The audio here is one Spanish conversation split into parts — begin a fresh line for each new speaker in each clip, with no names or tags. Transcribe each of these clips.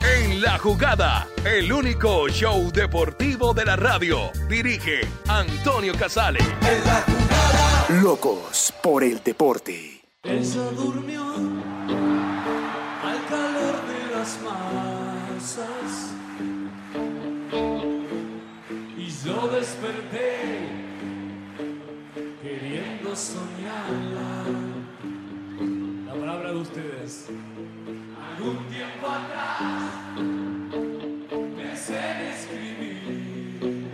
En la jugada, el único show deportivo de la radio, dirige Antonio Casale.
Locos por el deporte.
Ella durmió al calor de las masas y yo desperté queriendo soñarla. La palabra de ustedes. Algún tiempo atrás me sé escribir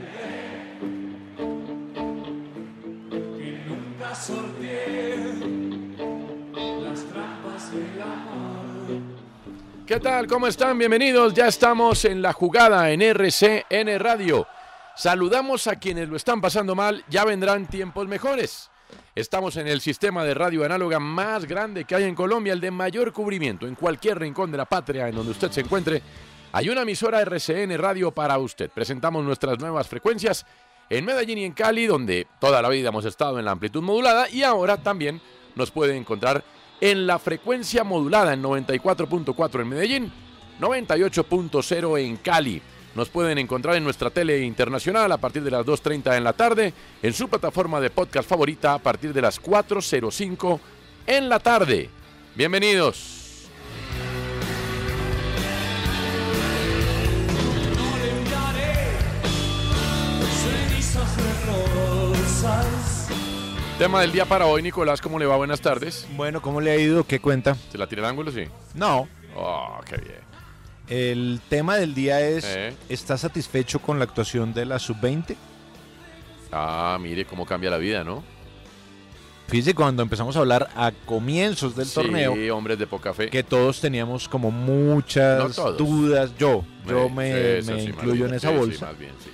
que nunca sorteé las trampas del amor.
¿Qué tal? ¿Cómo están? Bienvenidos. Ya estamos en la jugada en RCN Radio. Saludamos a quienes lo están pasando mal. Ya vendrán tiempos mejores. Estamos en el sistema de radio análoga más grande que hay en Colombia, el de mayor cubrimiento. En cualquier rincón de la patria en donde usted se encuentre, hay una emisora RCN Radio para usted. Presentamos nuestras nuevas frecuencias en Medellín y en Cali, donde toda la vida hemos estado en la amplitud modulada y ahora también nos puede encontrar en la frecuencia modulada en 94.4 en Medellín, 98.0 en Cali. Nos pueden encontrar en nuestra tele internacional a partir de las 2.30 en la tarde, en su plataforma de podcast favorita a partir de las 4.05 en la tarde. Bienvenidos.
No le enviaré cenizas de rosas.
Tema del día para hoy, Nicolás, ¿cómo le va? Buenas tardes.
Bueno, ¿cómo le ha ido? ¿Qué cuenta?
¿Se la tira el ángulo? Sí.
No.
Oh, qué bien.
El tema del día es,
Eh.
¿estás satisfecho con la actuación de la sub-20?
Ah, mire cómo cambia la vida, ¿no?
Fíjese cuando empezamos a hablar a comienzos del
sí,
torneo,
hombres de poca fe.
que todos teníamos como
No
muchas
todos.
dudas, yo, yo
Sí,
me,
eso sí,
me
más
incluyo
bien,
en
sí,
esa
sí,
bolsa,
más bien, sí.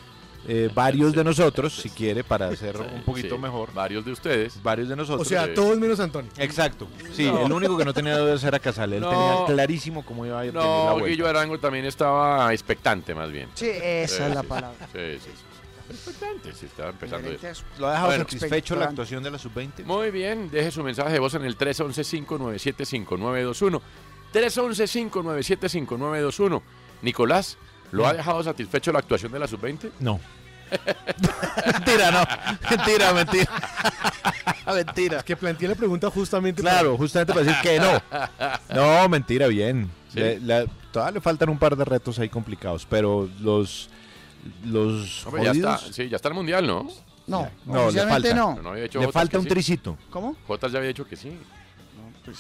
Eh, varios de
Sí,
nosotros,
sí,
si
sí.
quiere, para hacer un
Sí,
poquito
sí.
mejor,
Varios de ustedes. Eh,
varios de
O
nosotros.
sea,
Sí.
todos menos Antonio.
Exacto, sí, el único que no tenía dudas era Casale, él
No.
tenía clarísimo cómo iba a tener la
No,
vuelta.
Guillo Arango también estaba expectante, más bien.
Sí, esa
Sí,
es la
sí,
palabra.
Sí, sí, sí. sí. Expectante, sí, estaba empezando.
Diferente a eso.
¿Lo ha dejado
Bueno.
satisfecho la actuación de la sub-20?
Muy bien, deje su mensaje de voz en el 311-597-5921. 311-597-5921. Nicolás, ¿lo ha dejado satisfecho la actuación de la sub-20?
No. mentira, no. Mentira, mentira. mentira.
Es que planteé la pregunta justamente para-
Claro, justamente para decir que no. No, mentira, bien.
Sí.
Le- la- todavía le faltan un par de retos ahí complicados, pero los los
Hombre, ya está,
jodidos-
sí, ya está el mundial, ¿no?
No,
No, le
oficialmente
falta.
no.
No, no había hecho
le
Jotas
falta
que
un
sí.
tricito.
¿Cómo?
Jotas ya había dicho que sí.
No, pues.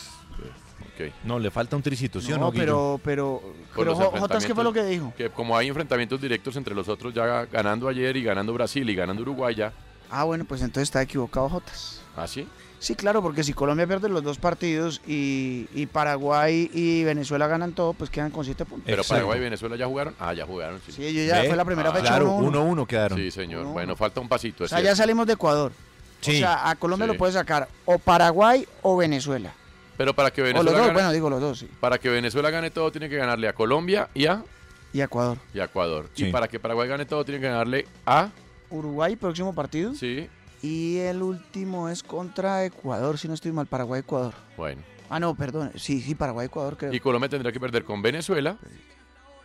Ok.
No, le falta un tricito, ¿sí o
no,
no, Guillo?
pero, pero,
Por
pero
los
Jo- Jotas, ¿qué
enfrentamientos.
fue lo que dijo?
Que como hay enfrentamientos directos entre los otros, ya ganando ayer y ganando Brasil y ganando Uruguay ya.
Ah, bueno, pues entonces está equivocado Jotas.
¿Ah, sí?
Sí, claro, porque si Colombia pierde los dos partidos y, y Paraguay y Venezuela ganan todo, pues quedan con siete puntos.
Pero
Exacto.
Paraguay y Venezuela ya jugaron. Ah, ya jugaron, sí.
Sí, ellos ya
¿Ve?
fue la primera
Ah,
fecha
Claro,
1-1.
1-1 quedaron.
Sí, señor.
No.
Bueno, falta un pasito.
o
es
sea, ya
pues cierto.
salimos de Ecuador.
Sí.
O sea, a Colombia
Sí.
lo puede sacar o Paraguay o Venezuela.
Pero para que
o los
Venezuela
dos,
gane,
bueno, digo los dos, sí.
para que Venezuela gane todo, tiene que ganarle a Colombia y a,
Y Ecuador.
y a Ecuador. Y
Sí.
para que Paraguay gane todo, tiene que ganarle a.
Uruguay, próximo partido.
Sí.
Y el último es contra Ecuador, si no estoy mal, Paraguay-Ecuador.
Bueno.
Ah, no, perdón. Sí, sí, Paraguay-Ecuador, creo.
Y Colombia tendrá que perder con Venezuela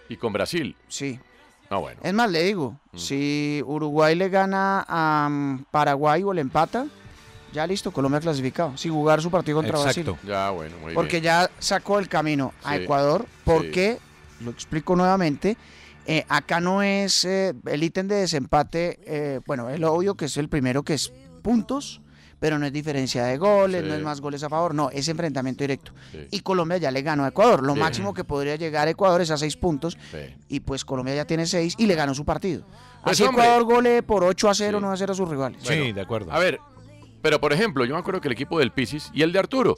y con Brasil.
Sí.
No, bueno.
Es más, mm, le digo, si Uruguay le gana a mm, Paraguay o le empata, Ya listo, Colombia clasificado. Si jugar su partido contra
Exacto.
Brasil.
Ya, bueno, muy
porque
bien.
ya sacó el camino a
Sí,
Ecuador, porque,
sí.
lo explico nuevamente, eh, acá no es eh, el ítem de desempate, eh, bueno, es lo obvio que es el primero que es puntos, pero no es diferencia de goles,
Sí.
no es más goles a favor, no, es enfrentamiento directo.
Sí.
Y Colombia ya le ganó a Ecuador, lo
Sí.
máximo que podría llegar a Ecuador es a seis puntos, y pues Colombia ya tiene seis y le ganó su partido.
Pues,
Así
hombre.
Ecuador gole por 8 a 0, 9 a 0 a sus rivales.
Bueno, A ver, pero por ejemplo, yo me acuerdo que el equipo del Pisis y el de Arturo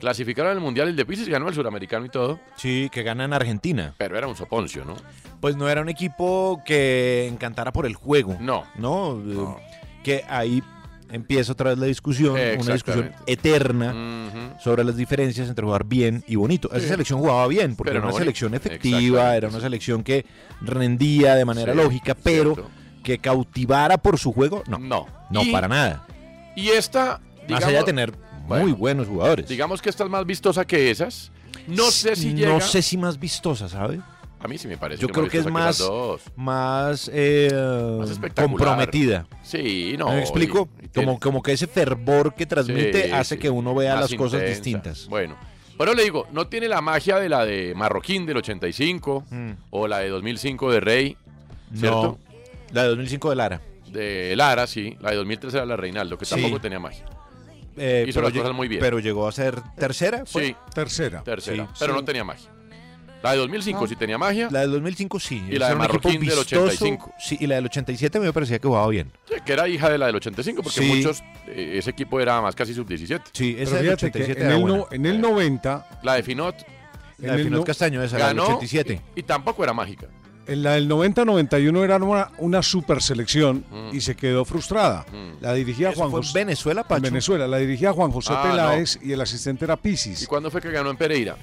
clasificaron al Mundial, el de Pisis ganó el Suramericano y todo,
Sí, que gana en Argentina.
pero era un soponcio, ¿no?
Pues no era un equipo que encantara por el juego.
No.
No. eh, Que ahí empieza otra vez la discusión, una discusión
Exactamente.
eterna
Ujú.
sobre las diferencias entre jugar bien y bonito. Esa
Sí.
selección jugaba bien, porque
Pero
era
no
una
bonito.
selección efectiva, era una selección que rendía de manera
Sí,
lógica, pero que cautivara por su juego, no.
No.
No,
Y-
para nada.
Y esta, digamos,
Más allá de tener muy
Bueno.
buenos jugadores.
digamos que esta es más vistosa que esas. No sé si llega.
No sé si más vistosa, ¿sabe?
A mí sí me parece.
Yo creo que es
vistosa las
más,
dos.
más, eh,
Más espectacular.
comprometida.
Sí, no.
¿Me explico?
y- y tiene-
como, como que ese fervor que transmite
Sí,
hace
sí.
que uno vea
Más
las cosas
intensa.
distintas.
Bueno, pero le digo, no tiene la magia de la de Marroquín del 85
Mm.
o la de 2005 de Rey, ¿cierto?
La de 2005 de Lara.
De Lara, sí. La de 2003 era la de Reinaldo, que
Sí.
tampoco tenía magia.
Eh,
Hizo
pero
las cosas
lleg-
muy bien.
Pero llegó a ser tercera. ¿fue?
Sí. Tercera. Tercera.
Sí.
Pero
Sí.
no tenía magia. La de 2005
No.
sí tenía magia.
La del 2005 sí.
Y la de
Era un equipo
Marroquín del
vistoso.
85.
Sí, y la del 87 me parecía que jugaba bien.
Sí, Que era hija de la del 85, porque
Sí.
muchos. eh, ese equipo era más casi sub-17.
Sí,
Pero
esa del
fíjate que
87
en,
era
el
buena.
no- en el 90,
La de Finot.
La de En el Finot no- Castaño, esa, la del
ganó
87.
Y, y tampoco era mágica.
en la del 90-91 era una, una super selección
Mm.
y se quedó frustrada.
Mm.
La dirigía
¿Eso
Juan
fue en
José.
Venezuela,
En Venezuela, la dirigía Juan José
Ah,
Peláez y el asistente era Pisis.
¿Y cuándo fue que ganó en Pereira?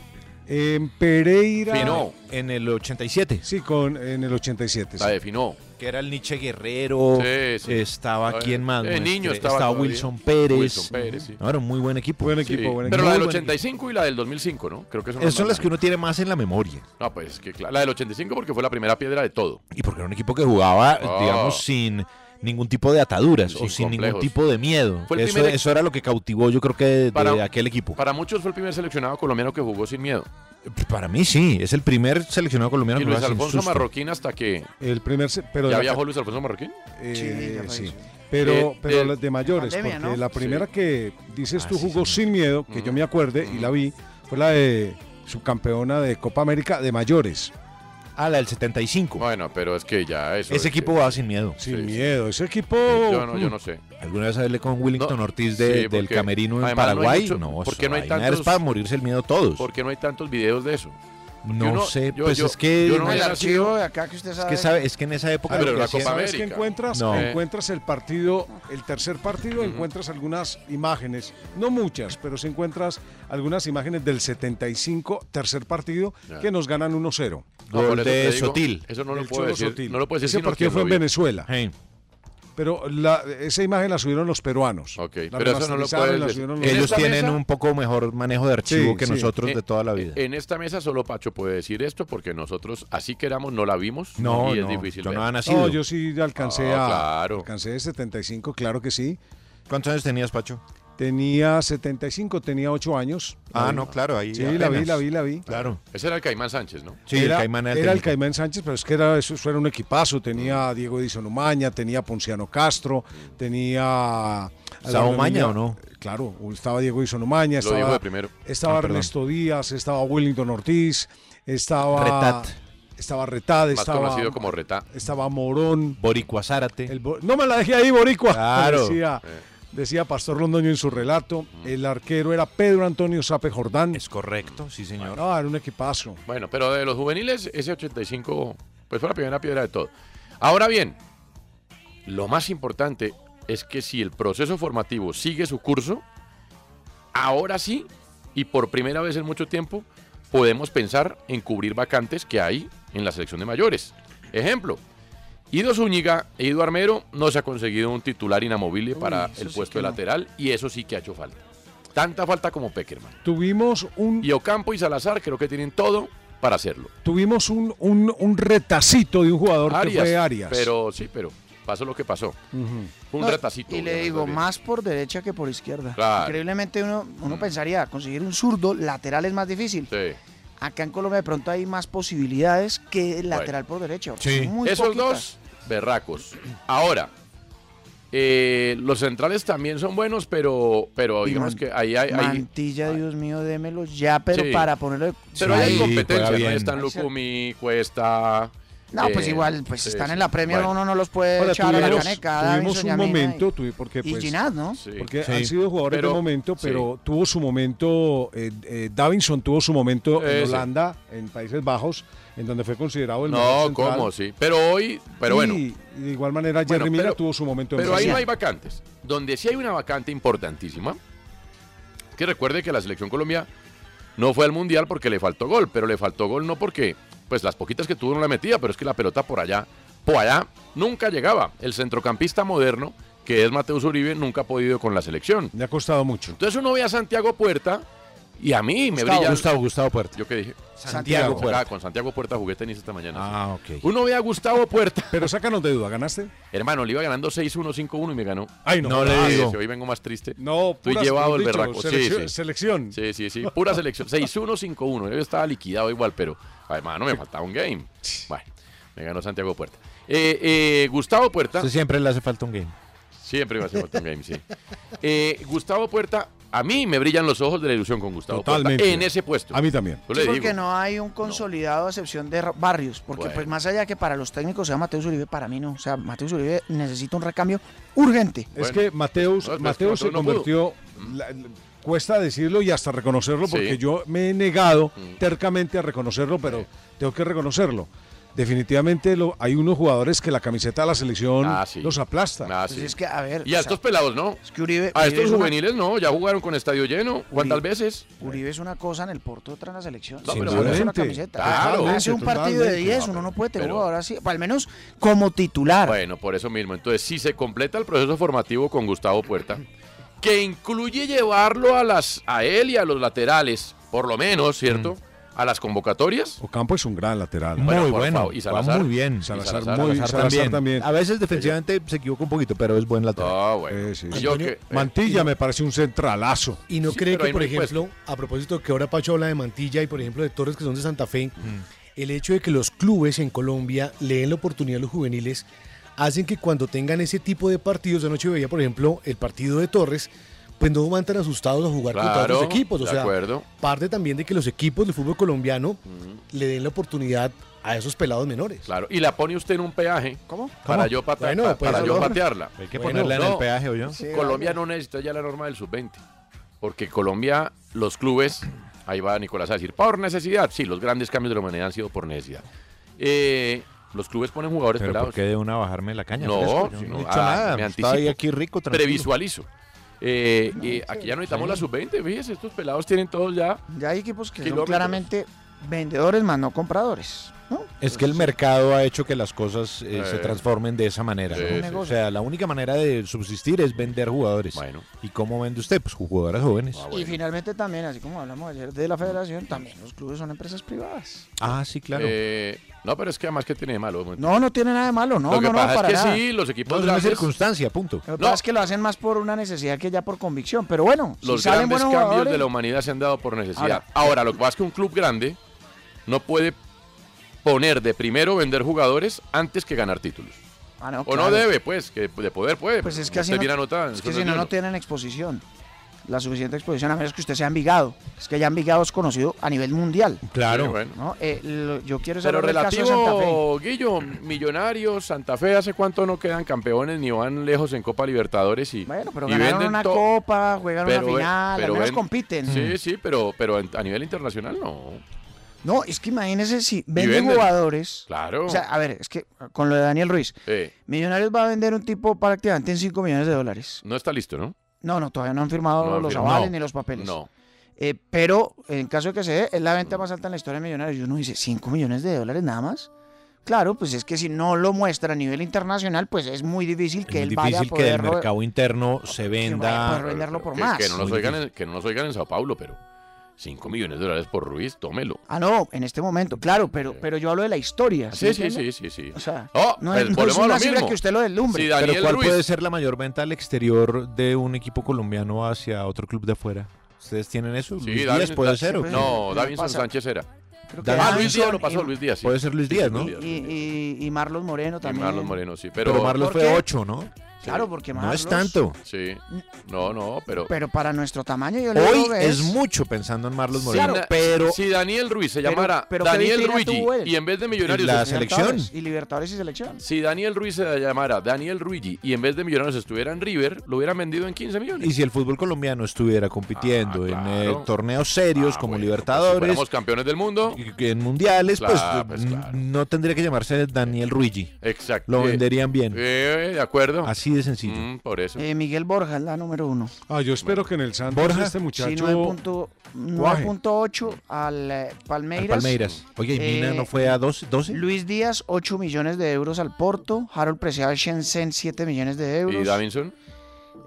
En Pereira.
Finó.
En el 87.
Sí, con, en el 87.
La
sí.
de Finó.
Que era el Nietzsche Guerrero.
Sí, sí.
Estaba
Eh,
quién más.
eh,
No, este,
niño estaba todavía.
Wilson Pérez.
Wilson Pérez, sí.
No, era un muy buen equipo.
Buen
Sí, Pero la del 85 y la del 2005, ¿no? Creo que son,
Esas son las que uno tiene más en la memoria.
No, pues que cla- la del 85 porque fue la primera piedra de todo.
Y porque era un equipo que jugaba,
Ah.
digamos, sin ningún tipo de ataduras
Sin
o sin
complejos.
ningún tipo de miedo.
Fue el
Eso,
primer ex-
eso era lo que cautivó, yo creo que, de, de
Para-
aquel equipo.
Para muchos fue el primer seleccionado colombiano que jugó sin miedo.
Para mí sí, es el primer seleccionado colombiano
y
que
Luis
juega sin
Alfonso
susto.
Marroquín hasta que...
El primer. se- Pero de
¿Ya
la
viajó Luis Alfonso Marroquín?
Eh, sí.
Eh,
Pero,
del-
pero las de mayores,
pandemia,
porque
¿no?
la primera
Sí.
que dices tú jugó sin miedo, que yo me acuerde y la vi, fue la de subcampeona de Copa América de mayores.
Ah, la del 75.
Bueno, pero es que ya eso...
Ese
es que-
equipo mm, va sin miedo.
Sin miedo, ese equipo.
Yo no, yo no sé.
Alguna vez hablé con Willington Ortiz de-
sí,
del
porque
Camerino en
además no hay
Paraguay.
mucho-
No,
porque
esa
no hay
vaina
tantos-
es para morirse el miedo todos.
¿Por qué no hay tantos videos de eso? Porque
No
uno-
sé,
yo-
pues
yo-
es que
yo no
en
había
el
nacido-
archivo de acá que usted
Es que, sabe, es que en esa época.
Ah, pero
lo que
la
hacían-
Copa
¿Sabes
América.
que encuentras?
No.
Encuentras el partido, el tercer partido, encuentras algunas imágenes, no muchas, pero sí encuentras algunas imágenes del 75, tercer partido,
Ya.
que nos ganan 1-0.
No, por
Gol
eso
de
te digo,
Sotil.
Eso no lo
Del
puedo
Cholo
decir.
Sotil.
No lo puedo decir.
Ese
sino
partido
quien
fue
lo
en
vio.
Venezuela.
Hey.
Pero la- esa imagen la subieron los peruanos.
Ok,
La
pero eso no lo
remasterizaron y
puedes
la
decir.
subieron los-
En
Ellos
esta
tienen
mesa-
un poco mejor manejo de archivo
Sí,
que
sí.
nosotros
Eh,
de toda la vida.
En esta mesa solo Pacho puede decir esto porque nosotros, así queramos, no la vimos.
No,
y es
no,
difícil.
yo no
verla.
había nacido.
No, yo sí alcancé
Ah,
a.
claro.
Alcancé de 75, claro que sí.
¿Cuántos años tenías, Pacho?
Tenía 75, tenía 8 años.
Ah, no, claro, ahí.
Sí, la vi,
apenas.
la vi, la vi.
Claro.
Ese era el Caimán Sánchez, ¿no?
Sí,
era,
el Caimán era el
era el
técnico.
Caimán Sánchez, pero es que era, eso, eso era un equipazo.
Mm.
Tenía a Diego Edison Umaña, tenía a Ponciano Castro, tenía. a
¿Estaba
Laura
Umaña
Mejía.
o no?
Claro, estaba Diego Edison Umaña,
Lo dijo
estaba,
de primero.
estaba
Ah, perdón.
Ernesto Díaz, estaba Wellington Ortiz, estaba.
Retat.
Estaba Retad,
Más
estaba.
conocido como Retá.
Estaba Morón.
Boricua Zárate.
El Bo- no me la dejé ahí, Boricua.
Claro.
Decía,
Eh.
decía Pastor Londoño en su relato. El arquero era Pedro Antonio Sape Jordán.
Es correcto, sí, señor.
No, era un equipazo.
Bueno, pero de los juveniles, ese 85, pues fue la primera piedra de todo. Ahora bien, lo más importante es que si el proceso formativo sigue su curso, ahora sí, y por primera vez en mucho tiempo, podemos pensar en cubrir vacantes que hay en la selección de mayores. Ejemplo, Ido Zúñiga e Ido Armero no se ha conseguido un titular inamovible para
eso
el
sí
puesto
que
de
no.
lateral y eso sí que ha hecho falta. Tanta falta como Peckerman.
Tuvimos un,
Y Ocampo y Salazar creo que tienen todo para hacerlo.
tuvimos un, un, un retacito de un jugador que fue Arias.
Pero sí, pero Pasó lo que pasó. Fue un
No,
ratacito.
Y le
obviamente,
digo,
bien.
más por derecha que por izquierda.
Claro. Mm.
Increíblemente uno, uno pensaría, conseguir un zurdo lateral es más difícil. Acá en Colombia de pronto hay más posibilidades que el
Bueno.
lateral por derecha.
Sí.
Muy
Esos
poquitas.
dos, berracos. Ahora, eh, los centrales también son buenos, pero, pero
Y
digamos
man-
que ahí hay... hay-
Mantilla, Dios mío, démelo ya, pero
Sí.
para ponerlo.
pero hay
Sí.
competencia,
juega
¿no?
bien.
Están Lucumi, Cuesta...
No,
eh,
pues igual, pues
sí,
están
sí.
en la Premier,
Bueno.
uno no los puede
Ahora,
echar a la
tuvimos,
caneca.
tuvimos
Davinson
un
Llamina y-
momento, tuve- porque
y
pues,
Ginás, ¿no?
Porque
Sí.
han sido jugadores
Pero-
de momento,
sí.
pero tuvo su momento, eh, eh, Davinson tuvo su momento
Eh,
en
sí.
Holanda, en Países Bajos, en donde fue considerado el mejor
No,
central.
¿cómo? Sí. Pero hoy, pero
Y
bueno.
de igual manera, Jerry
Bueno,
Mina
pero-
tuvo su momento en
Pero ahí
Brasil.
no hay vacantes. Donde sí hay una vacante importantísima, que recuerde que la selección Colombia no fue al Mundial porque le faltó gol, pero le faltó gol no porque, pues las poquitas que tuvo no la metía, pero es que la pelota por allá, por allá nunca llegaba. El centrocampista moderno, que es Mateus Uribe, nunca ha podido con la selección.
Le ha costado mucho.
Entonces uno ve a Santiago Puerta y a mí me
Gustavo,
brilla...
Gustavo, Gustavo Puerta.
¿Yo qué dije?
Santiago Puerta.
Ah, con Santiago Puerta jugué tenis esta mañana. sí.
Ah, ok.
Uno ve a Gustavo Puerta.
Pero sácanos de duda, ¿ganaste?
Hermano, le iba ganando 6-1, 5-1 y me ganó.
Ay, no. No le digo.
ese, Hoy vengo más triste.
No,
Estoy
puras,
llevado
como
el
dicho,
berraco. Sí,
selección-
sí.
selección.
Sí, sí, sí. Pura selección. 6-1, 5-1. Yo estaba liquidado igual, pero además no me faltaba un game. Bueno, me ganó Santiago Puerta. Eh, eh, Gustavo Puerta.
Usted siempre le hace falta un game.
Siempre me hace falta un game, sí. Eh, Gustavo Puerta, a mí me brillan los ojos de la ilusión con Gustavo
Totalmente.
Puerta. En ese puesto.
A mí también.
Yo
Sí,
le digo.
porque no hay un consolidado a excepción de Ra- Barrios, porque
Bueno.
pues más allá que para los técnicos sea Mateus Uribe, para mí no, o sea, Mateus Uribe necesita un recambio urgente.
Es que Mateus,
No, pero es que
Mateus se
Mateus no
convirtió,
Mm.
la- la- cuesta decirlo y hasta reconocerlo,
Sí.
porque yo me he negado
Mm.
tercamente a reconocerlo, pero tengo que reconocerlo. Definitivamente lo, hay unos jugadores que la camiseta de la selección
Ah, sí.
los aplasta.
Ah, sí.
Pues Es que a ver,
Y a
o
estos
sea,
pelados, ¿no?
Uribe-
a
Uribe
estos
es una-
juveniles, no. Ya jugaron con estadio lleno. ¿Cuántas veces?
Uribe es una cosa en el Porto, otra en la selección.
No,
Sí,
pero
no, es una
totalmente,
camiseta.
claro.
Hace un partido de
Totalmente.
10,
No,
uno no puede tener
pero-
ahora sí, al menos como titular.
Bueno, por eso mismo. Entonces, si se completa el proceso formativo con Gustavo Puerta, que incluye llevarlo a las a él y a los laterales, por lo menos, ¿cierto?
Mm.
A las convocatorias.
Ocampo es un gran lateral.
Bueno,
muy
por
bueno.
favor, y
va
Salazar.
muy bien.
Y Salazar, muy-
Salazar también.
A veces defensivamente se equivoca un poquito, pero es buen lateral.
Ah, bueno.
sí.
Yo que-
Mantilla me parece un centralazo.
Y no
Sí,
cree
pero
que,
ahí
por
no hay puesto.
ejemplo, a propósito que ahora Pacho habla de Mantilla y, por ejemplo, de Torres, que son de Santa Fe, el hecho de que los clubes en Colombia le den la oportunidad a los juveniles hacen que cuando tengan ese tipo de partidos, anoche veía, por ejemplo, el partido de Torres, pues no van tan asustados a jugar contra
Claro,
otros equipos. O
de
sea,
acuerdo.
parte también de que los equipos del fútbol colombiano le den la oportunidad a esos pelados menores.
Claro, y la pone usted en un peaje.
¿Cómo?
Para yo, pata-
Bueno,
pa-
pues,
para yo
no.
patearla.
Hay que ponerla en el peaje, ¿oyó? Sí,
Colombia no necesita ya la norma del sub-20. Porque Colombia, los clubes, ahí va Nicolás a decir, por necesidad. Sí, los grandes cambios de la humanidad han sido por necesidad. Eh, los clubes ponen jugadores
Pero
pelados.
¿por qué de una bajarme la caña?
No,
fresco? Yo
si
no
no,
he dicho
ah,
nada.
me
Estaba ahí
anticipo.
aquí rico, tranquilo.
Previsualizo. Eh, eh, aquí ya no necesitamos la sub-20, fíjese, estos pelados tienen todos ya.
Ya hay equipos que son
Kilómetros.
claramente vendedores más no compradores, ¿no?
Es que el mercado ha hecho que las cosas eh, se
Eh.
transformen de esa manera.
Sí,
¿no?
sí, sí.
O sea, la única manera de subsistir es vender jugadores. ¿Y cómo vende usted? Pues jugadoras jóvenes.
Ah,
Y finalmente también, así como hablamos ayer de la federación, también los clubes son empresas privadas.
Ah, sí, claro.
Eh, no, pero es que además que tiene de malo.
No, no tiene nada de malo, no,
Lo que
no, no,
pasa es
para
que
nada.
sí, los equipos
No, es una
grandes.
circunstancia, punto.
Lo que pasa es que lo hacen más por una necesidad que ya por convicción, pero bueno,
Los
si salen
grandes
buenos
cambios
jugadores,
de la humanidad se han dado por necesidad.
Ahora-
Ahora, lo que pasa es que un club grande no puede poner de primero vender jugadores antes que ganar títulos.
Ah, no,
o
claro.
no debe, pues, que de poder puede.
Pues es
pero
que así
usted
no,
bien anotada,
es
eso
que
no
si no,
bueno.
no tienen exposición. La suficiente exposición, a menos que usted sea Envigado. Es que ya Envigado es conocido a nivel mundial.
Claro. Sí, bueno.
¿No? Eh, lo- yo quiero saber
Pero
el caso de Santa Fe.
relativo, Guillo, Millonarios, Santa Fe, ¿hace cuánto no quedan campeones ni van lejos en Copa Libertadores? Y,
Pero
y
ganaron
venden
una
to-
copa, juegan
pero
una
ve-
final,
pero
al menos
ven-
compiten.
Sí, sí, pero, pero en- a nivel internacional no.
No, es que imagínese si venden,
venden.
jugadores.
Claro.
O sea, a ver, es que con lo de Daniel Ruiz,
Eh,
Millonarios va a vender un tipo prácticamente en 5 millones de dólares.
no está listo, ¿no?
No, no, todavía no han firmado
No han
los
firmado.
avales
No,
ni los papeles.
no.
Eh, pero en caso de que se dé, es la venta más alta en la historia de Millonarios. Y uno dice, ¿5 millones de dólares nada más? Claro, pues es que si no lo muestra a nivel internacional, pues es muy difícil que
Es
él vaya a
difícil que
poder
del mercado interno se venda.
poder venderlo por
que,
más.
que no nos
Muy
oigan
difícil.
en, que no nos oigan en Sao Paulo, pero 5 millones de dólares por Ruiz, tómelo. Ah,
Ah, no, en este momento, claro, pero, pero yo hablo de la historia.
Sí, sí,
entiende?
sí, sí, sí.
O sea,
Oh,
no,
pues
es, no es
volvemos a lo
una cifra
mismo.
que usted lo deslumbre.
Si Daniel
Pero ¿cuál
Ruiz-
puede ser la mayor venta al exterior de un equipo colombiano hacia otro club de afuera? ¿Ustedes tienen eso?
Sí,
Luis
Davinson-
Díaz puede ser. ¿o qué?
No, Davinson Sánchez era.
que
ah, Luis
Davinson
Díaz lo pasó, Luis Díaz. sí.
Puede ser Luis
Sí,
Díaz, ¿no?
Y, y- y Marlos Moreno
Y
también.
Marlon Moreno, sí. Pero,
Pero, Marlos
¿Por
fue
qué?
8, ¿no?
Claro, porque Marlos...
No es tanto.
Sí. No, no, pero.
Pero para nuestro tamaño yo le
Hoy
digo que
es mucho pensando en Marlos
Si
Moreno,
Na-
pero
Si Daniel Ruiz se
Pero-
llamara
pero ¿qué
Daniel
vitrina
Ruiz
tuvo él?
y en vez de Millonarios.
la
estuviera-
selección.
Y Libertadores y Selección.
Si Daniel Ruiz se llamara Daniel Ruiz y en vez de Millonarios estuviera en River, lo hubieran vendido en 15 millones.
y si el fútbol colombiano estuviera compitiendo
Ah,
en eh, torneos serios como
pues Si
Libertadores,
fuéramos campeones del mundo.
en mundiales, pues,
Claro, pues,
n- no tendría que llamarse Daniel Ruigi.
Exacto.
Lo venderían bien.
Eh, de acuerdo. Mm,
Así de sencillo.
por eso.
Eh, Miguel Borja es la número uno.
Ah, yo espero que en el Santos
Borja,
este muchacho.
Sí, 9.8
cuaje.
9.8 al eh, Palmeiras. Eh,
Al Palmeiras. Oye, ¿y Mina no fue a 12? 12?
Luis Díaz, 8 millones de euros al Porto. Harold Preciado Shenzhen, 7 millones de euros.
¿Y Davinson?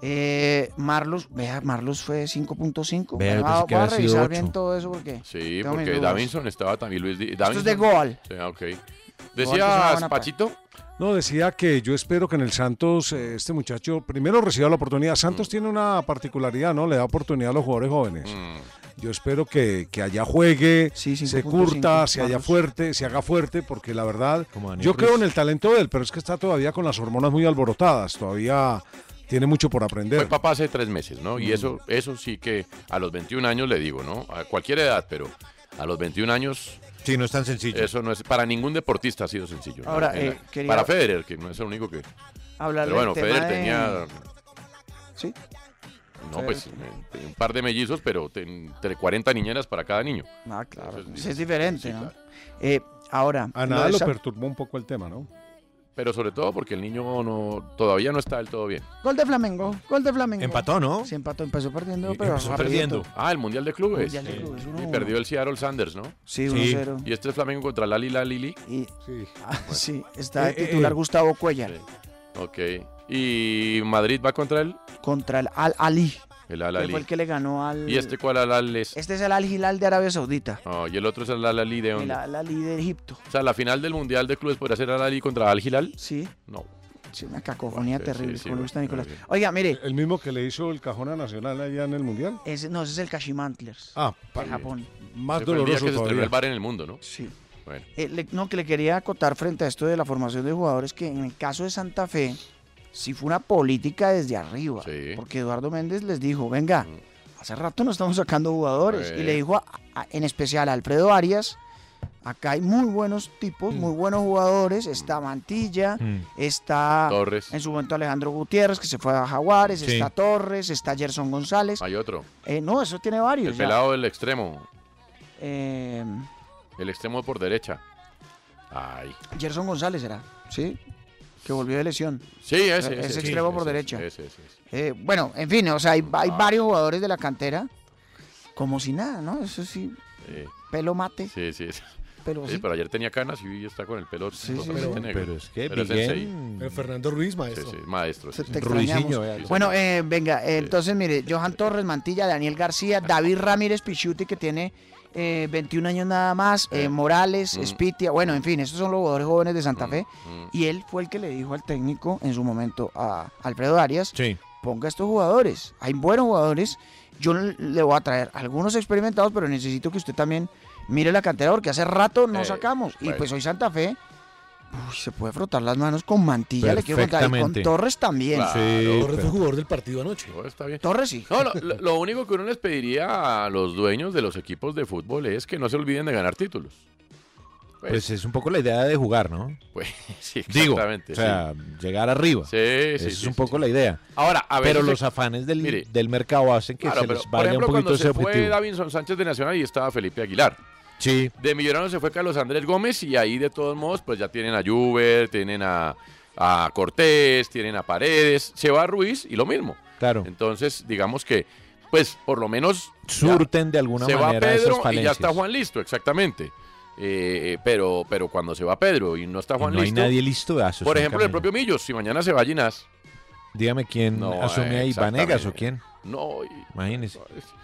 Eh, Marlos, vea, Marlos fue 5.5.
Vea,
Bueno,
yo pensé
voy
que
a
había sido
revisar
ocho.
bien todo eso porque.
Sí,
tengo mis
porque
dudas.
Davinson estaba también Luis Díaz.
Esto es de Goal.
Sí, ah, ok.
es una buena
Decías,
pa-
Pachito.
No, decía que yo espero que en el Santos eh, este muchacho primero reciba la oportunidad.
Mm.
Santos tiene una particularidad, ¿no? Le da oportunidad a los jugadores jóvenes.
Mm.
Yo espero que, que allá juegue, se
5.5,
curta, se haya
Marlos.
fuerte, se haga fuerte, porque la verdad,
Como Daniel
yo creo
Ruiz.
en el talento de él, pero es que está todavía con las hormonas muy alborotadas, todavía tiene mucho por aprender.
Fue papá hace tres meses, ¿no? Y
Mm.
eso, eso sí que a los 21 años le digo, ¿no? A cualquier edad, pero a los 21 años.
Sí, no es tan sencillo.
Eso no es. Para ningún deportista ha sido sencillo. ¿no?
Ahora,
En la-
eh, quería-
Para Federer, que no es el único que.
Hablar
pero
del
bueno,
tema
Federer
de-
tenía.
Sí.
No,
Federer
pues eh, un par de mellizos, pero ten- entre 40 niñeras para cada niño.
Ah, claro.
Eso es
Eso es diferente, ¿no? Eh, ahora.
A nada
de
lo
Sa-
perturbó un poco el tema, ¿no?
Pero sobre todo porque el niño no todavía no está del todo bien.
Gol de Flamengo. Gol de Flamengo.
Empató, ¿no?
Sí, empató. Empezó perdiendo, pero
Empezó
rapidito.
Ah, el Mundial de Clubes.
Mundial de
Sí.
Clubes, uno a
y
uno.
perdió el Seattle Sanders, ¿no?
Sí, uno a cero.
Y este es Flamengo contra la Lila Lili.
Sí. sí, está de
Eh, eh,
titular
eh.
Gustavo Cuellar
Ah. Ok. ¿Y Madrid va contra él?
contra el Al Ali.
El Al
que fue
Ahly.
el que le ganó al.
¿Y este cuál Al Ahly es?
Este es el Al Hilal de Arabia Saudita.
Ah, y el otro es el Al Ahly de
El
dónde?
Al Ali de Egipto.
O sea, la final del Mundial de Clubes podría ser Al Ahly contra Al Hilal.
Sí.
No.
Sí, una cacofonía
Ah, Sí,
terrible.
sí,
como le
bueno,
gusta a Nicolás.
muy bien.
Oiga, mire.
El mismo que le hizo el cajón a Nacional allá en el Mundial.
Ese, no, ese es el Cashimantlers.
Ah,
para Japón.
Más
Ese fue el día
doloroso
que se estrenó
todavía.
el bar en el mundo, ¿no?
Sí.
Bueno.
Eh, le- no, que le quería acotar frente a esto de la formación de jugadores que en el caso de Santa Fe sí fue una política desde arriba. Porque Eduardo Méndez les dijo, venga,
Mm.
hace rato no estamos sacando jugadores. Y le
Eh.
dijo a- a- en especial a Alfredo Arias, acá hay muy buenos tipos, muy buenos jugadores. Está Mantilla,
Mm.
está
Mm. Torres.
en su momento Alejandro Gutiérrez, que se fue a Jaguares,
Sí.
está Torres, está Gerson González.
Hay otro.
Eh, no, eso tiene varios.
El
ya.
pelado del extremo.
Eh,
El extremo por derecha. Ay.
Gerson González era, ¿sí? Que volvió de lesión.
Sí, ese.
Eh,
ese,
Es
ese,
extremo por
ese,
derecha.
ese, Ah. ese, ese.
Eh, bueno, en fin, o sea, hay, hay varios jugadores de la cantera como si nada, ¿no? Eso sí,
Sí.
pelo mate.
Sí, sí, sí.
Pero
Sí,
sí.
pero ayer tenía canas y hoy está con el pelo totalmente
pero-
negro.
pero es que
el
bien.
seis.
Pero Fernando Ruiz, maestro.
Sí, sí, maestro.
Se-
sí.
te extrañamos. bueno, eh, venga, eh, entonces mire, Johan Torres, Mantilla, Daniel García, David Ramírez Pichuti, que tiene eh, 21 años nada más, eh, Morales,
Mm.
Spitia, bueno, en fin, estos son los jugadores jóvenes de Santa Fe.
mm.
Y él fue el que le dijo al técnico en su momento a Alfredo Arias, ponga estos jugadores, hay buenos jugadores, yo le- le voy a traer algunos experimentados, pero necesito que usted también mire la cantera porque hace rato no
Eh,
sacamos. Y
bueno.
pues hoy Santa Fe... uy, se puede frotar las manos con mantilla, le quiero contar. Y con
Perfectamente.
Torres también.
Claro,
Torres fue
pero-
jugador del partido anoche.
está bien.
Torres sí.
No, lo, lo- lo único que uno les pediría a los dueños de los equipos de fútbol es que no se olviden de ganar títulos.
Pues es un poco la idea de jugar, ¿no?
Pues sí,
Digo,
exactamente.
o sea,
sí.
llegar arriba.
Sí, sí,
Esa
sí,
es un
sí,
poco la idea.
Ahora, a
Pero
veces-
los afanes del,
mire,
del mercado hacen que
Claro,
se
pero,
les
por
vaya un
ejemplo,
poquito
cuando
ese
se fue
objetivo.
Davinson Sánchez de Nacional y estaba Felipe Aguilar.
Sí.
De Millonarios se fue Carlos Andrés Gómez y ahí de todos modos pues ya tienen a Juber, tienen a, a Cortés, tienen a Paredes, se va Ruiz y lo mismo.
Claro.
Entonces digamos que pues por lo menos
Surten de alguna
se va
manera
Pedro
esas
y
falencias.
ya está Juan listo, exactamente. Eh, pero, pero cuando se va Pedro y no está Juan
no hay
listo.
nadie listo, ah, eso es
Por
un
ejemplo, el
camino.
propio Millos, si mañana se va Ginás.
Dígame quién
No,
asume ahí,
exactamente.
Vanegas o quién.
No, y-
Imagínese.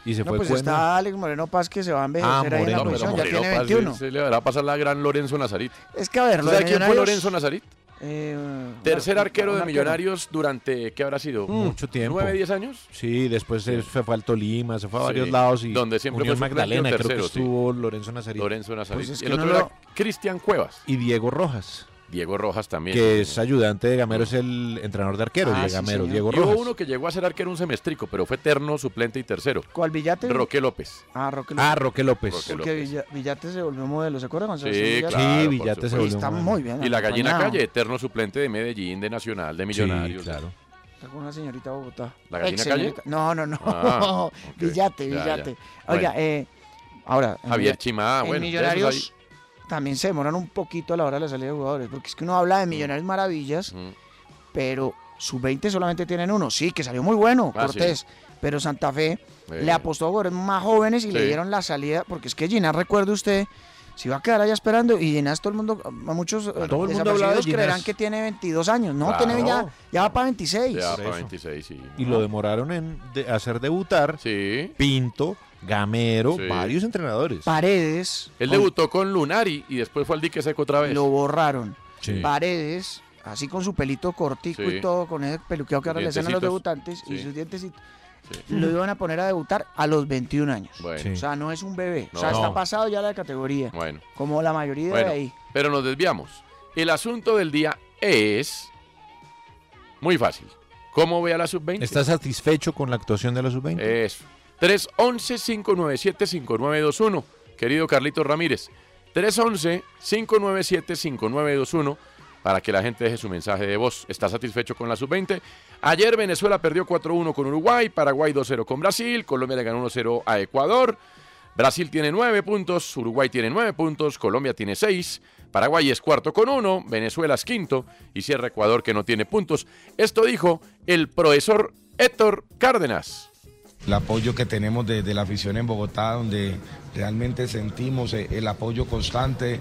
Y se
No,
fue
pues
Cuenda.
está Alex Moreno Paz que se va a envejecer
Ah,
ahí en la
Moreno, pero
prisión, ya
Moreno
tiene
Paz,
21.
Se le va a pasar la gran Lorenzo Nazarit.
Es que a ver,
¿Tú
lo de
¿Sabes quién fue
Millonarios-
Lorenzo Nazarit?
Eh,
Tercer
un-
arquero
un
de Millonarios durante, ¿qué habrá sido?
Mm. Mucho tiempo.
Mm, ¿Nueve, diez años?
Sí, después se fue, fue al Tolima, se fue a
Sí,
varios lados. Y
donde siempre
Unión
fue suplente o
Magdalena, creo que
tercero, sí.
estuvo Lorenzo Nazarit.
Lorenzo Nazarit.
Pues es
y el
que no
otro
lo-
era Cristian Cuevas.
Y Diego Rojas,
Diego Rojas también.
que es ayudante de Gamero, es el entrenador de arqueros
Ah,
de
sí,
Gamero,
señor.
Diego
Y hubo
Rojas.
uno que llegó a ser arquero un semestrico, pero fue terno, suplente y tercero.
¿Cuál Villate?
Roque López.
Ah, Roque
Ah, Roque López.
Roque
Porque Villa- Villate se volvió modelo, ¿se acuerdan? Gonzalo?
Sí,
Villate?
claro, por
Y
supuesto.
Está muy bien.
Y la gallina
acompañado.
calle, eterno suplente de Medellín, de Nacional, de Millonarios. claro.
Está con una señorita de Bogotá.
¿La gallina
Ex-señorita.
calle?
No, no, no.
Ah, ok.
Villate,
Ya,
Villate.
ya.
Oiga,
Bueno.
eh, ahora. en-
Javier Chimá,
en
bueno, ya esos
Millonarios también se demoran un poquito a la hora de la salida de jugadores, porque es que uno habla de
Mm.
Millonarios Maravillas, pero sub-20 solamente tienen uno. Sí, que salió muy bueno,
Ah, sí.
Cortés, pero Santa Fe
Eh.
le apostó a jugadores más jóvenes y le
Sí.
dieron la salida, porque es que Ginás, recuerde usted. Si va a quedar allá esperando y Ginás, todo el mundo, a muchos eh,
todo el mundo habla de
desapercibidos
Ginás.
creerán que tiene 22 años. No, tiene ya,
Claro.
ya va para 26.
Ya
Por
para
eso.
26, sí.
Y lo demoraron en de- hacer debutar Pinto, Gamero, varios entrenadores.
Paredes.
Él
Con-
debutó con Lunari y después fue al dique seco otra vez.
Lo borraron.
Sí.
Paredes, así con su pelito cortico
Sí.
y todo, con ese peluqueado que ahora le hacen a los
Dientecitos.
debutantes y
Sí.
sus dientecitos,
Sí.
lo iban a poner a debutar a los 21 años.
Bueno. Sí.
O sea, no es un bebé. o sea,
No.
está pasado ya la categoría.
Bueno.
Como la mayoría
Bueno,
de ahí.
pero nos desviamos. El asunto del día es muy fácil. ¿Cómo ve a la sub-20?
¿Está satisfecho con la actuación de la sub-20?
Eso. 311-597-5921. Querido Carlitos Ramírez. 311-597-5921. Para que la gente deje su mensaje de voz. ¿Está satisfecho con la sub-20? Ayer Venezuela perdió 4-1 con Uruguay. Paraguay 2-0 con Brasil. Colombia le ganó 1-0 a Ecuador. Brasil tiene 9 puntos. Uruguay tiene 9 puntos. Colombia tiene 6. Paraguay es cuarto con 1. Venezuela es quinto. Y cierra Ecuador que no tiene puntos. Esto dijo el profesor Héctor Cárdenas.
el apoyo que tenemos desde la afición en Bogotá, donde realmente sentimos eh, el apoyo constante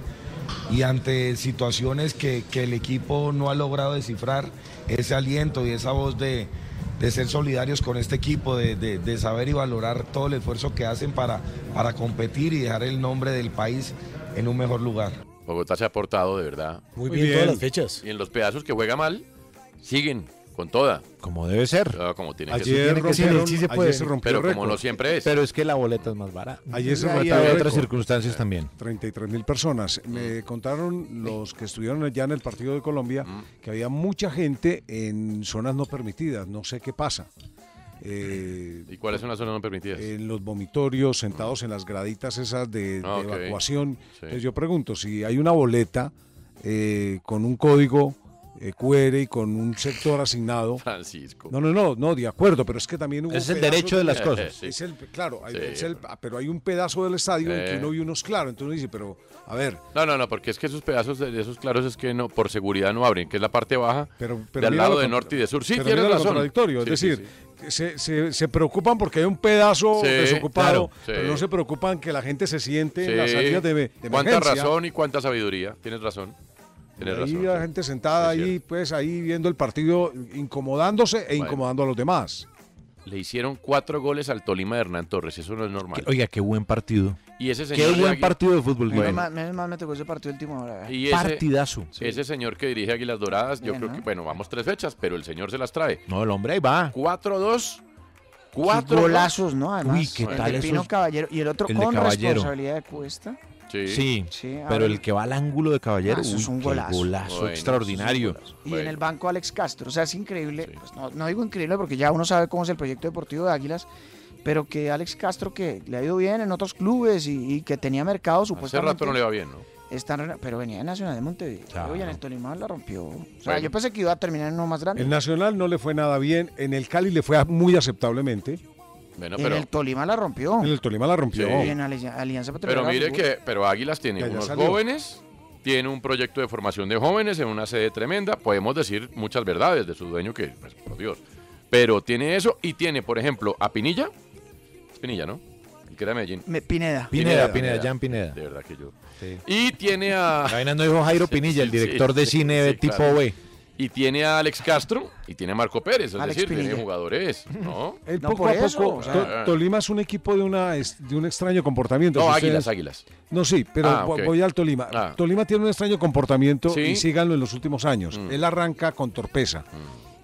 y ante situaciones que, que el equipo no ha logrado descifrar, ese aliento y esa voz de, de ser solidarios con este equipo, de, de- de saber y valorar todo el esfuerzo que hacen para, para competir y dejar el nombre del país en un mejor lugar.
Bogotá se ha portado de verdad.
Muy bien Muy bien. todas las fechas.
Y en los pedazos que juega mal, siguen con toda.
Como debe ser.
Ah, como tiene
Ayer
que ser.
rompieron- Sí, tiene que ser, sí se ayer puede. se rompió
Pero
el
como
récord.
no siempre es.
Pero es que la boleta es más barata.
Ayer se
Y
rompió
hay
el
otras
récord.
circunstancias también.
33 mil personas.
Mm.
Me contaron los que estuvieron ya en el partido de Colombia
Mm.
que había mucha gente en zonas no permitidas. No sé qué pasa. Eh,
¿Y cuáles son las zonas no permitidas?
en los vomitorios, sentados en las graditas esas de,
Ah,
de
ok.
evacuación.
Sí.
Entonces yo pregunto, si hay una boleta eh, con un código eh, QR y con un sector asignado.
Francisco.
No, no, no, no, de acuerdo, pero es que también hubo
Es el
pedazos
derecho de las cosas. Sí.
Es el- claro, hay-
Sí.
es el- ah, pero hay un pedazo del estadio en que
Eh.
uno vio unos claros, entonces uno dice, pero a ver,
No, no, no, porque es que esos pedazos de de esos claros es que no, por seguridad no abren, que es la parte baja
Pero,
del
pero mira
lado
lo
de
contra-
norte y de sur. Sí,
pero
tienes
mira lo
razón.
contradictorio,
Sí,
es
sí,
decir,
sí.
Se, se- se preocupan porque hay un pedazo
Sí,
desocupado,
claro, sí.
pero no se preocupan que la gente se siente en las
Sí.
salidas de, de
Cuánta
emergencia.
razón y cuánta sabiduría. Tienes razón. Tienes
ahí
razón.
la gente sentada ahí, pues ahí viendo el partido, incomodándose e incomodando a los demás.
Le hicieron cuatro goles al Tolima de Hernán Torres. Eso no es normal.
Oiga, qué buen partido.
Y ese
Qué
señor de
buen
Águila-
partido de fútbol.
Menos
Guillermo.
mal- menos mal me tocó ese partido último hora.
Y ese,
Partidazo.
Ese señor que dirige Águilas Doradas, yo
Bien,
creo
¿no?
que, bueno, vamos tres fechas, pero el señor se las trae.
No, el hombre ahí va.
4-2.
Cuatro
4
golazos, ¿no? Además,
Uy, ¿qué
el
tal
de Pino
esos-
Caballero y el otro
el de
con
Caballero.
responsabilidad de Cuesta.
Sí.
Sí,
Sí,
pero
ahora-
el que va al ángulo de caballero,
Ah, eso
uy,
es un
qué
golazo. Bueno,
extraordinario.
eso es un Y en el banco Alex Castro. O sea, es increíble. Pues no, no digo increíble porque ya uno sabe cómo es el proyecto deportivo de Águilas. Pero que Alex Castro, que le ha ido bien en otros clubes y, y que tenía mercado
Hace
supuestamente.
rato no le va bien, ¿no?
está en- pero venía de Nacional de Montevideo.
Claro.
Y en el Tolima la rompió. O sea,
Bueno.
yo pensé que iba a terminar en uno más grande.
El Nacional no le fue nada bien, en el Cali le fue muy aceptablemente.
Bueno,
En
pero,
el Tolima la rompió.
En el Tolima la rompió.
Sí.
Y en Ali- Alianza
pero
Petrolera la
mire
rompió.
que pero Águilas tiene
Ya, ya
unos
salió.
jóvenes, tiene un proyecto de formación de jóvenes en una sede tremenda. Podemos decir muchas verdades de su dueño, que, pues, por Dios. Pero tiene eso y tiene, por ejemplo, a Pinilla. Es Pinilla, ¿no? El que era de Medellín.
Me- Pineda.
Pineda, Pineda, Jan Pineda.
De verdad que yo.
Sí.
Y tiene a.
Vaina no dijo Jairo Pinilla, el
Sí,
director de
sí,
cine
sí,
tipo
claro.
B.
Y tiene a Alex Castro y tiene a Marco Pérez. Es
Alex
decir, tiene
Pinilla.
jugadores, ¿no?
Él poco a poco, To-
Ah,
Tolima es un equipo de, una, es- de un extraño comportamiento.
No,
Si
Águilas, Águilas.
No, sí, pero
Ah,
vo-
ok.
voy al Tolima.
Ah.
Tolima tiene un extraño comportamiento
Sí. Mm.
y síganlo en los últimos años. Él arranca con torpeza.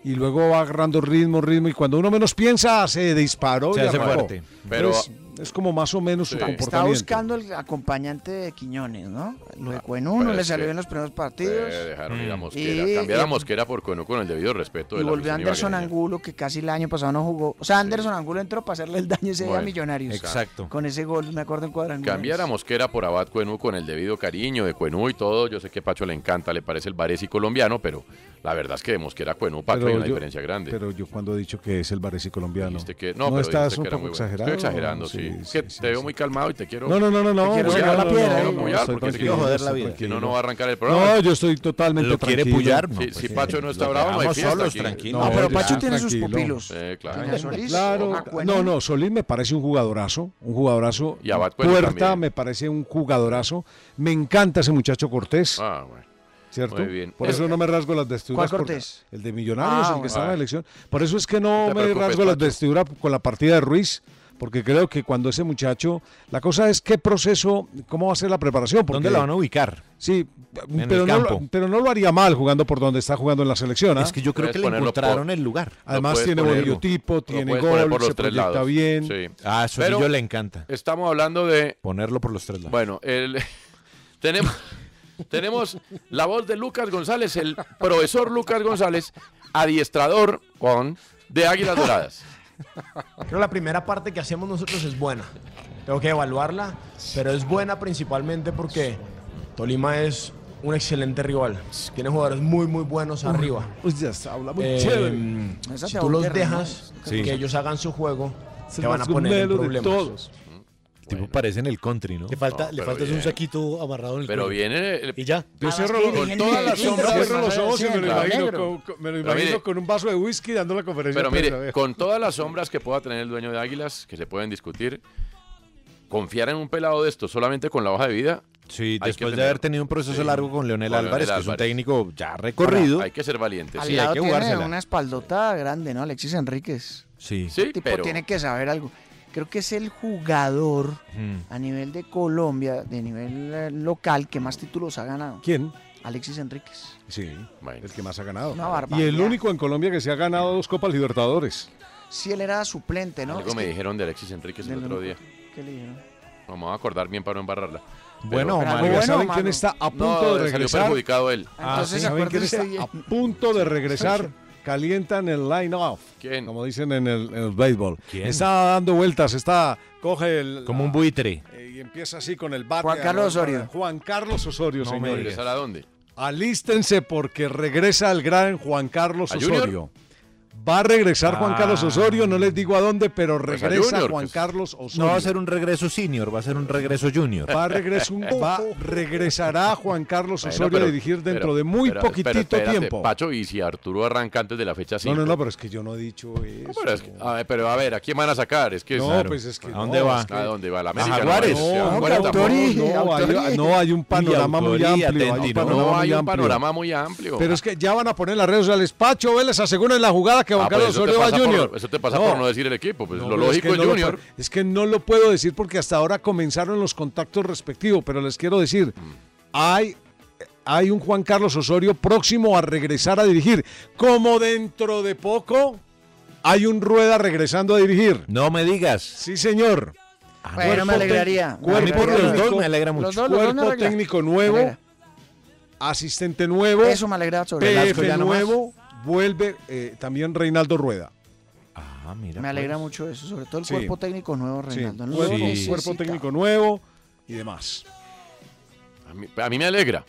Y luego va agarrando ritmo, ritmo, y cuando uno menos piensa, se disparó
Se
y
hace
arrancó.
fuerte. Pero-
Pero es, es como más o menos su
Está- Está
comportamiento.
buscando el acompañante de Quiñones, ¿no? Lo de
pero
Cuenuno le
es
salió
que-
en los primeros
sí,
partidos.
Eh, dejaron
Mm.
ir a Mosquera.
Y-
Cambiar a Mosquera por Cono con el debido respeto.
Y
de la
volvió
afición
Anderson
ibaguereña.
Angulo, que casi el año pasado no jugó. O sea, Anderson Angulo entró para hacerle el daño ese día a
Bueno,
Millonarios.
exacto.
Con ese gol, me acuerdo en cuadrangular.
Cambiar a Mosquera por Abad Cuenú con el debido cariño de Cuenú y todo. Yo sé que Pacho le encanta, le parece el baresi colombiano, pero la verdad es que de Mosquera a Cuenú, Pacho,
Pero
hay una
yo-
diferencia grande.
Pero yo cuando he dicho que es el Baresi colombiano.
Dijiste que- no, pero
estás
dijiste
un
que era
poco
muy bueno.
exagerado.
Estoy exagerando, sí. Es que te veo muy calmado y te quiero.
No, no, no, no,
te
no,
quiero
no,
apoyar,
no, no,
te
no,
quiero apoyar
no, eh. estoy
porque te
tranquilo,
quiero
joder la vida.
Si no, no va a arrancar el programa.
No, yo estoy totalmente
Lo quiere
tranquilo.
pullar, no, Si- pues si sí. Pacho no está Lo bravo, no hay dejamos fiesta solos, aquí. tranquilos. No,
pero
yo
Pacho
estoy
tiene sus
tranquilo.
pupilos.
Sí, claro.
Tiene a Solís,
Claro,
a Cuenú.
no, no, Solís me parece un jugadorazo, un jugadorazo.
Y Abad Cuero
Puerta
también.
me parece un jugadorazo. Me encanta ese muchacho Cortés.
Ah, bueno.
¿Cierto?
Muy bien.
Por
Es-
eso no me rasgo las vestiduras.
¿Cuál
porque-
Cortés?
El de Millonarios,
Ah,
el que
bueno.
estaba en la
Ah.
elección. Por eso es que no,
No te
me
preocupes,
rasgo las
Pacho.
vestiduras con la partida de Ruiz, porque creo que cuando ese muchacho. La cosa es qué proceso, cómo va a ser la preparación. Porque,
¿Dónde la van a ubicar?
Sí,
En
pero
el
no, lo,
campo.
pero no lo haría mal jugando por donde está jugando en la selección. ¿ah?
Es que yo creo que le encontraron el lugar.
Además, tiene buen biotipo, tiene
puedes poner
gol,
por los
se
tres
proyecta
lados.
bien.
Sí.
Ah, eso sí,
Pero-
yo le encanta.
Estamos hablando de.
Ponerlo por los tres lados.
Bueno, el- tenemos, tenemos la voz de Lucas González, el profesor Lucas González, adiestrador con de Águilas Doradas.
Creo que la primera parte que hacemos nosotros es buena. Tengo que evaluarla, pero es buena principalmente porque Tolima es un excelente rival. Tiene jugadores muy, muy buenos arriba.
Uy, ya se habla muy
Eh,
chévere.
si tú los dejas que ellos hagan su juego,
Es
te
el
van a
más
poner en
gomelo de
problemas.
este
todos.
El tipo parece en el country, ¿no?
Le falta,
No,
le
pero
falta es un
bien.
saquito amarrado en el
Pero
cuello.
viene. el-
Y ya.
Yo cierro los, con todas las sombras,
pues,
cierro los ojos y me lo imagino, con, con- me lo
Pero
imagino
mire-
con un vaso de whisky dando la conferencia.
Pero
de prensa,
mire,
vea.
con todas las sombras que pueda tener el dueño de Águilas, que se pueden discutir, confiar en un pelado de esto solamente con la hoja de vida.
Sí,
hay que
después de
tener-
haber tenido un proceso
Sí.
largo con Leonel
Con
Álvarez, que
Leonel
es un
Álvarez.
técnico ya recorrido.
Hay que ser valiente.
Al
Sí, hay
lado
que
tiene
jugársela.
una espaldota grande, ¿no? Alexis Enríquez.
Sí.
El tipo tiene que saber algo. Creo que es el jugador
Mm.
a nivel de Colombia, de nivel eh, local, que más títulos ha ganado.
¿Quién?
Alexis Enríquez.
Sí, el que más ha ganado.
Una barbaridad.
Ah, y el único en Colombia que se ha ganado dos Copas Libertadores.
Si él era suplente, ¿no?
Algo
Es
me
que-
dijeron de Alexis Enríquez el
del
otro día.
único- ¿Qué le dijeron?
No me voy a acordar bien para no embarrarla.
Bueno,
Pero-
Omar, Oiga, ¿saben
¿Saben quién está a punto
No,
de
Salió
regresar?
perjudicado él.
Ah, sí, ¿Saben quién está
bien.
a punto de regresar? Calientan el line off. Como dicen en el, en el béisbol. Está dando vueltas, está. Coge el.
Como un buitre.
eh, y empieza así con el bate.
Juan
a
Carlos
lanzar.
Osorio.
Juan Carlos Osorio,
No me
señores.
digas. ¿Regresar a dónde?
Alístense porque regresa el gran Juan Carlos
¿A Junior?
Osorio. Va a regresar Juan
Ah.
Carlos Osorio, no les digo a dónde, pero
Pues a
regresa
Junior,
Juan
que es-
Carlos
No
Osorio.
va a ser un regreso senior, va a ser un regreso junior.
Va a regres- un- va- regresará Juan Carlos
Bueno,
Osorio
pero-
a dirigir dentro
pero-
de muy
pero- pero
poquitito
espérate,
tiempo.
Pacho, y si Arturo arranca antes de la fecha 5.
no, no, no, pero es que yo no he dicho eso.
Pero, es que- a ver, pero a ver, ¿a quién van a sacar? Es que
No,
Claro.
pues es que
¿A
no,
dónde va?
es que-
¿A dónde va? ¿La
¿A
América?
Jaguares?
No, es,
No,
a
que
Jaguares tampoco. Ah,
autorí, No, hay- autorí. no, hay un panorama muy amplio, hay un panorama
No, hay
muy
un
amplio.
panorama muy amplio.
Pero es que ya van a poner en las redes sociales. Pacho Vélez asegura en la jugada que Juan
Ah, pues
Carlos
eso te
Osorio va a
pasa por-
Junior.
Eso te pasa por no decir el equipo. Pues
No,
lo
pero
lógico
que
es
no lo
Junior.
puedo- es que no lo puedo decir porque hasta ahora comenzaron los contactos respectivos, pero les quiero decir,
Mm.
hay, hay un Juan Carlos Osorio próximo a regresar a dirigir. Como dentro de poco hay un Rueda regresando a dirigir.
No me digas.
Sí, señor.
bueno,
Cuerpo
me
tec-
alegraría. Me
Cuerpo
alegraría.
técnico-
Ah, Los dos me alegra mucho. Los dos, los dos me
Cuerpo
alegra.
técnico
Me
nuevo,
alegra.
asistente nuevo.
Eso me alegra sobre Velasco,
PF
ya nomás.
nuevo, vuelve eh, también Reinaldo Rueda.
Me alegra mucho eso, sobre todo el
pues. Sí.
cuerpo técnico nuevo,
Sí,
Reinaldo. ¿no?
cuerpo,
Lo
cuerpo
necesita.
técnico nuevo y demás.
A mí, a mí me alegra.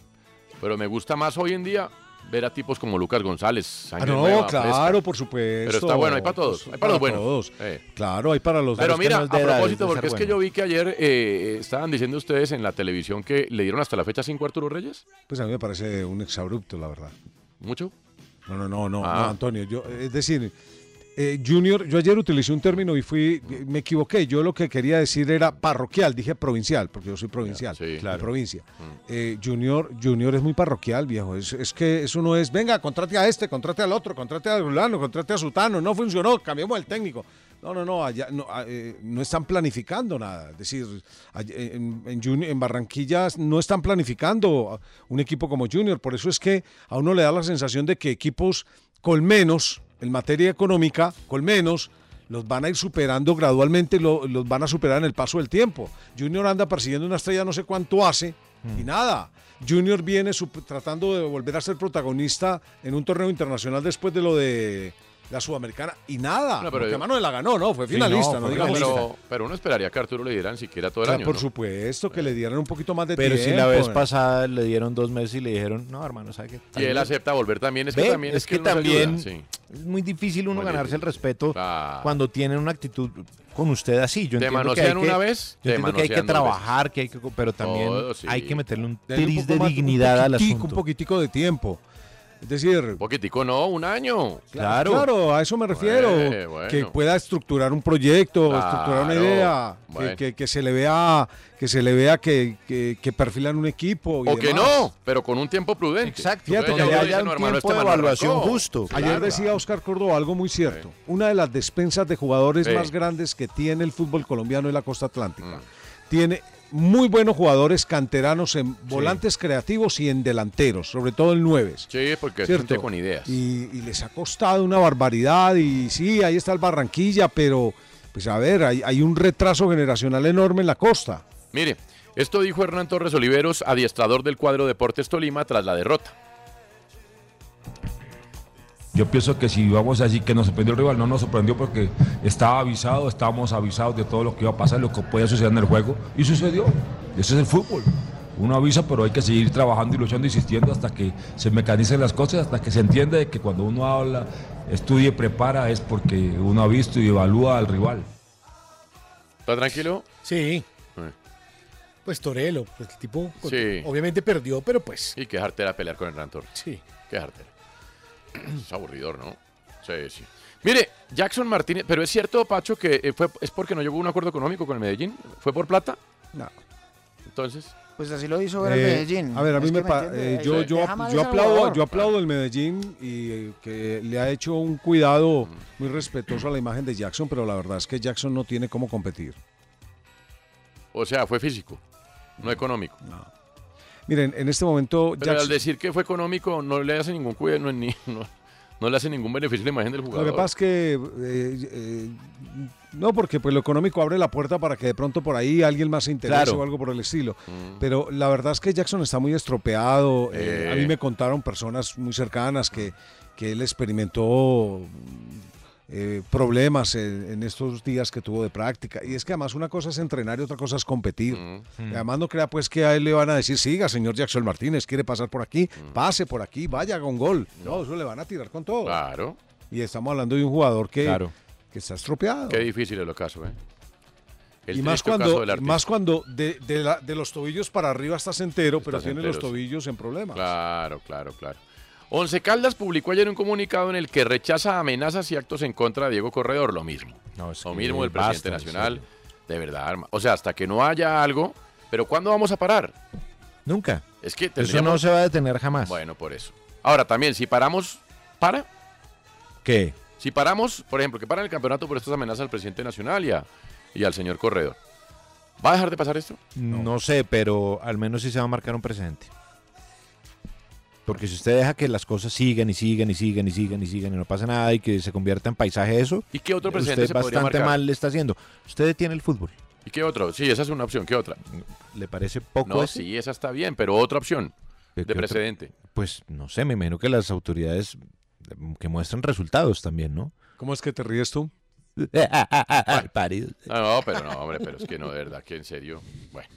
Pero me gusta más hoy en día ver a tipos como Lucas González.
Ah,
sangre
no,
nueva,
claro,
fresca.
por supuesto.
Pero está bueno, hay para todos. Hay para los buenos.
todos.
Eh.
Claro, hay para los
Pero
los que
mira,
no
a
es de edad,
propósito,
de ser
porque es que
bueno.
yo vi que ayer eh, estaban diciendo ustedes en la televisión que le dieron hasta la fecha 5 a Arturo Reyes.
Pues a mí me parece un exabrupto, la verdad.
¿Mucho?
No, no, no, no,
Ah.
no, Antonio. Yo, es decir, eh, Junior, yo ayer utilicé un término y fui, me equivoqué. Yo lo que quería decir era parroquial, dije provincial, porque yo soy provincial, de provincia. Eh, junior, Junior es muy parroquial, viejo. Es, es que eso no es, venga, contrate a este, contrate al otro, contrate a Rulano, contrate a Sutano, no funcionó, cambiemos el técnico. No, no, no, allá no, a- eh, no están planificando nada. Es decir, all- en, en Juni- en Barranquilla no están planificando a un equipo como Junior. Por eso es que a uno le da la sensación de que equipos con menos, en materia económica, con menos, los van a ir superando gradualmente, lo- los van a superar en el paso del tiempo. Junior anda persiguiendo una estrella no sé cuánto hace y nada. Junior viene sup- tratando de volver a ser protagonista en un torneo internacional después de lo de la Sudamericana y nada.
No, pero
Ah, porque
yo-
Mano de la ganó, ¿no? Fue
Sí,
finalista,
no,
no,
fue
digamos.
finalista. Pero, pero uno esperaría que Arturo le dieran siquiera todo el
Ah,
año.
por
¿no?
supuesto que le dieran un poquito más de
Pero
tiempo.
si la vez
eh.
pasada le dieron dos meses y le dijeron, no, hermano, ¿sabe qué?
Y él acepta volver también. Es que
Ve,
también.
es que
él nos
también
ayuda, sí.
es muy difícil uno
Muy
ganarse el
difícil.
respeto cuando tienen una actitud con usted así. Yo
Te
entiendo que hay
manosean
que-
una vez,
yo
te
entiendo que hay que
manosean dos
trabajar, que hay que, pero también
Todo, sí.
hay que meterle un
Dale un
tris
poco
de
más, un
dignidad al
poquitico,
asunto.
Un poquitico de tiempo. Es decir,
Poquitico no, un año.
claro, a eso me refiero.
Eh, bueno.
Que pueda estructurar un proyecto,
Claro,
estructurar una idea, que-
bueno.
que, que se le vea, que se le vea que, que- que perfilan un equipo. y
O que
demás.
no, pero con un tiempo prudente. Exacto.
Fíjate, donde haya un
este
tiempo de
evaluación justo.
Ayer decía Oscar Córdoba algo muy cierto. Una de las despensas de jugadores
Sí.
más grandes que tiene el fútbol colombiano es la costa atlántica.
Mm.
Tiene muy buenos jugadores canteranos en volantes creativos y en delanteros, sobre todo en nueves.
Sí, porque es
¿Cierto?
gente con ideas.
Y, y les ha costado una barbaridad y sí, ahí está el Barranquilla, pero pues a ver, hay, hay un retraso generacional enorme en la costa.
Mire, esto dijo Hernán Torres Oliveros, adiestrador del cuadro Deportes Tolima, tras la derrota.
Yo pienso que si vamos a decir que nos sorprendió el rival, no nos sorprendió porque estaba avisado, estábamos avisados de todo lo que iba a pasar, lo que podía suceder en el juego, y sucedió. Ese es el fútbol. Uno avisa, pero hay que seguir trabajando y luchando, insistiendo hasta que se mecanicen las cosas, hasta que se entienda de que cuando uno habla, estudia y prepara es porque uno ha visto y evalúa al rival.
¿Está tranquilo?
Sí. Pues Torelo, pues el tipo pues,
Sí.
obviamente perdió, pero pues
Y que era pelear con Hernán Torres.
Sí.
Qué jartera. Es aburridor, ¿no? Sí, sí. Mire, Jackson Martínez, pero es cierto, Pacho, que eh, fue, es porque no llegó a un acuerdo económico con el Medellín. ¿Fue por plata?
No.
Entonces.
Pues así lo hizo
Eh,
el Medellín.
A ver, a mí
Es
me,
que
pa-
entiende,
eh, yo,
ahí
yo,
deja mal
yo
ese
aplaudo,
jugador.
yo aplaudo el Medellín y eh, que le ha hecho un cuidado muy respetuoso a la imagen de Jackson, pero la verdad es que Jackson no tiene cómo competir.
O sea, fue físico, no económico.
Miren, en este momento
Pero al
Jackson,
decir que fue económico, no le hace ningún cuidado, no, ni- no- no le hace ningún beneficio a la imagen del
lo
jugador.
que pasa es que eh, eh, no porque pues lo económico abre la puerta para que de pronto por ahí alguien más se interese
Claro.
o algo por el estilo.
Mm.
Pero la verdad es que Jackson está muy estropeado. eh,
Eh.
a mí me contaron personas muy cercanas que, que él experimentó eh, problemas en, en estos días que tuvo de práctica. Y es que además una cosa es entrenar y otra cosa es competir.
Mm.
Y Además no crea pues que a él le van a decir, siga, señor Jackson Martínez, quiere pasar por aquí,
Mm.
pase por aquí, vaya con gol. No, eso le van a tirar con todo.
Claro.
Y estamos hablando de un jugador que,
Claro.
que está estropeado.
Qué difícil el ocaso, ¿eh? El
y más
triste ocaso
cuando,
del
y
artista.
más cuando de, de la- de los tobillos para arriba estás entero, pero
Estás
tiene los
enteros.
tobillos en problemas.
Claro, claro, claro. Once Caldas publicó ayer un comunicado en el que rechaza amenazas y actos en contra de Diego Corredor, lo mismo. lo
que
mismo del presidente
basta,
nacional. De verdad, arma. O sea, hasta que no haya algo, pero ¿cuándo vamos a parar?
Nunca.
Es que
Eso no
tendríamos...
se va a detener jamás.
Bueno, por eso. Ahora, también, si paramos, para.
¿Qué?
Si paramos, por ejemplo, que paran el campeonato por estas amenazas al presidente nacional y, a- y al señor Corredor. ¿Va a dejar de pasar esto?
No. sé, pero al menos sí se va a marcar un precedente. Porque si usted deja que las cosas sigan y sigan y sigan y sigan y sigan y no pasa nada y que se convierta en paisaje eso,
¿Y qué otro precedente
usted
se podría
bastante
marcar?
mal le está haciendo. Usted detiene el fútbol.
¿Y qué otro? Sí, esa es una opción. ¿Qué otra?
¿Le parece poco
No,
ese?
sí, esa está bien, pero otra opción de
qué otra?
precedente.
Pues no sé, me imagino que las autoridades mm, que muestran resultados también, ¿no?
¿Cómo es que te ríes tú?
Mal parido.
No, no, pero no, hombre, pero es que no, de verdad, que en serio. Bueno.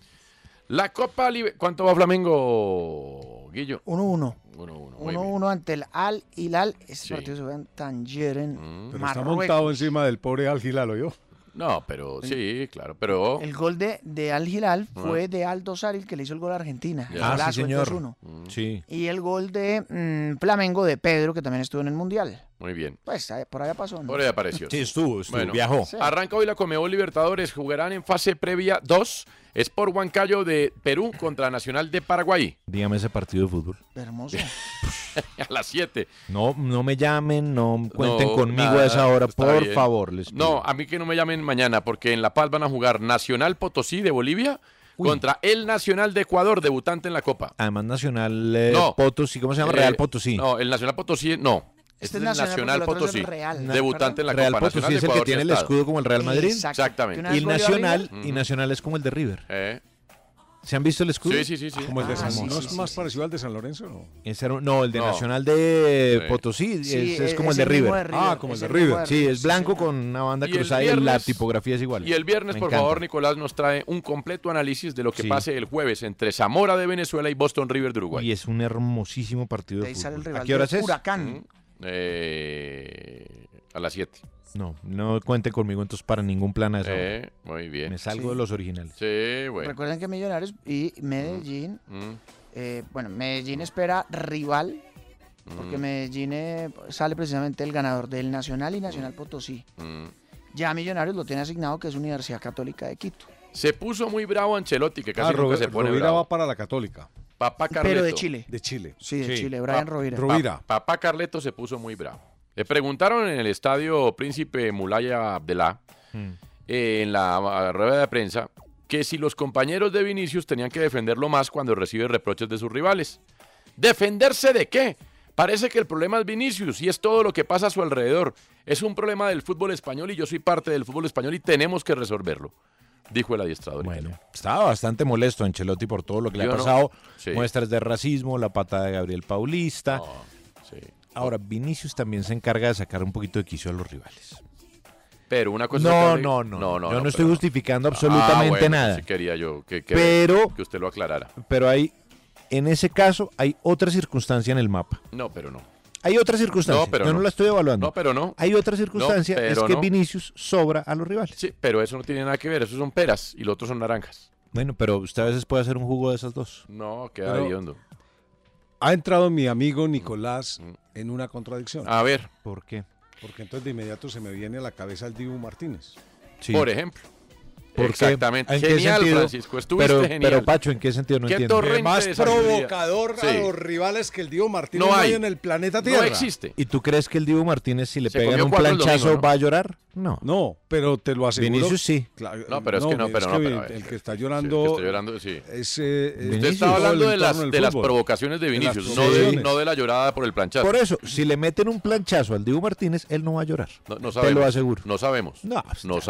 La Copa Libre. ¿Cuánto va Flamengo, Oh, Guillo?
1-1.
1-1. muy bien.
1-1 ante el Al Hilal. Este
Sí. Mm.
partido se ve en Tanger en
Pero está
Marruecos.
montado encima del pobre Al Gilal, yo.
No, pero sí, claro, pero.
El gol de, de Al Hilal
Ah.
fue de Aldo Saril que le hizo el gol a Argentina.
Ya. Mm. Ah, sí,
Golazo, el
señor.
2-1.
Sí.
Y el gol de mm, Flamengo de Pedro que también estuvo en el Mundial.
Muy bien.
Pues eh, por allá pasó. ¿no?
Por ahí apareció.
Sí, estuvo, estuvo,
Bueno,
viajó.
Sí.
Arranca hoy la Comebol Libertadores. Jugarán en fase previa 2. Sport Huancayo de Perú contra Nacional de Paraguay.
Dígame ese partido de fútbol.
Hermoso.
A las 7.
No, no me llamen, no cuenten
No,
conmigo
nada,
a esa hora,
está
por
bien.
favor. Les pido.
No, a mí que no me llamen mañana, porque en La Paz van a jugar Nacional Potosí de Bolivia contra el Nacional de Ecuador, debutante en la Copa.
Además, Nacional eh,
No.
Potosí, ¿cómo se llama?
Eh,
Real Potosí.
No, el Nacional Potosí, no. Este, es el Nacional,
porque el otro es
Potosí,
el Real.
debutante en la
Real
Copa
Potosí
Nacional de
es el que
Ecuador
tiene el
Ciudad.
escudo como el Real Madrid.
Exactamente.
Y el Nacional, y Nacional es como el de River.
Eh.
¿Se han visto el escudo?
Sí, sí, sí, sí.
Como el de
Ah,
San
sí,
¿No
sí,
es más parecido al de San Lorenzo? No.
Ese era un- no, el de
No.
Nacional de
Sí.
Potosí
Sí,
es, es
e-
como
es
el de
el mismo
River.
de River, Ah, como es el de el mismo
River. de
Sí, es blanco con una banda
Y el
cruzada y la
viernes-
tipografía es igual.
Y el viernes,
Me
por
encanta.
favor, Nicolás nos trae un completo análisis de lo que
Sí.
pase el jueves entre Zamora de Venezuela y Boston River de Uruguay.
Y es un hermosísimo partido de
Ahí sale el
fútbol.
rival
¿A qué horas
de
es?
Huracán.
Mm, Eh, a las 7.
No, no cuenten conmigo entonces para ningún plan a esa hora.
Eh, muy bien.
Me salgo de los originales.
Sí, bueno.
Recuerden que Millonarios y Medellín.
Mm.
eh, bueno, Medellín espera rival. Porque
Mm.
Medellín eh, sale precisamente el ganador del Nacional y Nacional Potosí.
Mm.
Ya Millonarios lo tiene asignado, que es Universidad Católica de Quito.
Se puso muy bravo Ancelotti, que casi
Ah,
nunca
Rovira-
se pone
Rovira
bravo.
va para la Católica.
Papá
Pero
Carleto.
de Chile.
De Chile. Ah,
Sí, de Chile,
Pa-
Brian Rovira.
pa- papá Carleto se puso muy bravo. Le preguntaron en el estadio Príncipe Mulaya Abdelá,
Mm.
eh, en la ah, rueda de prensa, que si los compañeros de Vinicius tenían que defenderlo más cuando recibe reproches de sus rivales. ¿Defenderse de qué? Parece que el problema es Vinicius y es todo lo que pasa a su alrededor. Es un problema del fútbol español y yo soy parte del fútbol español y tenemos que resolverlo, dijo el adiestrador. italiano.
Estaba bastante molesto Ancelotti por todo lo que le
Yo
ha
no.
pasado.
Sí.
Muestras de racismo, la patada de Gabriel Paulista. Ahora, Vinicius también se encarga de sacar un poquito de quicio a los rivales.
Pero una cosa
No,
es-
no, no, Yo no, estoy
pero-
justificando absolutamente
Ah, bueno,
nada.
sí quería yo que, que-
Pero-
que usted lo aclarara.
Pero hay, en ese caso, hay otra circunstancia en el mapa.
No, pero no.
Hay otra circunstancia.
No, pero
Yo no.
no.
la estoy evaluando.
No, pero no.
Hay otra circunstancia,
No,
es
pero
que
no.
Vinicius sobra a los rivales.
Sí, pero eso no tiene nada que ver. Esos son peras y los otros son naranjas.
Bueno, pero usted a veces puede hacer un jugo de esas dos.
No, queda
Pero-
hediondo. Mm.
Ha entrado mi amigo Nicolás en una contradicción.
A ver.
¿Por qué?
Porque entonces de inmediato se me viene a la cabeza el Dibu Martínez.
Por ejemplo.
¿Por qué?
Exactamente.
¿En qué
genial,
sentido?
Francisco. Estuviste
Pero-
genial.
pero, Pacho, ¿en qué sentido? No
¿Qué
entiendo.
torrente
Más
de sabiduría.
provocador a
Sí.
los rivales que el Dibu Martínez
No
no hay
hay.
en el planeta
No
Tierra.
existe.
¿Y tú crees que el Dibu Martínez, si le
Se
pegan
comió
un
cuatro el
planchazo,
domingo, ¿no?
va a llorar? No.
No, pero te lo aseguro.
Vinicius sí.
Claro,
No, pero es que no, pero no, pero a ver.
el que está
Sí,
llorando.
el que está llorando, sí.
es, eh, es
Usted
todo
estaba hablando
el
de las,
entorno del
de las
fútbol.
provocaciones de
De las
Vinicius, no, de,
provocaciones.
no de la llorada por el planchazo.
Por eso, si le meten un planchazo al Dibu Martínez, él no va a llorar.
No, no
Te
sabemos.
lo aseguro.
No sabemos.
No, pues, ya lo han hecho.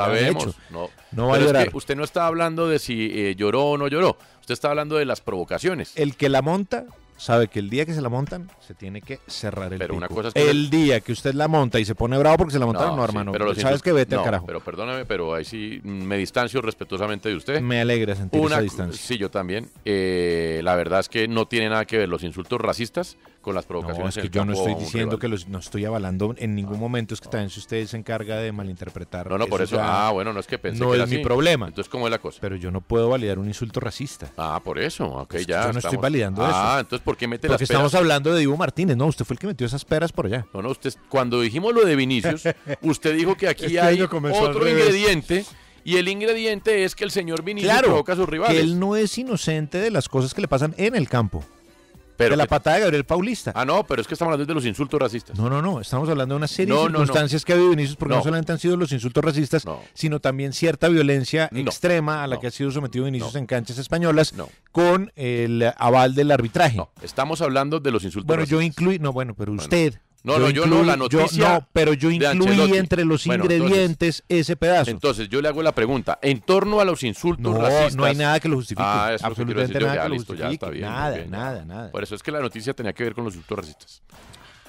sabemos. No,
No va a
Pero es que
llorar.
usted no está hablando de si eh, lloró o no lloró. Usted está hablando de las provocaciones.
El que la monta sabe que el día que se la montan, se tiene que cerrar el
Pero una
pico.
cosa es que-
El día que usted la monta y se pone bravo porque se la montaron, no,
sí,
hermano. pues,
pero los
sabes
insultos-
que vete
no,
al carajo.
Pero perdóname, pero ahí sí me distancio respetuosamente de usted.
Me alegra sentir
Una-
esa distancia.
Sí, yo también. Eh, la verdad es que no tiene nada que ver los insultos racistas con las provocaciones.
No, es
en
que
el
yo no
campo
estoy
a un
diciendo
rival.
que los, no estoy avalando en ningún momento. Es que también si usted se encarga de malinterpretar.
No, no, por eso.
ya
Ah, bueno, no es que pensé
No
que era
es mi
así.
problema.
Entonces, ¿cómo es la cosa?
Pero yo no puedo validar un insulto racista.
Ah, por eso. Ok,
Es que
ya.
yo no estoy validando
ah,
eso.
entonces, ¿por qué mete
Porque
las
estamos
peras?
hablando de Dibu Martínez. No, usted fue el que metió esas peras por allá.
No, no, usted, cuando dijimos lo de Vinicius, usted dijo que aquí
Este
hay
año comenzó al
otro
revés.
ingrediente. Y el ingrediente es que el señor Vinicius
Claro,
provoca a sus rivales.
que él no es inocente de las cosas que le pasan en el campo.
Pero
de la
que-
patada de Gabriel Paulista.
Ah, no, pero es que estamos hablando de los insultos racistas.
No, no, no. Estamos hablando de una serie
No, no,
de
no.
circunstancias que ha habido Vinicius, porque no.
No.
solamente han sido los insultos racistas, sino también cierta violencia extrema a la que ha sido sometido Vinicius en canchas españolas con el aval del arbitraje.
Estamos hablando de los insultos
Bueno,
racistas.
yo incluí, no, bueno, pero usted.
No, no, yo no, la noticia
no, pero yo
de
incluí
Ancelotti.
entre los
Bueno, entonces-
ingredientes ese pedazo.
Entonces, yo le hago la pregunta. En torno a los insultos
No,
racistas.
no hay nada que lo justifique.
Ah, eso es lo que quiero
Absolutamente
decir yo.
nada
Ya,
que lo
listo, ya
justifique.
está bien,
Nada,
muy bien.
nada, nada.
Por eso es que la noticia tenía que ver con los insultos racistas.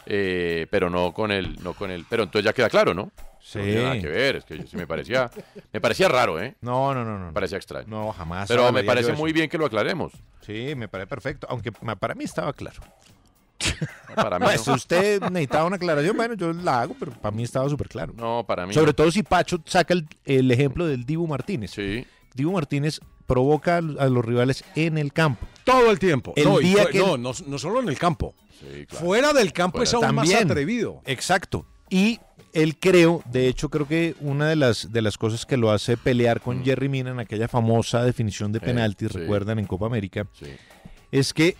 Eh, pero no con el, no con el. Pero entonces ya queda claro, ¿no?
Sí.
No tiene nada que ver, es que yo sí me parecía. Me parecía raro, ¿eh?
No, no, no, no.
Me parecía extraño.
No, jamás
Pero me
avalaría yo
parece
eso.
muy bien que lo aclaremos.
Sí, me parece perfecto, aunque ma- para mí estaba claro.
Para mí.
Pues,
no.
si usted necesitaba una aclaración, bueno, yo la hago, pero para mí estaba súper claro.
No, para mí.
Sobre
no.
todo si Pacho saca el, el ejemplo del Dibu Martínez.
Sí.
Dibu Martínez provoca a los a los rivales en el campo.
Todo el tiempo.
El
no, y
día
fue-
que
no, no, no solo en el campo. Fuera del campo
Fuera
es aún más
también.
atrevido.
Exacto. Y él creo, de hecho creo que una de las, de las cosas que lo hace pelear con Jerry Mina en aquella famosa definición de
Eh,
penaltis,
Mm. sí.
recuerdan, en Copa América,
Sí.
es que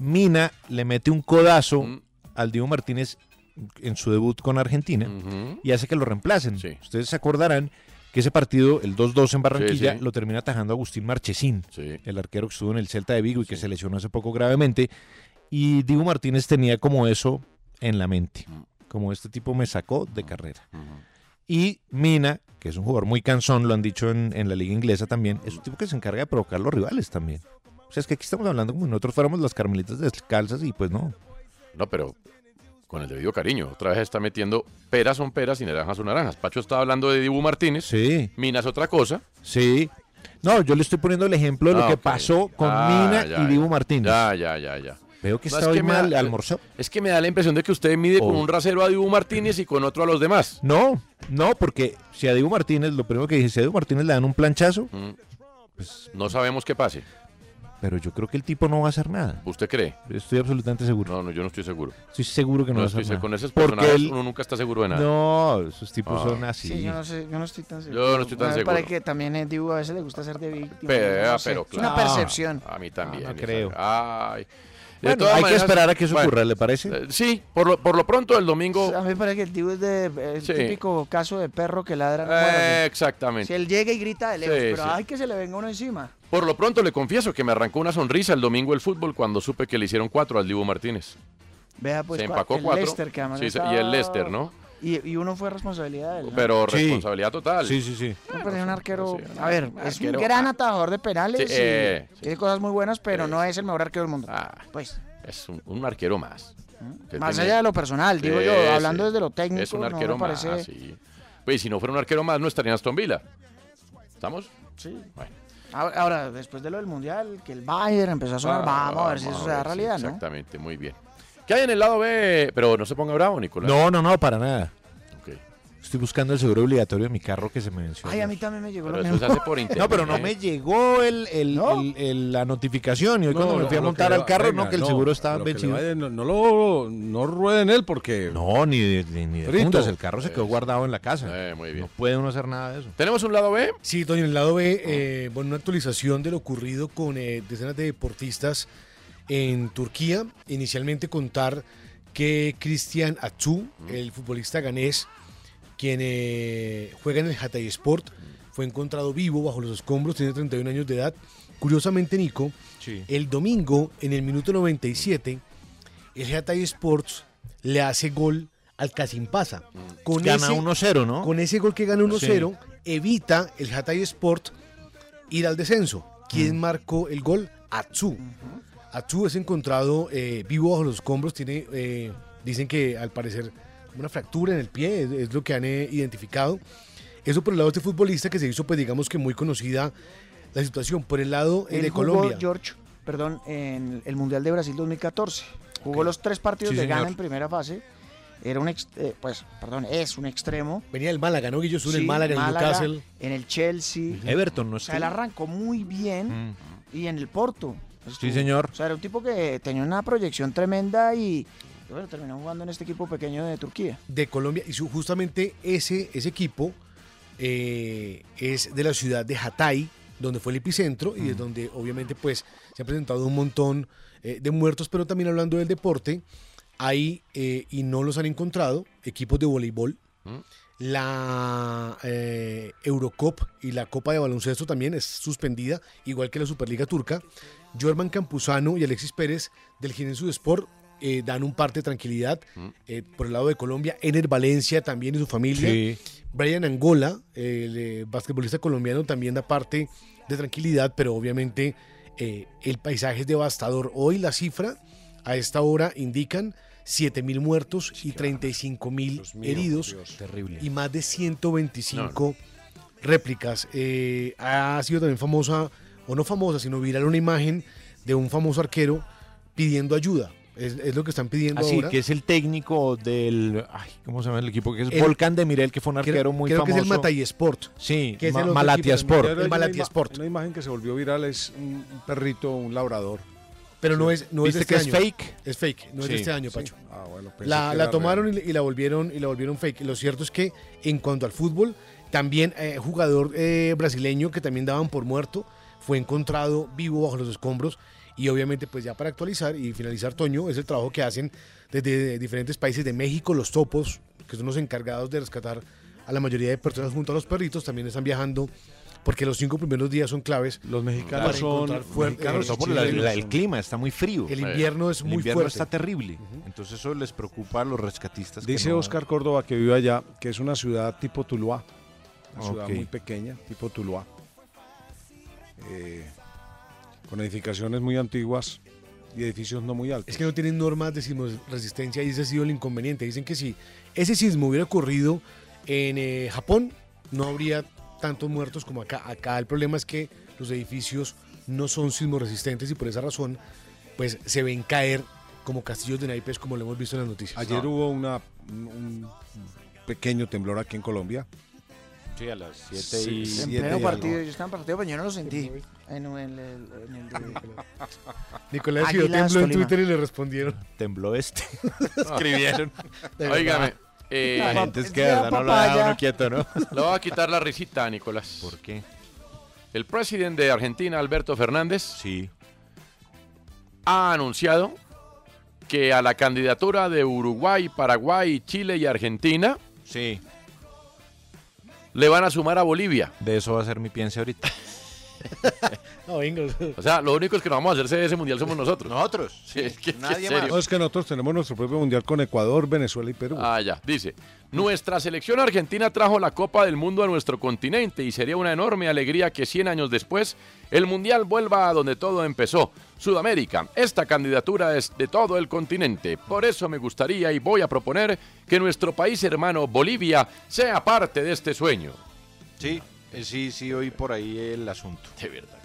Mina le mete un codazo
Mm.
al Diego Martínez en su debut con Argentina y hace que lo reemplacen. Ustedes se acordarán que ese partido, el 2-2 en Barranquilla,
sí.
lo termina atajando Agustín Marchesín, el arquero que estuvo en el Celta de Vigo y que se lesionó hace poco gravemente. Y Diego Martínez tenía como eso en la mente,
Mm.
como este tipo me sacó de carrera. Y Mina, que es un jugador muy cansón, lo han dicho en, en la liga inglesa también, es un tipo que se encarga de provocar los rivales también. O sea, es que aquí estamos hablando como si nosotros fuéramos las carmelitas descalzas y pues no.
No, pero con el debido cariño. Otra vez está metiendo peras son peras y naranjas son naranjas. Pacho está hablando de Dibu Martínez.
Sí.
Mina es otra cosa.
Sí. No, yo le estoy poniendo el ejemplo de lo
Ah,
que
ok.
pasó con
Ah,
Mina
ya,
y Dibu
ya.
Martínez.
Ya, ya, ya, ya.
Veo que
No,
está
es
hoy
que me da-
mal almorzó.
Es que me da la impresión de que usted mide con
Oh.
un rasero a Dibu Martínez y con otro a los demás.
No, no, porque si a Dibu Martínez, lo primero que dije, si a Dibu Martínez le dan un planchazo,
Mm.
Pues
no sabemos qué pase.
pero yo creo que el tipo no va a hacer nada.
¿Usted cree?
Estoy absolutamente seguro.
No, no, yo no estoy seguro.
Estoy seguro que no,
No
va a hacer
estoy se-
nada.
con esos
Porque
personajes
él-
uno nunca está seguro de nada.
No, esos tipos
Ah.
son así.
Sí, yo no, sé, yo no estoy tan
Yo
seguro.
no estoy tan
A ver, Para
seguro.
que también eh, Dibu a veces le gusta ser de víctima.
Pero,
no
ah,
sé.
pero
Es
claro.
Una percepción.
A mí también.
no
esa-
creo.
Ay. De
Bueno,
todas
hay que
maneras-
esperar a que eso
bueno,
ocurra, ¿le parece?
eh, sí, por lo, por lo pronto el domingo.
A mí me parece que el Dibu es de, el
Sí.
típico caso de perro que ladra. no
eh,
muerde.
exactamente.
si él llega y grita de lejos,
Sí,
pero
sí.
ay que se le venga uno encima.
Por lo pronto le confieso que me arrancó una sonrisa el domingo el fútbol cuando supe que le hicieron cuatro al Dibu Martínez.
Vea pues
Se
cua-
empacó
el
cuatro.
Leicester que además
Sí, se-
estaba-
y el Leicester, ¿no?
Y, y uno fue responsabilidad de él. ¿no?
Pero
Sí.
responsabilidad total.
Ah. Sí, sí, sí.
No, pero es un arquero.
sí,
a ver,
un
es un
arquero-
gran
ah.
atajador de penales.
Sí,
y
eh, Ah.
tiene cosas muy buenas, pero no es el mejor arquero del mundo. pues,
Es un, un arquero más. Que
más
tiene-
allá de lo personal, digo yo,
Sí,
hablando
sí.
desde lo técnico,
Es un
no me
arquero más,
parece-
sí. Pues si no fuera un arquero más, no estaría en Aston Villa. ¿Estamos?
Sí.
Bueno.
Ahora, ahora, después de lo del mundial, que el Bayern empezó a sonar,
Ah,
vamos a ver si
vamos a
eso se da
ver, sí,
realidad, ¿no?
Exactamente, muy bien. ¿Qué hay en el lado B? Pero no se ponga bravo, Nicolás.
No, no, no, para nada.
Ok.
Estoy buscando el seguro obligatorio de mi carro que se me venció.
Ay, a mí también me llegó
Pero
lo
eso
mismo.
se hace por internet. ¿eh?
No, pero no me llegó el, el- el- el- la notificación. Y hoy cuando me fui a montar al carro, no, que el seguro estaba vencido.
no, no lo no rueden él porque. Eh,
No, ni de, ni, ni de
Frito.
puntas, El carro se quedó guardado en la casa.
Eh, muy bien.
No puede uno hacer nada de eso.
¿Tenemos un lado B?
Sí, Toño, en el lado B, eh, bueno, una actualización de lo ocurrido con eh, decenas de deportistas en Turquía. Inicialmente contar que Cristian Atsu, el futbolista ganés, quien eh, juega en el Hataysport, fue encontrado vivo bajo los escombros, tiene 31 años de edad. Curiosamente, Nico,
Sí.
el domingo, en el minuto 97, el Hatay Sports le hace gol al Casimpasa. Con
Gana 1-0, ¿no?
Con ese gol que gana 1-0, evita el Hatay Sport ir al descenso. ¿Quién
Mm.
marcó el gol? Atsu. Atsu es encontrado eh, vivo bajo los escombros, tiene, eh, dicen que al parecer una fractura en el pie, es, es lo que han eh, identificado. Eso por el lado de este futbolista que se hizo, pues digamos que muy conocida la situación. Por el lado eh,
Él
de
jugó,
Colombia.
George, perdón, en el Mundial de Brasil 2014. Jugó los tres partidos
Sí,
de
señor.
gana en primera fase. Era un, ex- eh, pues, perdón, es un extremo.
Venía del Málaga, ¿no? Guillo Sur, el
Sí,
Málaga, el Newcastle.
En el Chelsea.
Everton no
O sea, él
está.
arrancó muy
Mm.
bien y en el Porto. Pues
Sí, señor.
O sea, era un tipo que tenía una proyección tremenda y, y bueno, terminó jugando en este equipo pequeño de Turquía.
de Colombia y su- justamente ese, ese equipo eh, es de la ciudad de Hatay, donde fue el epicentro y es donde obviamente pues se han presentado un montón eh, de muertos, pero también hablando del deporte, hay, eh, y no los han encontrado, equipos de voleibol, la eh, Eurocop y la Copa de Baloncesto también es suspendida, igual que la Superliga Turca. Jorman Campuzano y Alexis Pérez del Ginesu Sport eh, dan un parte de tranquilidad.
mm.
Eh, por el lado de Colombia, Ener Valencia también y su familia.
Sí.
Brian Angola, el eh, basquetbolista colombiano, también da parte de tranquilidad, pero obviamente eh, el paisaje es devastador. Hoy la cifra a esta hora indican 7 mil muertos y 35 mil
mío,
heridos
Dios.
terrible. y más de 125 réplicas. Eh, ha sido también famosa, o no famosa, sino viral una imagen de un famoso arquero pidiendo ayuda. Es, es lo que están pidiendo
Así
ahora.
que es el técnico del. Ay, ¿Cómo se llama el equipo? Que es
El-
Volcán de Mirel, que fue un
creo-
arquero muy
creo que
famoso.
es el Matallasport,
Sí,
que es
Ma-
el otro
Malatiasport.
Pero hay
El
una
Malatiasport.
ima- Una imagen que se volvió viral es un un perrito, un labrador.
Pero no
Sí.
es, no es de este año. Es fake, no es de
Sí.
este año,
Sí.
Pacho.
Ah, bueno, pensé
la,
que
la
era
tomaron y, y la volvieron y la volvieron fake. Lo cierto es que en cuanto al fútbol, también eh, jugador eh, brasileño que también daban por muerto fue encontrado vivo bajo los escombros y obviamente pues ya para actualizar y finalizar Toño es el trabajo que hacen desde diferentes países de México los topos que son los encargados de rescatar a la mayoría de personas junto a los perritos también están viajando porque los cinco primeros días son claves los
mexicanos son- mexicanos
Sobre
eh,
todo por la- la- el clima está muy frío.
El invierno es
El
muy
invierno
fuerte.
está terrible. Entonces eso les preocupa a los rescatistas. que
Dice
no-
Oscar Córdoba que vive allá, que es una ciudad tipo Tuluá. Una ciudad
Ok.
muy pequeña, tipo Tuluá. Eh, con edificaciones muy antiguas y edificios no muy altos.
Es que no tienen normas de sismo- resistencia y ese ha sido el inconveniente. Dicen que si ese sismo hubiera ocurrido en eh, Japón, no habría tantos muertos como acá. Acá el problema es que los edificios no son sismo resistentes y por esa razón, pues se ven caer como castillos de naipes, como lo hemos visto en las noticias.
Ayer hubo una, un un pequeño temblor aquí en Colombia.
Sí, a las
siete y-
En
Siete
pleno
y
partido,
algo.
yo estaba en partido, pero yo no lo sentí. En el, en el de-
Nicolás vio
Águilas
tembló en
Tolima.
Twitter y le respondieron.
Tembló este.
Escribieron.
De verdad.
Oígame. eh,
La gente es que de verdad no lo deja uno quieto, ¿no?
Le voy a quitar la risita a Nicolás. ¿Por
qué?
El presidente de Argentina, Alberto Fernández, ha anunciado que a la candidatura de Uruguay, Paraguay, Chile y Argentina
sí.
le van a sumar a Bolivia.
De eso va a ser mi piense ahorita.
No, venga.
O sea, los únicos que nos vamos a hacerse de ese mundial somos nosotros. Nosotros. es que,
Nadie
en serio.
No, es que nosotros tenemos nuestro propio mundial con Ecuador, Venezuela y Perú.
Ah, ya. Dice, nuestra selección argentina trajo la Copa del Mundo a nuestro continente y sería una enorme alegría que 100 años después el Mundial vuelva a donde todo empezó, Sudamérica. Esta candidatura es de todo el continente. Por eso me gustaría y voy a proponer que nuestro país hermano Bolivia sea parte de este sueño.
Sí, eh, sí, sí, oí por ahí el asunto. De verdad.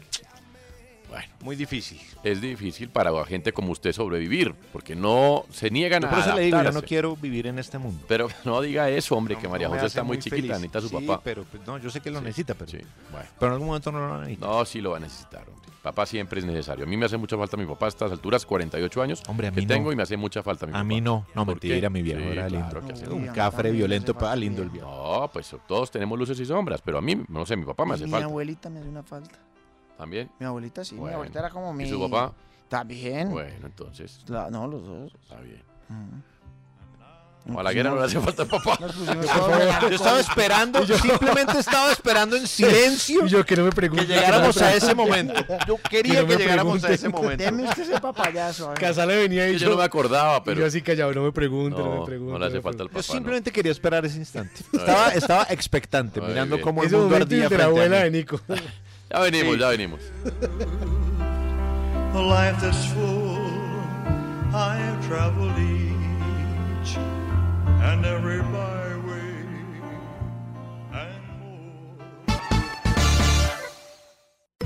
Bueno,
muy difícil.
Es difícil para gente como usted sobrevivir, porque no se niegan
Yo
a
por eso le digo, yo no
adaptarse.
quiero vivir en este mundo.
Pero no diga eso, hombre, que María
No me
José
hace
está muy, chiquita,
feliz.
necesita a su
Sí,
papá.
pero pues, no, yo sé que lo
Sí,
necesita, pero,
sí, bueno.
pero en algún momento no lo van a necesitar.
No, sí lo va a necesitar, hombre. Papá siempre es necesario. A mí me hace mucha falta mi papá a estas alturas, 48 años
Hombre, a mí
que
no.
tengo y me hace mucha falta mi
A
papá.
mí no, no
¿Por
mentira,
qué?
mi viejo
Sí,
era
claro
lindo.
que hace-
un cafre violento para lindo el viejo.
No, pues todos tenemos luces y sombras, pero a mí, no sé, mi papá me hace
mi
falta.
abuelita me hace una falta.
¿También?
Mi abuelita sí, mi
Bueno.
abuelita era como mi.
¿Y su papá?
También.
Bueno, entonces.
La- no, los dos.
Está bien.
Nos
O a la guerra no le hace
pusimos-
falta papá.
Nos
pues,
pusimos todos melancólicos.
Yo estaba esperando,
Y yo-
simplemente estaba esperando en silencio.
Y yo que no me pregunte.
Que llegáramos a ese momento. Yo quería
no
que
me
llegáramos a
pregunte.
ese momento.
Deme usted ese papayazo. a ver.
Casale venía y
Yo no me acordaba,
y
pero-
yo así callado, no me pregunto, no, me
No,
pregunto.
no le hace falta el
Yo
papá.
simplemente quería esperar ese instante.
Muy
Estaba,
bien.
estaba expectante,
Muy
mirando
bien.
cómo el
Ese
mundo
momento
ardía
y el de
frente
la
a
abuela
mí.
de Nico.
Ya venimos, ya venimos.
A life that's full, I have traveled each and every byway.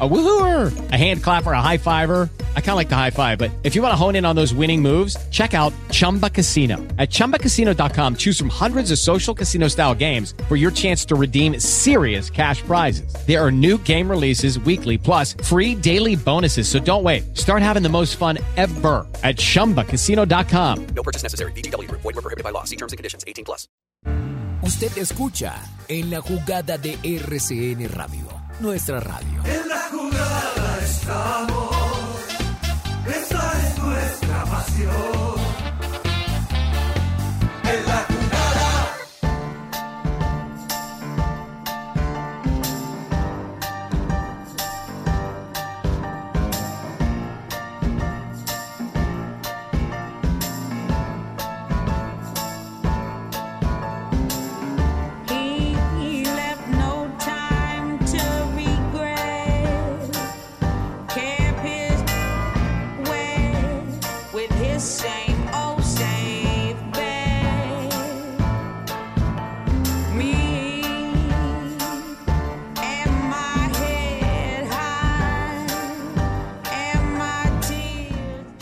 A woohooer, a hand clapper, a high fiver. I kind of like the high five, but if you want to hone in on those winning moves, check out Chumba Casino. At chumbacasino.com, choose from hundreds of social casino style games for your chance to redeem serious cash prizes. There are new game releases weekly, plus free daily bonuses. So don't wait. Start having the most fun ever at chumbacasino.com.
No purchase necessary. VGW Group. Void were prohibited by law. See terms and conditions. 18 plus.
Usted escucha en la jugada de RCN Radio, nuestra radio.
En la jugada estamos, esa es nuestra pasión. En la jugada.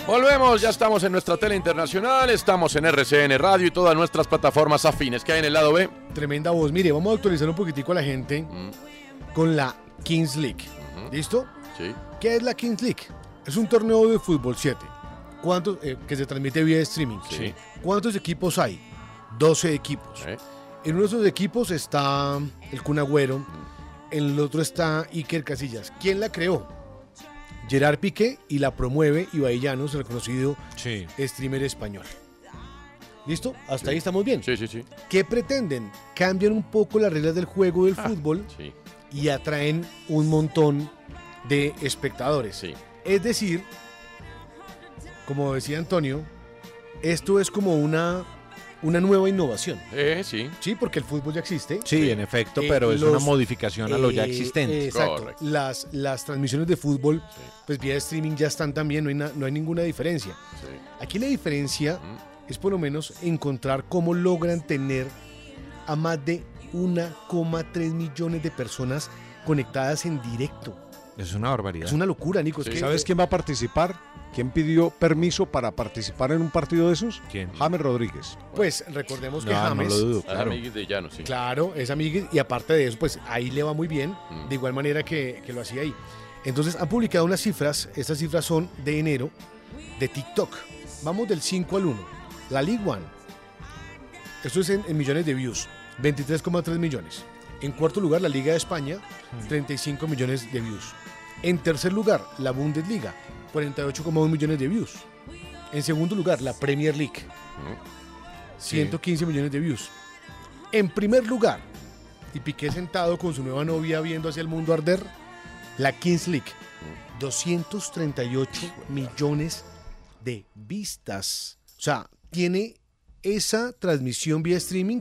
volvemos, ya estamos en nuestra tele internacional, estamos en RCN Radio y todas nuestras plataformas afines que hay en el lado B.
Tremenda voz. Mire, vamos a actualizar un poquitico a la gente
Mm.
con la Kings League. ¿Listo?
Sí.
¿Qué es la Kings League? Es un torneo de fútbol 7 ¿Cuántos, eh, que se transmite vía streaming.
Sí.
¿Cuántos equipos hay? 12 equipos.
Eh.
En uno de esos equipos está el Kun Agüero, en el otro está Iker Casillas. ¿Quién la creó? Gerard Piqué y la promueve Ibai Llanos, reconocido streamer español. ¿Listo? Hasta ahí estamos bien.
Sí, sí, sí.
¿Qué pretenden? Cambian un poco las reglas del juego del fútbol
Ah, Sí.
y atraen un montón de espectadores. Es decir, como decía Antonio, esto es como una, una nueva innovación.
Eh, sí.
Sí, porque el fútbol ya existe.
Sí, en efecto, pero es una modificación a lo ya existente.
eh, Exacto.
Correcto.
Las, las transmisiones de fútbol, pues vía streaming ya están también, no hay, na- no hay ninguna diferencia. Aquí la diferencia es por lo menos encontrar cómo logran tener a más de 1,3 millones de personas conectadas en directo.
Es una barbaridad.
Es una locura, Nico. es que-
¿Sabes quién va a participar? ¿Quién pidió permiso para participar en un partido de esos?
¿Quién?
James Rodríguez.
Pues recordemos que
No, no
James.
lo dudo, claro.
Ah, Amiguis de Llanos, sí.
Claro, es amiguis y aparte de eso, pues ahí le va muy bien,
Mm.
de igual manera que, que lo hacía ahí. Entonces han publicado unas cifras, estas cifras son de enero, de TikTok. Vamos del 5 al 1. La League One, esto es en, en millones de views, 23,3 millones. En cuarto lugar, la Liga de España, 35 millones de views. En tercer lugar, la Bundesliga, 48,1 millones de views. En segundo lugar, la Premier League, 115 millones de views. En primer lugar, y Piqué sentado con su nueva novia viendo hacia el mundo arder, la Kings League. 238 millones de vistas. O sea, tiene esa transmisión vía streaming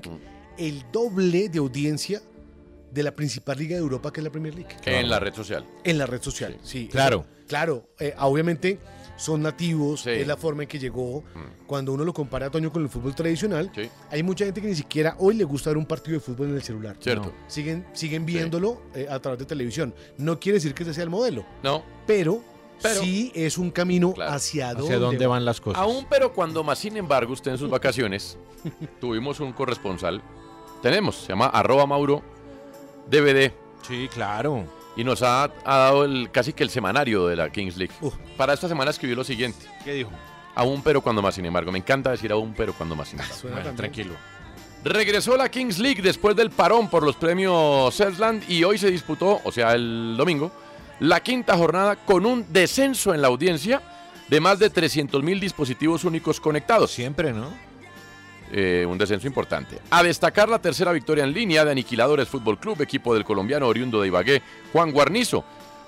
el doble de audiencia de la principal liga de Europa, que es la Premier League.
En la red social.
En la red social, sí. eso-
Claro.
claro, eh, obviamente son nativos, es la forma en que llegó.
Mm.
Cuando uno lo compara, Toño, con el fútbol tradicional, hay mucha gente que ni siquiera hoy le gusta ver un partido de fútbol en el celular.
Cierto.
No. Siguen, siguen viéndolo eh, a través de televisión. No quiere decir que ese sea el modelo,
No.
pero, sí es un camino hacia dónde, va.
Aún, pero cuando más, sin embargo, usted en sus vacaciones, tuvimos un corresponsal. Tenemos, se llama arroba Mauro DVD.
Sí, claro.
Y nos ha, ha dado el, casi que el semanario de la Kings League. Para esta semana escribió lo siguiente.
¿Qué dijo?
Aún pero cuando más, sin embargo. Me encanta decir aún pero cuando más, sin embargo.
suena Bueno, también. tranquilo.
Regresó la Kings League después del parón por los premios Zetland y hoy se disputó, o sea, el domingo, la quinta jornada con un descenso en la audiencia de más de 300.000 dispositivos únicos conectados.
Siempre, ¿no?
Eh, un descenso importante. A destacar la tercera victoria en línea de Aniquiladores Fútbol Club, equipo del colombiano oriundo de Ibagué, Juan Guarnizo.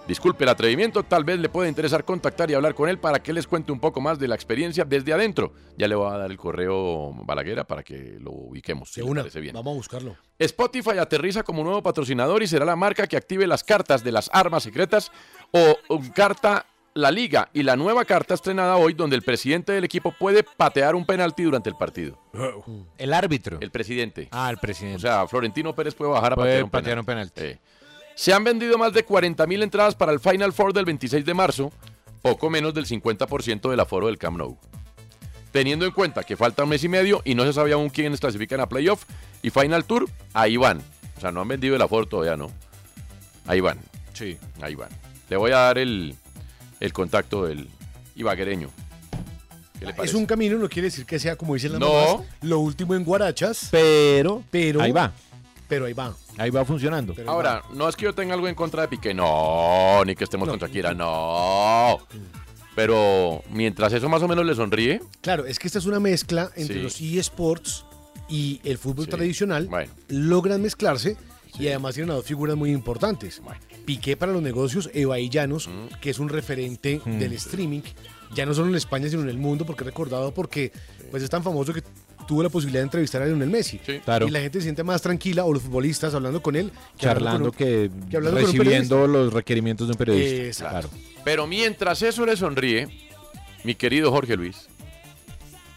Disculpe el atrevimiento, tal vez le pueda interesar contactar y hablar con él para que les cuente un poco más de la experiencia desde adentro. Ya le voy a dar el correo Balaguera para que lo ubiquemos. si
De
le
una,
parece bien.
vamos a buscarlo.
Spotify aterriza como nuevo patrocinador y será la marca que active las cartas de las armas secretas o un carta la liga y la nueva carta estrenada hoy donde el presidente del equipo puede patear un penalti durante el partido.
El árbitro.
El presidente.
Ah, el presidente.
O sea, Florentino Pérez puede bajar a patear
Puede
un
patear
penalti. Eh,
un penalti.
Se han vendido más de 40.000 entradas para el Final Four del 26 de marzo, poco menos del 50% del aforo del Camp Nou. Teniendo en cuenta que falta un mes y medio y no se sabe aún quiénes clasifican a playoff y Final Tour, ahí van. O sea, no han vendido el aforo todavía, ¿no? Ahí van.
Sí.
Ahí van. Le voy a dar el, el contacto del ibaguereño. ¿Qué le
Es
parece?
un camino, no quiere decir que sea, como dicen las
No.
mamás, lo último en guarachas,
pero,
pero
Ahí va.
Pero ahí va.
Ahí va funcionando.
Ahora, no es que yo tenga algo en contra de Piqué, no, ni que estemos con Shakira, no. Pero mientras eso más o menos le sonríe,
Claro, es que esta es una mezcla entre
Sí.
los eSports y el fútbol
Sí.
tradicional. Logran mezclarse y además tienen a dos figuras muy importantes. Piqué para los negocios, Evaí Llanos,
Mm.
que es un referente
Mm.
del streaming, ya no solo en España, sino en el mundo, porque he recordado porque pues es tan famoso que tuvo la posibilidad de entrevistar a Lionel Messi.
Claro.
Y la gente se siente más tranquila, o los futbolistas hablando con él, que
charlando
hablando con un-
que,
que hablando con un
recibiendo los requerimientos de un periodista.
Exacto.
Claro.
pero mientras eso le sonríe, mi querido Jorge Luis,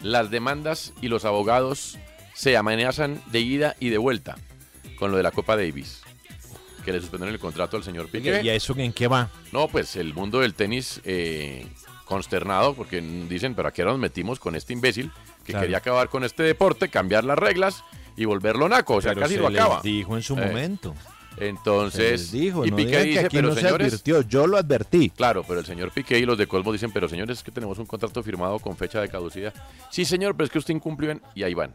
las demandas y los abogados se amenazan de ida y de vuelta con lo de la Copa Davis, que le suspendieron el contrato al señor Piqué.
¿Y a eso en qué va?
No, pues el mundo del tenis eh, consternado porque mm, dicen, pero ¿a qué hora nos metimos con este imbécil que quería acabar con este deporte, cambiar las reglas y volverlo naco? O sea,
Pero
casi
se
lo
les
acaba.
dijo en su
Eh,
momento. Se
Entonces,
les dijo,
Pues y
no
Piqué
digan que
dice,
aquí
pero
no se
señores,
advirtió, yo lo advertí.
Claro, pero el señor Piqué y los de Colmo dicen, pero señores, es que tenemos un contrato firmado con fecha de caducidad. Sí, señor, pero es que usted incumplió en- y ahí van.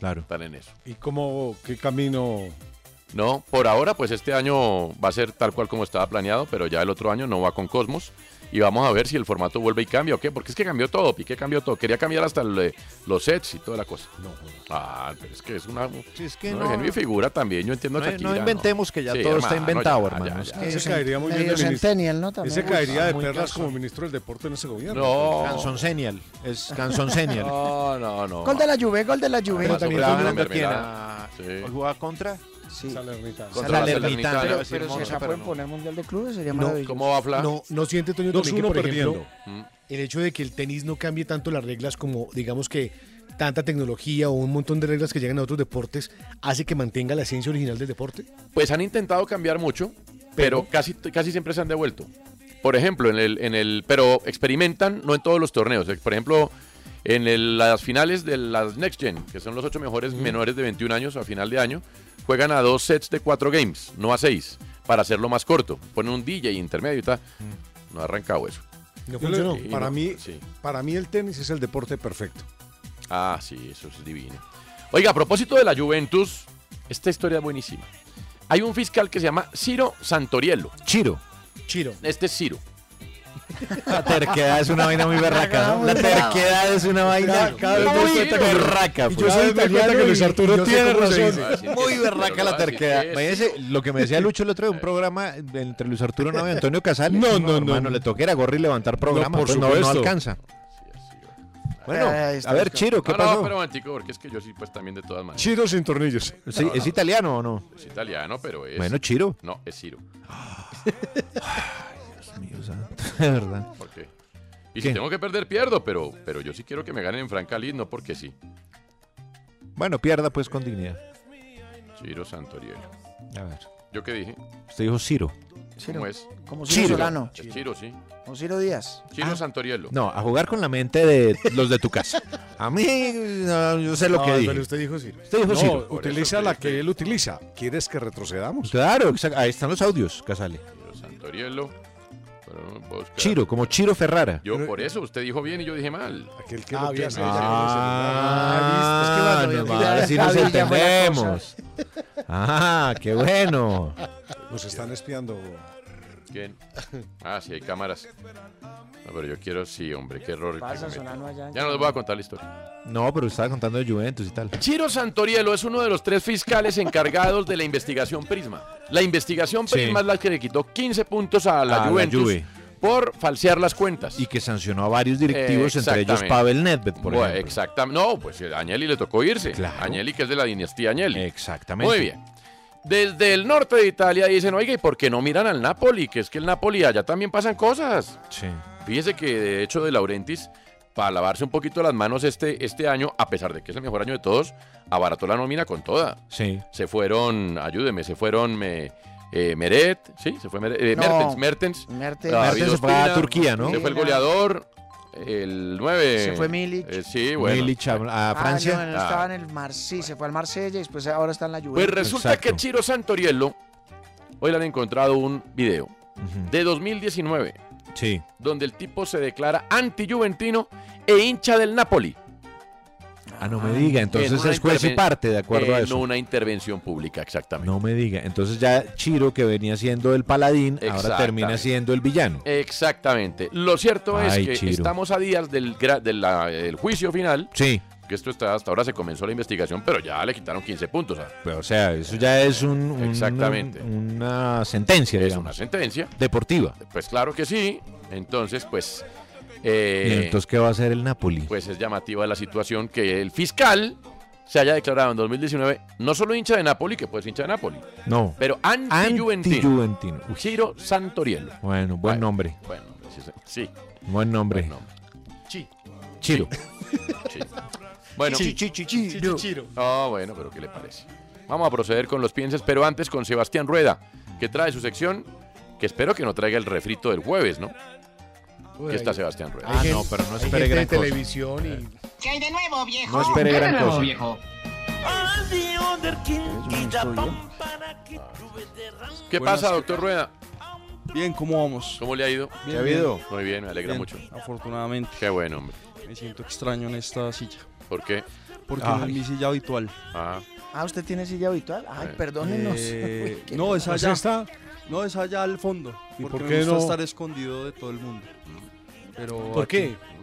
Claro.
Están en eso.
¿Y cómo, qué camino?
No, por ahora, pues este año va a ser tal cual como estaba planeado, pero ya el otro año no va con Cosmos. Y vamos a ver si el formato vuelve y cambia o qué, porque es que cambió todo, Piqué cambió todo. Quería cambiar hasta el, eh, los sets y toda la cosa. No, Ah, pero es que es una. es
que
no,
no-
mi figura también, yo entiendo
no-
que.
no inventemos que ya todo está inventado, hermano, es que-
Ese caería muy
Medio
bien de ministro.
centennial, ¿no? También.
Ese caería
Ah,
de
muy
perlas
cansón.
como ministro del deporte en ese gobierno.
No.
Canzoncenial. Es canzoncenial.
No, no, no.
Gol de la Juve, gol de la Juve.
Pero también
Mermelada,
hablando quién,
mermelada.
a-
Ah, Sí.
¿cuál jugaba contra?
Sí.
Salernitana.
Contra la Salernitana.
Pero,
iba a decir
pero si
Monza,
acá
pero
pueden
no.
poner Mundial de Clubes sería
No,
maravilloso.
No, no siente Toño también que,
2-1
por ejemplo,
perdiendo.
el hecho de que el tenis no cambie tanto las reglas como, digamos que tanta tecnología o un montón de reglas que llegan a otros deportes hace que mantenga la esencia original del deporte.
Pues han intentado cambiar mucho, pero casi, casi siempre se han devuelto. Por ejemplo, en el, en el. Pero experimentan, no en todos los torneos. Eh, Por ejemplo, en el- las finales de las Next Gen, que son los ocho mejores menores de 21 años a final de año, juegan a dos sets de cuatro games, no a seis, para hacerlo más corto. Ponen un DJ intermedio y tal. No ha arrancado eso.
Yo le-
funcionó.
para,
Sí, Mm. no,
mí,
sí.
para mí el tenis es el deporte perfecto.
Ah, sí, eso es divino. Oiga, a propósito de la Juventus, esta historia es buenísima. Hay un fiscal que se llama Ciro Santoriello.
Chiro.
Chiro.
Este es Ciro.
La terquedad es una vaina muy berraca. ¿no? La terquedad es una vaina muy berraca.
Y yo
pues.
soy italiano y- y yo sé cómo se dice.
Muy berraca la terquedad.
sí,
Imagínese lo que me decía Lucho el otro de un programa entre Luis Arturo Nava y Antonio Casal.
No, no, no,
Hermano,
no.
le toqué a Gorri levantar programa.
por
pues, No, no,
supuesto.
alcanza. Bueno,
Ahí está
a ver,
buscando.
Chiro, ¿qué
no,
pasó?
No, pero un momentico, porque es que yo sí, pues también de todas maneras. Ah,
Chiro sin tornillos.
Sí, ¿Es italiano o no?
Es italiano, pero es.
Bueno, Chiro.
No, es Ciro.
De verdad.
¿Por qué? Y si tengo que perder, pierdo, pero, pero yo sí quiero que me ganen en Franca Liz, no porque sí.
Bueno, pierda pues con dignidad.
Ciro Santoriello.
A ver.
¿Yo qué dije?
Usted dijo Ciro.
¿Cómo es?
Como Ciro Ciro. Solano.
Es Ciro, sí.
Con Ciro Díaz.
Ciro Santoriello.
Ah. No, a jugar con la mente de los de tu casa. A mí, no, yo sé lo que dije. Usted dijo
no,
Ciro.
utiliza la que él utiliza. ¿Quieres que retrocedamos?
Claro, exacto. ahí están los audios, Casale.
Ciro Santoriello. Pero no puedo buscar.
Chiro, como Chiro Ferrara.
Yo por eso, usted dijo bien y yo dije mal.
Aquel que
lo
bien, tiene, Ah,
Es que
nos
bueno,
va a
ya-
ver si
ya
nos
vi, ya fue la
entendemos. Ah, qué bueno.
Nos están espiando.
¿Quién? Ah, sí, hay cámaras. No, pero yo quiero, sí, hombre, qué error. que
Pasa,
cometí.
Solano, Ah, allá en
Ya no les voy a contar la historia.
No, pero estaba contando de Juventus y tal.
Ciro Santorielo es uno de los tres fiscales encargados de la investigación Prisma. La investigación
Sí.
Prisma es la que le quitó 15 puntos a la
A la
Juventus
Juve.
por falsear las cuentas.
Y que sancionó a varios directivos, entre ellos
Exactamente.
Pavel Nedved, por
Bueno,
ejemplo.
Exactamente. No, pues a Agnelli le tocó irse. Agnelli, que es de la dinastía Agnelli.
Exactamente.
Muy bien. Desde el norte de Italia dicen, oiga, ¿y por qué no miran al Napoli? Que es que el Napoli allá también pasan cosas.
Sí.
Fíjese que de hecho de Laurentis, para lavarse un poquito las manos este, este año, a pesar de que es el mejor año de todos, abarató la nómina con toda.
Sí.
Se fueron, ayúdeme, se fueron me- eh, Meret, sí, se fue Meret, eh,
No,
Mertens, Mertens.
Mertens.
David
Mertens se fue a
Ospina,
Turquía, ¿no?
Se fue el goleador, el 9.
Se fue Milic.
eh, sí, bueno.
Milic a, a Francia.
Ah, no, no, estaba en el Marsella, se fue al Marsella y después ahora está en la Juventus.
Pues resulta que Chiro Santoriello, hoy le han encontrado un video de 2019,
Sí.
donde el tipo se declara anti-juventino e hincha del Napoli.
Ah, no me diga.
Eh, En
Entonces
una
es juez y
interven-
parte, de acuerdo a
en
eso.
una intervención pública, exactamente.
No me diga. Entonces ya Chiro, que venía siendo el paladín, ahora termina
Exactamente.
siendo el villano.
Exactamente. Lo cierto
Ay,
es que
Chiro.
estamos a días del, gra- de la- del juicio final.
Sí.
Que esto está, hasta ahora se comenzó la investigación, pero ya le quitaron 15 puntos. ah,
Pero, o sea, eso ya es un, un-
Exactamente.
una sentencia,
Es
digamos.
una sentencia.
Deportiva.
Pues claro que sí. Entonces, pues.
¿Y
eh,
entonces qué va a hacer el Napoli?
pues es llamativa la situación que el fiscal se haya declarado en 2019 no solo hincha de Napoli, que pues hincha de Napoli,
No.
pero anti-juventino.
Juventino.
Ciro Santoriello.
Bueno, buen nombre.
Bueno, sí, sí, sí.
Buen nombre.
Chi.
Chiro.
Sí. Bueno.
Sí,
Ah, bueno, pero ¿qué le parece? Vamos a proceder con los pienses, pero antes con Sebastián Rueda, que trae su sección, que espero que no traiga el refrito del jueves, ¿no? Aquí está Sebastián Rueda.
Ah,
Hay gente- hay gente de televisión y
¿Qué hay de nuevo, viejo?
No espere gran cosa. ¿Qué
Buenas,
pasa,
¿qué
doctor Rueda?
Bien, ¿cómo vamos?
¿Cómo le ha ido?
Bien, bien.
Muy bien, me alegra
Bien,
mucho.
Afortunadamente.
Qué bueno, hombre.
Me siento extraño en esta silla.
¿Por qué?
Porque
Ay.
no es mi silla habitual.
Ah.
Ah, ¿usted tiene silla habitual? Ay,
Eh,
perdónenos.
eh,
Qué
no, es
raro.
allá. No, es allá al fondo.
¿Y
porque
por
me
qué
gusta
no?
estar escondido de todo el mundo.
Mm.
Pero
¿Por
aquí-
qué?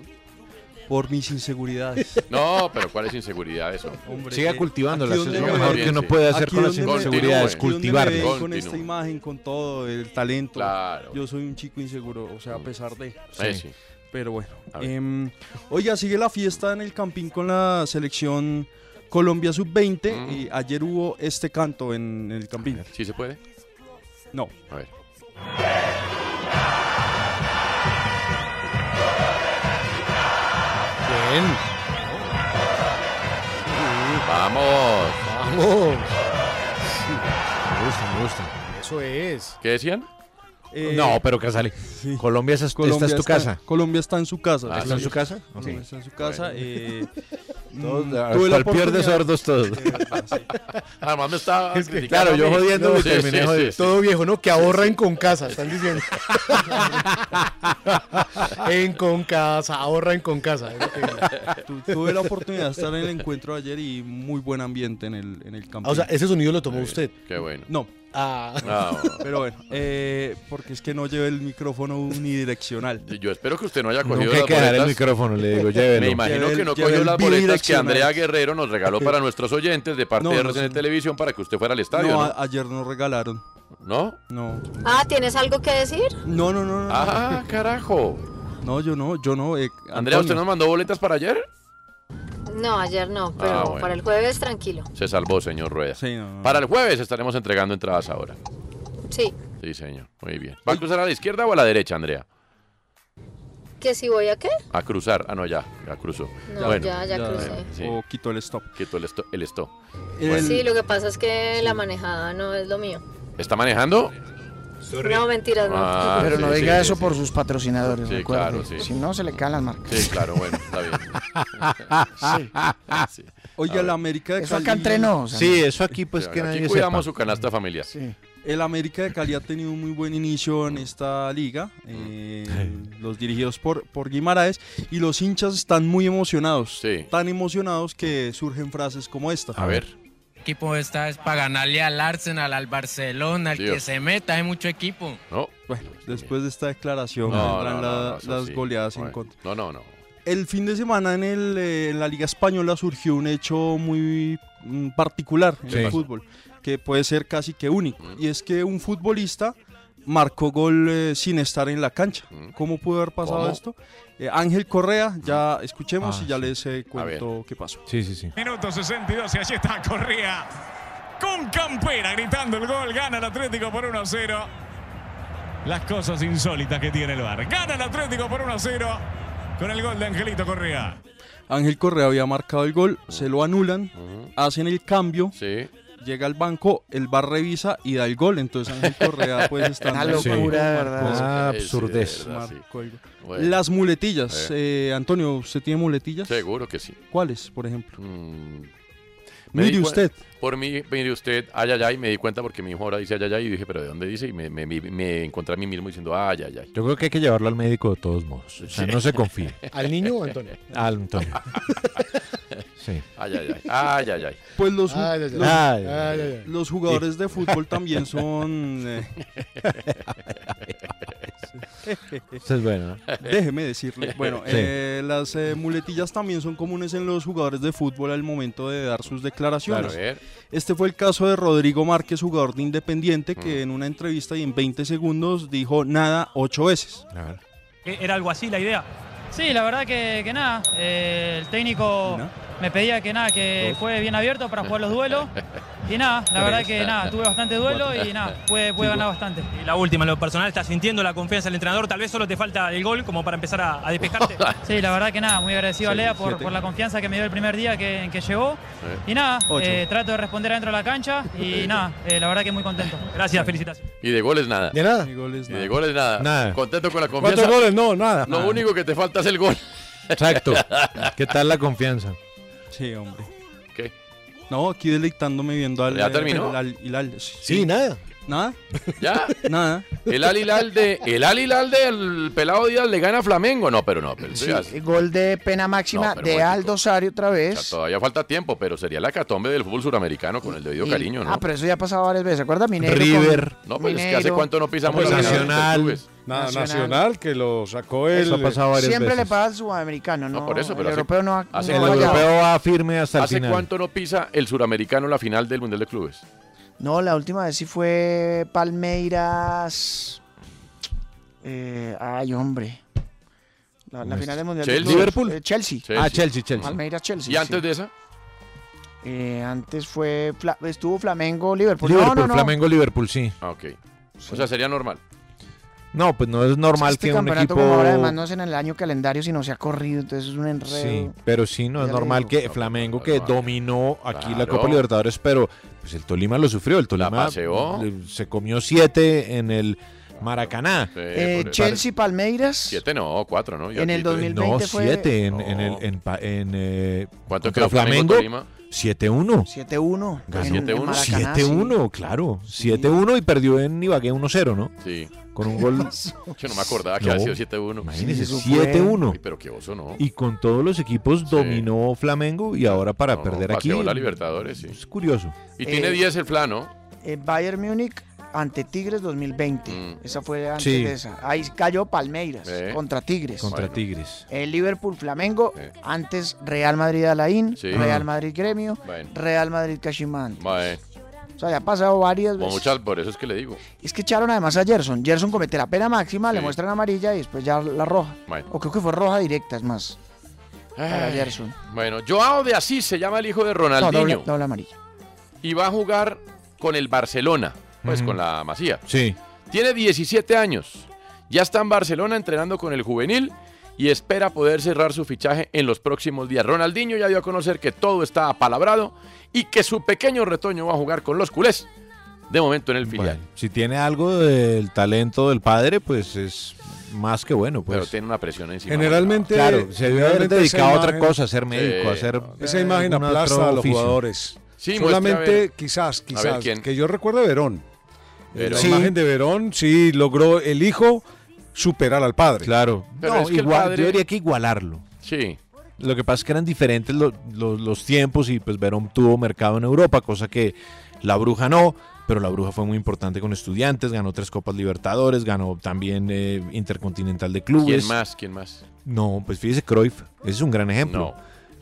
Por mis inseguridades.
No, pero ¿cuál es inseguridad eso?
Hombre,
Siga
eh,
cultivándolas,
aquí
es
donde
lo
me
mejor
ven,
que uno
sí.
puede hacer
Aquí
con las
donde me ven,
inseguridades,
aquí donde me
cultivarlas.
ven Con
Continúe.
esta imagen, con todo, el talento.
Claro. Mm.
Yo soy un chico inseguro, o sea, a pesar de.
Sí, sí.
Pero bueno.
A ver.
em, oiga, sigue la fiesta en el Campín con la selección Colombia Sub-20. Y ayer hubo este canto en el Campín.
Mm. ¿Sí se puede?
No.
A ver.
Bien.
Vamos.
Vamos.
Me gusta, me gusta.
Eso es. Eh,
¿Qué decían? Eh,
no, pero Casale. Colombia, esa es- esta es tu
está-
casa.
Colombia está en su casa.
Ah, ¿está en su casa? Ok.
Colombia está en su casa.
Bueno.
eh, mm,
Todos,
tuve
al
la
cual
oportunidad-
pierde sordos todos.
Eh, sí.
Además me estaba
Es que,
criticando
claro,
a
yo
mí.
jodiendo me
Sí,
terminé
sí, sí,
jodiendo.
sí.
Todo viejo, ¿no? Que ahorran con casa, están diciendo. en con casa, ahorran con casa. es lo que-
Tu- Tuve la oportunidad de estar en el encuentro ayer y muy buen ambiente en el, en el campo.
Ah, o sea, ese sonido lo tomó Qué bien, usted.
qué bueno.
No.
Ah.
No.
Pero bueno, eh, porque es que no llevé el micrófono unidireccional.
Yo espero que usted no haya cogido
Nunca hay
las
que dejar el
boletas.
micrófono, le digo, llévelo.
Me imagino
Lleve
que
el-
no
lleve
cogió
el
las boletas que
bidireccional.
Andrea Guerrero nos regaló para nuestros oyentes de parte
No,
de
no,
RCN Televisión para que usted fuera al estadio,
no,
¿no?
a- ayer nos regalaron.
¿No?
No.
Ah, ¿tienes algo que decir?
No, no, no.
Ah, carajo.
No, yo no, yo no. eh,
Andrea, ¿usted
Antonio.
nos mandó boletas para ayer?
No, ayer no, pero
Ah, bueno.
para el jueves tranquilo.
Se salvó, señor Rueda. Para el jueves estaremos entregando entradas ahora.
Sí,
Sí, señor. Muy bien. ¿Va a cruzar a la izquierda o a la derecha, Andrea?
que si voy a qué?
A cruzar. Ah, no, ya. Ya cruzó.
No, ya, ya crucé.
eh, O quito el stop.
Quito el stop. El stop.
Sí, lo que pasa es que la manejada no es lo mío.
¿Está manejando?
No, mentiras, no.
Ah,
Pero
sí,
no
sí,
diga
sí,
eso
sí.
por sus patrocinadores,
Sí,
recuerde.
claro, sí.
Si no, se le caen las marcas.
Sí, claro, bueno, está bien. Ah, Sí.
Oiga,
A ver.
el América de
Eso acá
Cali-
entrenó, o sea, Sí,
eso aquí, pues, que
aquí
nadie
cuidamos
sepa.
su canasta familiar.
El América de Cali ha tenido un muy buen inicio en esta liga, eh,
Mm.
los dirigidos por, por Guimaraes, y los hinchas están muy emocionados, tan emocionados que surgen frases como esta.
A ver.
equipo esta es para ganarle al Arsenal, al Barcelona, al
Dios.
que se meta, hay mucho equipo.
No.
Bueno, después de esta declaración,
No,
vendrán
no, no,
la-
no, eso
las
sí.
goleadas en
Bueno,
contra.
No, no, no.
El fin de semana en, el, eh, en la Liga Española surgió un hecho muy mm, particular en
Sí. Mm.
el
Pasó.
fútbol, que puede ser casi que único, y es que un futbolista marcó gol eh, sin estar en la cancha.
Mm.
¿Cómo pudo haber pasado
¿Cómo?
esto? Eh, Ángel Correa, ya
Mm.
escuchemos
Ah,
y ya les eh, cuento qué pasó.
Sí, sí, sí.
Minuto 62 y allí está Correa con campera gritando el gol. Gana el Atlético por 1 0. Las cosas insólitas que tiene el bar. Gana el Atlético por 1 0 con el gol de Angelito Correa.
Ángel Correa había marcado el gol, se lo anulan, hacen el cambio, llega al banco, el bar revisa y da el gol. Entonces Ángel Correa pues está...
Una
en el
locura,
banco,
de
marcó-
verdad.
Una absurdez.
Marcó el gol.
Ah, Bueno.
Las muletillas. eh, Antonio, ¿usted tiene muletillas?
Seguro que sí. Mm.
¿Cuáles, por ejemplo?
Me
Mire
di cuen-
usted.
Por mí, mire usted, ay, ay, ay, me di cuenta porque mi hijo ahora dice ay, ay, ay, y dije, pero ¿de dónde dice? Y me, me, me- me encontré a mí mismo diciendo ay, ay, ay.
Yo creo que hay que llevarlo al médico de todos modos. O sea, no se confíe.
¿Al niño o a Antonio?
Al Antonio. Sí.
Ay, ay, ay, ay, ay, ay.
Pues los, ju-
Ay, ay, ay.
los-
Ay, ay, ay.
los jugadores de fútbol también son... eh,
Eso es bueno, ¿no?
Déjeme decirle. Bueno,
Sí.
eh, las eh, muletillas también son comunes en los jugadores de fútbol al momento de dar sus declaraciones.
Claro, a ver.
Este fue el caso de Rodrigo Márquez, jugador de Independiente, que
Mm.
en una entrevista y en 20 segundos dijo nada ocho veces.
Eh,
¿Era algo así la idea?
Sí, la verdad que, que nada. eh, el técnico me pedía que nada, que
Dos.
juegue bien abierto para jugar los duelos. Y nada, la verdad que
Tres.
nada, tuve bastante duelo y nada, puede, puede
Sí,
ganar
bueno.
bastante.
Y la última, en lo personal, ¿estás sintiendo la confianza del entrenador? Tal vez solo te falta el gol como para empezar a, a despejarte.
Sí, la verdad que nada, muy agradecido a
Seis,
Lea por,
siete.
por la confianza que me dio el primer día que, en que llegó. Y nada,
Ocho.
eh, trato de responder adentro de la cancha y nada, eh, la verdad que muy contento.
Gracias, felicitaciones.
Y de goles nada.
De nada.
Y de goles nada.
Nada.
Contento con la
¿Cuántos
confianza.
goles? No, nada.
Lo
Nada.
único que te falta es el gol.
Exacto. ¿Qué tal la confianza?
Sí, Este hombre.
¿Qué?
No, aquí deleitándome viendo al.
¿Ya terminó?
al- al- al- al-
Sí, nada.
¿Nada?
¿Ya?
Nada.
El Al Hilal de el Al Hilal del pelado Díaz le gana a Flamengo, no, pero no, pero
Sí,
ya-
gol de pena
No,
máxima
pero
de
bueno,
Aldo Sari otra
ya
vez.
todavía falta tiempo, pero sería la catombe del fútbol suramericano con el debido
Y-
cariño, ¿no?
Ah, pero eso ya ha pasado varias veces. ¿Se acuerda? Minero.
River.
con-
No, pues es que
Mineiro.
hace cuánto no pisamos
Pues
la Liga de los
Nacional.
Clubes.
Nada,
Nacional.
nacional. que lo sacó él.
Eso ha pasado varias
Siempre le paga al sudamericano, ¿no?
por eso, pero
el
hace-
europeo no ha.
hace
no ha
cuánto-
fallado.
va firme hasta el
¿Hace
final.
cuánto no pisa el suramericano la final del Mundial de Clubes?
No, la última vez sí fue Palmeiras. Eh, ay, hombre. La, la
Pues,
final del Mundial. de
Chelsea.
Clubes.
Liverpool.
Eh, Chelsea.
Chelsea. Ah, Chelsea, Chelsea.
Palmeiras, Chelsea. Eh,
¿Y antes de esa?
antes fue. Fla- estuvo Flamengo, Liverpool.
Liverpool,
no, no, no.
Flamengo, Liverpool, sí.
Ah, ok. O sea, sería normal.
No, pues no es normal
Este
que un
campeonato,
equipo.
como ahora, además, no es en el año calendario, sino se ha corrido. Entonces es un enredo.
Sí, pero sí, no es
Ya le
normal
digo.
que Flamengo, que dominó aquí la
Claro.
Copa Libertadores, pero pues el Tolima lo sufrió. El Tolima
paseó.
le- se comió siete en el Maracaná.
Eh, Chelsea, Palmeiras.
Siete no, cuatro, ¿no? Yo
En
aquí
el
estoy-
2020
No,
fue-
siete en, en el, en, pa- en, eh,
¿Cuánto
contra
quedó Flamengo,
Flamengo.
Tolima?
7-1.
7-1.
Ganó.
en- en
7-1.
Maracaná, sí.
7-1, claro. 7-1 y perdió en Ibagué 1-0, ¿no?
Sí.
Con un gol.
Yo no me acordaba que
No,
había sido 7-1.
Imagínese, 7-1.
Uy, Pero qué oso, ¿no?
Y con todos los equipos dominó Flamengo y ahora para perder aquí.
Paseó la Libertadores, sí.
Es curioso.
Y tiene
Eh,
10 el plano.
Eh, Bayern Múnich ante Tigres 2020.
Mm.
Esa fue antes
Sí.
de esa. Ahí cayó Palmeiras
Eh.
contra Tigres.
Contra Tigres.
El Liverpool Flamengo, antes Real Madrid Alain,
Eh. Sí.
Real
Mm.
Ah.
Madrid Gremio,
Bueno.
Real Madrid Cashimán.
Mae.
O sea, ya ha pasado varias
Como
veces.
muchas, por eso es que le digo.
Es que echaron además a Gerson. Gerson comete la pena máxima, le muestran amarilla y después ya la roja.
Bueno.
O creo que fue roja directa, es más. Para
Ay.
Gerson.
Bueno, Joao de Asís se llama el hijo de
No,
Ronaldinho.
doble, doble amarilla.
y va a jugar con el Barcelona, pues
Ujú.
con la Masía.
Sí.
Tiene 17 años, ya está en Barcelona entrenando con el juvenil y espera poder cerrar su fichaje en los próximos días. Ronaldinho ya dio a conocer que todo está apalabrado y que su pequeño retoño va a jugar con los culés, de momento en el filial.
Si tiene algo del talento del padre, pues es más que bueno. Pues.
Pero tiene una presión encima.
Generalmente.
Claro, se debe haber
generalmente
dedicado
esa
a otra
imagen-
cosa, a ser médico, a ser.
Esa imagen
algún
aplasta
otro
a los
oficio.
jugadores.
Sí,
muestre, a ver.
Solamente, quizás,
A ver,
quizás.
¿quién?
Que yo recuerde Verón. Eh,
Verón.
La
Sí.
imagen de Verón, sí, logró el hijo superar al padre.
Claro.
Pero
No,
es que el
igual-
padre-
Yo diría que igualarlo.
Sí.
Lo que pasa es que eran diferentes lo- lo- los tiempos y pues Verón tuvo mercado en Europa, cosa que la bruja no, pero la bruja fue muy importante con estudiantes, ganó tres Copas Libertadores, ganó también eh, Intercontinental de Clubes.
¿Quién más? ¿Quién más?
No, pues fíjese, Cruyff, ese es un gran ejemplo.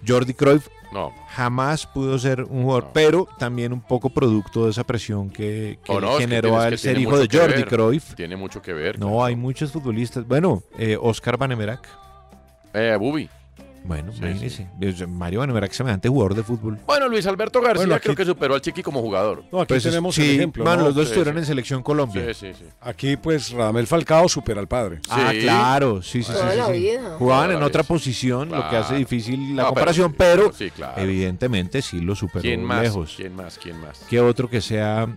Jordi Cruyff
No.
jamás pudo ser un jugador, pero también un poco producto de esa presión que, que
O
le
Oh, no, es que
generó
tienes-
a
que
él ser
tiene
hijo
mucho
de
que
Jordi
ver.
Cruyff.
Tiene mucho que ver.
No, hay muchos futbolistas. Bueno, eh, Oscar Banemerac.
Eh, Bubi.
Bueno, imagínese. Eh, Mario Banemerac, semejante jugador de fútbol.
Bueno, Luis Alberto García
Bueno, aquí-
creo que superó al Chiqui como jugador.
No, aquí
Pues,
tenemos
sí,
el ejemplo.
bueno,
¿no?
los dos estuvieron en Selección Colombia.
Sí, sí, sí.
Aquí, pues, Ramel Falcao supera al padre.
Ah, claro, sí, sí, sí.
Toda
sí,
la
sí.
vida.
Jugaban
Toda
en
la
otra
vida.
posición, lo que hace
Claro.
difícil la
Ah,
No, pero
comparación,
sí,
pero,
pero sí, claro.
evidentemente sí lo superó
¿Quién más?
lejos.
¿Quién más? ¿Quién más?
¿Qué otro que sea?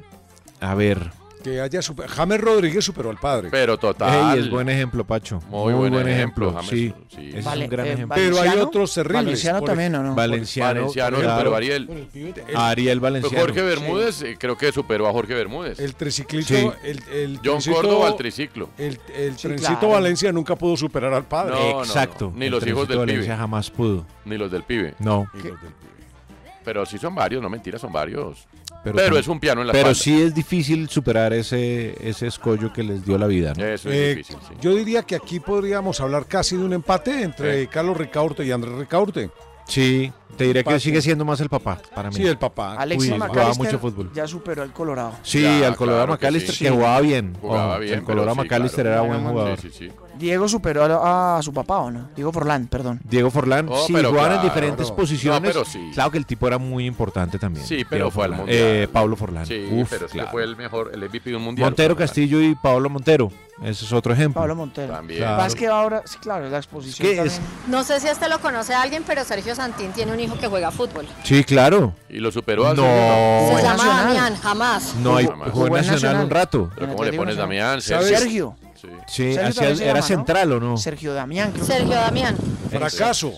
A ver.
Que haya super... James Rodríguez superó al padre.
Pero total.
Ey, es buen ejemplo, Pacho.
Muy buen ejemplo, James,
sí.
sí.
Ese
Vale,
es un gran
eh,
ejemplo.
Pero hay
Valenciano,
otros terribles.
Valenciano
Por-
también, ¿o no?
Valenciano.
Valenciano
claro.
superó a Ariel.
Ariel Valenciano.
Jorge Bermúdez, eh, creo que superó a Jorge Bermúdez.
El triciclito,
Sí.
el, el
John
trencito-
Córdoba al triciclo.
El, el
Sí,
trencito
claro.
Valencia nunca pudo superar al padre.
No, no, no.
Exacto.
Ni los
El
hijos del
Trencito Valencia
pibe.
jamás pudo.
Ni los del pibe.
No.
Ni los del pibe. Pero sí son varios, no mentira, son varios. Pero,
tam-
es un piano en la
Pero
espalda.
sí es difícil superar ese, ese escollo que les dio la vida. ¿no?
Eso es
Eh,
difícil, sí.
Yo diría
Eh.
que aquí podríamos hablar casi de un empate entre Carlos Ricaurte y Andrés Ricaurte.
Sí, Te diré que
Pato.
sigue siendo más el papá para mí.
Sí, el papá.
Alexis
Uy, jugaba
McAllister
mucho fútbol.
ya superó al Colorado.
Sí,
Ya,
al Colorado
claro que
McAllister
sí.
que jugaba bien.
Jugaba
Ojo,
bien,
El Colorado
pero sí,
McAllister
claro.
era buen jugador.
Sí, sí, sí.
Diego superó a, a su papá, ¿o no? Diego Forlán, perdón.
Diego Forlán,
Oh,
sí,
pero
jugaban en
claro.
diferentes
No,
posiciones.
pero sí.
Claro que el tipo era muy importante también.
Sí,
Diego
pero fue al
Forlán.
mundial.
Eh, Pablo Forlán.
Sí,
Uf,
pero es
claro.
que fue el mejor, el MVP de un mundial.
Montero
Forlán.
Castillo y Pablo Montero. Ese es otro ejemplo.
Pablo Montero.
También.
Vas que ahora, sí, claro, la exposición.
que es-
también.
No sé si este lo conoce alguien, pero Sergio Santín tiene un hijo que juega fútbol.
Sí, claro.
Y lo superó al
No.
segundo.
Se llama
Nacional.
Damián, Damián, jamás.
No, hay,
Jamás.
jugó en
Jugó en
Nacional,
Nacional.
un rato.
Pero ¿cómo le pones Damián?
¿Sabes?
Sergio.
Sí,
Sí,
Sergio
hacía-
también se
era
llama, ¿no?
central o no.
Sergio Damián, creo que-
Sergio Damián.
Fracaso.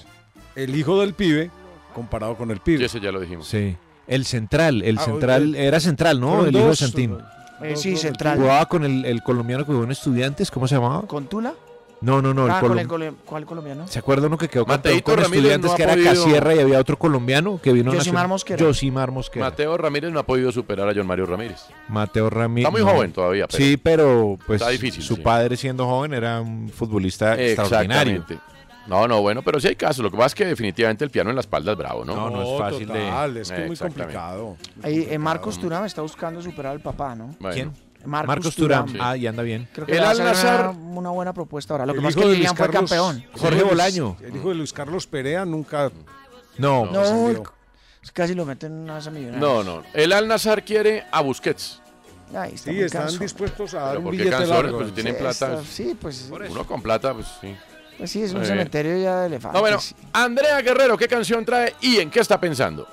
El hijo del pibe comparado con el pibe.
Sí, eso ya lo dijimos.
Sí. El central, el
Ah,
central,
eh,
era central, ¿no?
fueron
El hijo de
dos,
Santín.
Eh, sí, central.
Jugaba con el, el colombiano que jugó en Estudiantes, ¿cómo se llamaba?
¿Con Tula?
No, no, no. el
ah, con el
colom-
cole- ¿Cuál colombiano?
¿Se acuerda uno que quedó campeón
Mateito
con
Ramírez
Estudiantes
no ha
que era
podido-
Casierra y había otro colombiano que vino a
Yosimar
Nacional?
Mosquera.
Yosimar Mosquera.
Mateo Ramírez no ha podido superar a John Mario Ramírez.
Mateo Ramírez.
Está muy joven todavía, pero-
sí, pero pues
Está difícil,
su
sí.
padre siendo joven era un futbolista extraordinario.
Exactamente. No, no, bueno, pero sí hay casos. Lo que pasa es que definitivamente el piano en la espalda es bravo, ¿no?
No, no es fácil de-
total, es que es muy
Exactamente.
complicado.
Ahí, eh, Marcos Turán está buscando superar al papá, ¿no?
Bueno. ¿Quién?
Marcos,
Marcos
Turán. Ah,
Thuram. Ah, y anda bien.
Creo que le va a hacer una, una buena propuesta ahora. Lo que pasa es que Lilian fue campeón.
Jorge Bolaño.
El hijo de Luis Carlos Perea nunca.
No,
No, es- casi lo meten en una semillonera.
No, no. El Al-Nazar quiere a Busquets.
Ay, está
Sí,
muy
están
cansón.
dispuestos a dar
Pero
un
¿por qué
billete
canciones?
largo.
Pues si tienen
Sí,
plata.
está- sí, pues.
Uno con plata, pues sí.
Pues sí, es un
Muy bien.
cementerio ya de elefantes.
No, bueno, Andrea Guerrero, ¿qué canción trae y en qué está pensando?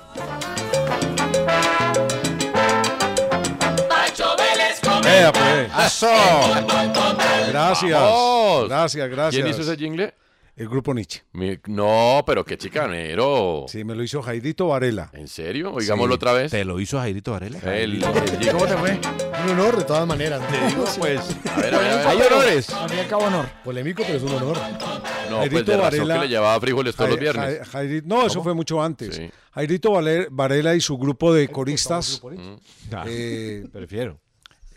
Pacho Vélez
Vea, pues. Gracias.
Vamos.
Gracias, gracias.
¿Quién hizo ese jingle?
El grupo Nietzsche.
Mi- No, pero qué chicanero.
Sí, me lo hizo Jaidito Varela.
¿En serio? Oigámoslo otra vez.
¿Te lo hizo Jairito Varela?
El, el jingle.
fue?
Un honor, de todas maneras. Te digo, pues.
A ver, a ver, Mm. a ver.
cabo honor.
Polémico, pero es un honor.
No, pues de razón que le llevaba frijoles todos los
Jai-
viernes.
Jai- Jairi- no, eso fue mucho antes. Jairito Valer- Varela y su grupo de coristas.
Ah.
eh,
Prefiero.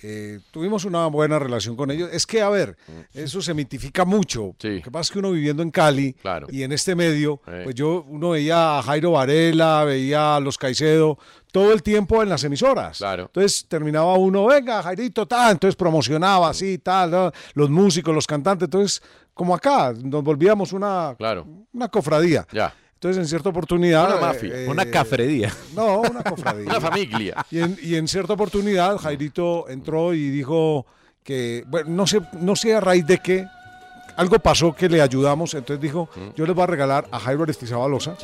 eh, tuvimos una buena relación con ellos. Es que, a ver,
Mm.
eso se mitifica mucho. Lo que pasa es que uno viviendo en Cali y en este medio,
Sí.
pues yo uno veía a Jairo Varela, veía a los Caicedo todo el tiempo en las emisoras. Entonces terminaba uno, venga, Jairito, tal, entonces promocionaba así, tal, tal, los músicos, los cantantes. Entonces, como acá, nos volvíamos una,
Claro.
una cofradía.
Ya.
Entonces, en cierta oportunidad.
Una
eh,
mafia.
eh,
Una cafredía.
No, una cofradía.
Una familia.
Y en, y en cierta oportunidad, Jairito entró y dijo que, bueno, no sé, no sé a raíz de qué, algo pasó que le ayudamos. Entonces dijo:
Mm.
Yo les voy a regalar a Jairo Aristizabalosa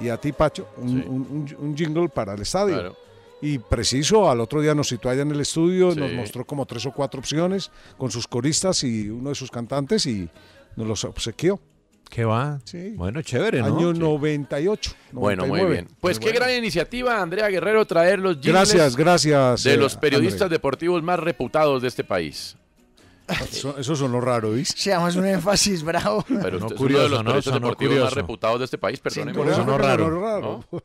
y a ti, Pacho, un, un- un- un jingle para el estadio.
Claro.
Y preciso, al otro día nos citó allá en el estudio,
Sí.
nos mostró como tres o cuatro opciones con sus coristas y uno de sus cantantes y nos los obsequió.
¿Qué va? Bueno, chévere, ¿no?
Año
Sí.
98.
Bueno, muy
99.
bien. Pues qué gran iniciativa, Andrea Guerrero, traer los jingles
Gracias, gracias,
de
eh,
los periodistas
Andrea.
deportivos más reputados de este país.
Eso, eso sonó raro, ¿viste?
Seamos un énfasis bravo.
Pero usted es
Sonó
uno de
curioso,
los
¿no?
periodistas
Sonó
deportivos más
curioso.
reputados de este país, perdóneme.
Por eso no raro. raro.
¿No?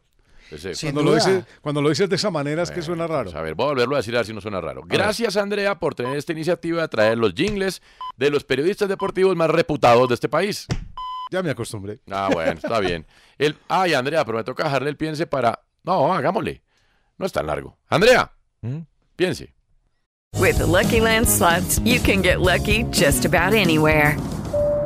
Ese-
Cuando, lo dices, cuando lo dices de esa manera es que suena raro.
Pues, a ver, voy a volverlo a decir a ver si no suena raro. Gracias, Andrea, por tener esta iniciativa de traer los jingles de los periodistas deportivos más reputados de este país.
Ya me acostumbré.
Ah, bueno, está bien. El, ay, Andrea, pero me toca dejarle el piense para. No, hagámosle. No es tan largo. Andrea, piense.
With the Lucky Land slots, you can get lucky just about anywhere.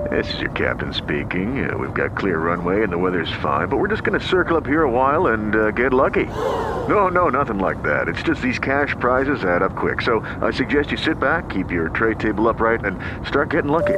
This is your captain speaking. Uh, we've got clear runway and the weather's fine, but we're just going to circle up here a while and uh, get lucky. No, no, nothing like that. It's just these cash prizes add up quick. So I suggest you sit back, keep your tray table upright, and start getting lucky.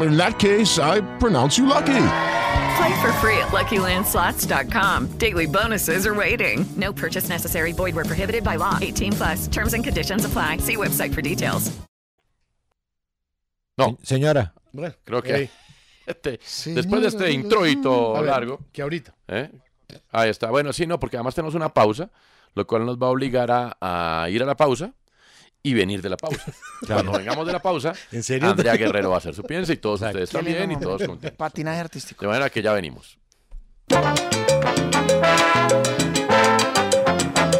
In that case, I pronounce you lucky.
Play for free at LuckyLandSlots.com. Daily bonuses are waiting. No purchase necessary. Void where prohibited by law. 18 plus terms and conditions apply. See website for details.
No.
Señora.
Creo que.
ok.
Este- después de este introito
A ver,
largo.
que ahorita.
¿eh? Ahí está. Bueno, sí, no, porque además tenemos una pausa, lo cual nos va a obligar a, a ir a la pausa y venir de la pausa. Cuando vengamos de la pausa,
¿En serio?
Andrea Guerrero va a hacer su piensa y todos ustedes
Qué
están
lindo
bien y
momento.
todos contentos.
Patinaje artístico.
De manera que ya venimos.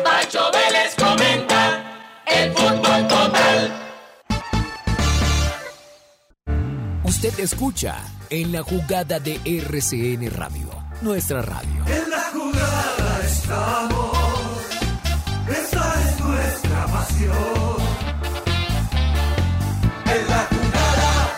Pacho Vélez comenta el fútbol total.
Usted escucha en la jugada de RCN Radio, nuestra radio.
En la jugada estamos. Esta es nuestra pasión. En la jugada.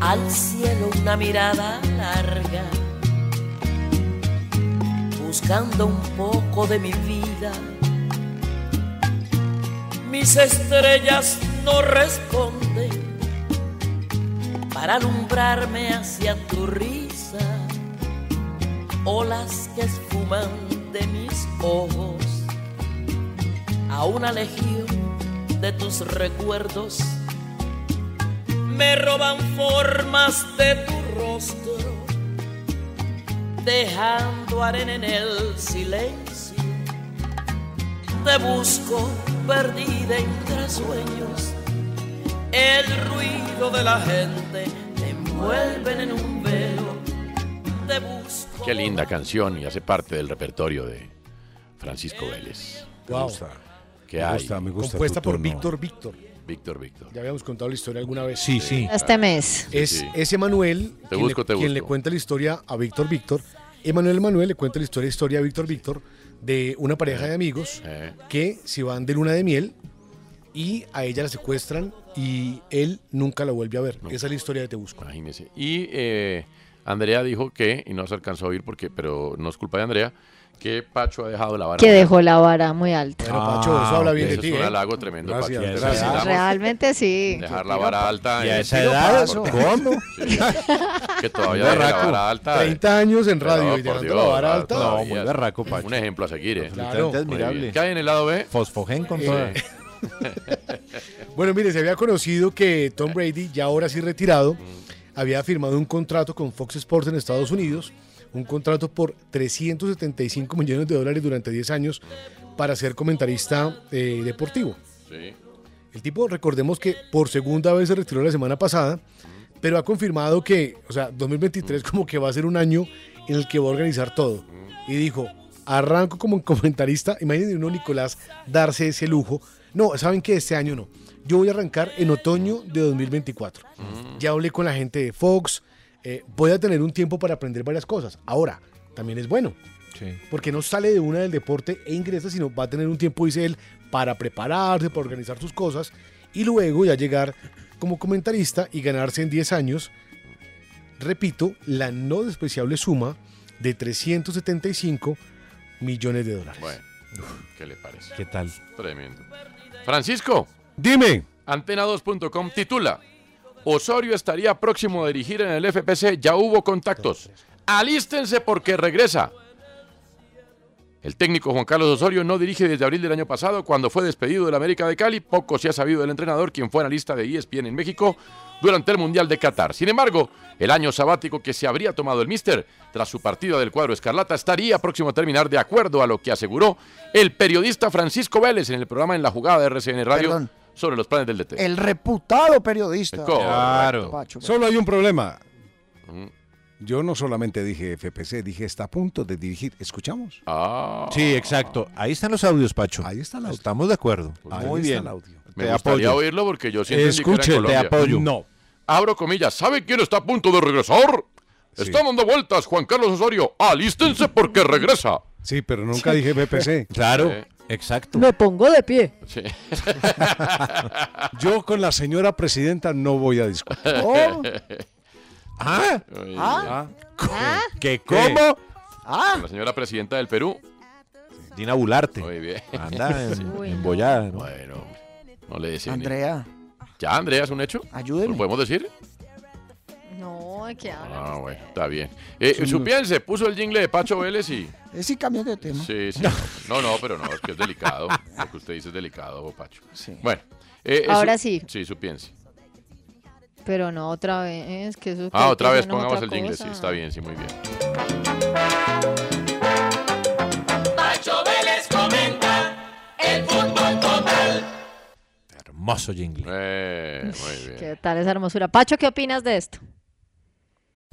al cielo una mirada larga, buscando un poco de mi vida. Mis e- estrellas no responden para alumbrarme hacia tu risa, olas que esfuman de mis ojos a una legión de tus recuerdos me roban formas de tu rostro, dejando arena en el silencio. Te busco perdida entre sueños, el ruido de la gente te envuelven en un velo. Te busco.
Qué linda canción y hace parte del repertorio de Francisco Vélez.
Me Wow. gusta.
¿Qué
Me
hay?
gusta, me gusta Compuesta tu por tono. Víctor Víctor.
Víctor Víctor.
Ya habíamos contado la historia alguna vez.
Sí, sí.
Este mes.
Es,
Sí, sí.
es Emanuel
Te
quien,
busco,
le,
te
quien le
busco.
cuenta la historia a Víctor Víctor. Emanuel Emanuel le cuenta la historia, historia a Víctor Víctor de una
Eh,
pareja de amigos que se van de luna de miel y a ella la secuestran y él nunca la vuelve a ver. Esa es la historia de Te Busco.
Imagínese. Y eh, Andrea dijo que, y no se alcanzó a oír porque, pero no es culpa de Andrea, que Pacho ha dejado la vara. Ah,
Que dejó la vara muy alta.
Bueno, Pacho, eso habla bien de
Eso
ti.
es un
¿eh?
halago tremendo,
Gracias,
Pacho.
gracias.
Necesitamos
Realmente sí.
Dejar la vara alta.
Y a
eh,
esa
tiro
edad,
para-
¿cómo?
Sí, que todavía deje la
Berraco.
vara alta.
30 años en radio
No,
y
por
dejando la vara
ah,
alta.
todavía
muy
es
berraco, Pacho.
Un ejemplo a seguir, ¿eh?
Claro.
Muy bien.
admirable.
¿Qué hay en el lado B?
Fosfogen con toda.
Sí.
Bueno, mire, se había conocido que Tom Brady, ya ahora sí retirado, había firmado un contrato con Fox Sports en Estados Unidos, un contrato por 375 millones de dólares durante 10 años para ser comentarista eh, deportivo.
Sí.
El tipo, recordemos que por segunda vez se retiró la semana pasada, pero ha confirmado que, o sea, 2023 como que va a ser un año en el que va a organizar todo. Y dijo, arranco como comentarista, imagínense uno, Nicolás, darse ese lujo. No, ¿saben que Este año no. Yo voy a arrancar en otoño de 2024. Ya hablé con la gente de Fox, eh, voy a tener un tiempo para aprender varias cosas. Ahora, también es bueno porque no sale de una del deporte e ingresa, sino va a tener un tiempo, dice él, para prepararse, para organizar sus cosas y luego ya llegar como comentarista y ganarse en 10 años, repito, la no despreciable suma de 375 millones de dólares.
Bueno, ¿qué le parece?
¿Qué tal?
Tremendo. Francisco.
Dime.
Antena2.com titula. Osorio estaría próximo a dirigir en el FPC. Ya hubo contactos. Alístense porque regresa. El técnico Juan Carlos Osorio no dirige desde abril del año pasado, cuando fue despedido del América de Cali. Poco se ha sabido del entrenador, quien fue analista de E ESPN en México durante el Mundial de Qatar. Sin embargo, el año sabático que se habría tomado el míster tras su partida del cuadro Escarlata estaría próximo a terminar de acuerdo a lo que aseguró el periodista Francisco Vélez en el programa En la Jugada de RCN Radio
Perdón.
sobre los planes del DT.
El reputado periodista.
Claro.
Pacho.
pues.
Solo hay un problema. Yo no solamente dije FPC, dije está a punto de dirigir. ¿Escuchamos?
Ah.
Ah.
Sí, exacto. Ahí están los audios, Pacho.
Ahí está el audio.
Estamos de acuerdo.
Ahí
Muy
está
bien.
el audio.
Ah, Me
Te
gustaría
apoyo.
oírlo porque yo siento
Escuche, te apoyo.
No. Abro comillas. ¿Sabe quién está a punto de regresar? Está dando vueltas Juan Carlos Osorio. Alístense porque regresa.
Sí, pero nunca dije FPC.
Claro,
Sí.
exacto.
Me pongo de pie.
Yo con la señora presidenta no voy a discutir.
Oh.
¿Ah?
¿Ah?
¿Qué? ¿Cómo?
La señora presidenta del Perú.
Dina Bularte.
Muy bien.
Anda en- embollada, ¿no?
Bueno, hombre, no le decimos.
Andrea.
¿Ya, Andrea, es un hecho?
Ayúdeme.
¿Lo podemos decir?
No, ¿de qué habla?
Ah, bueno, está bien. Eh, Supián se puso el jingle de Pacho Vélez y...
Eh, Sí, cambia de tema.
Sí, sí. No, no, pero no, es que es delicado. Lo que usted dice es delicado, Pacho.
Sí.
Bueno. eh,
Ahora
eso-
sí.
Sí, Supiense.
Pero no, otra vez, que eso...
Ah, otra vez,
no,
pongamos
otra
el jingle,
cosa.
sí, está bien, sí, muy bien.
Pacho Vélez comenta el fútbol total.
Hermoso jingle.
Eh, muy bien.
¿Qué tal esa hermosura? Pacho, ¿qué opinas de esto?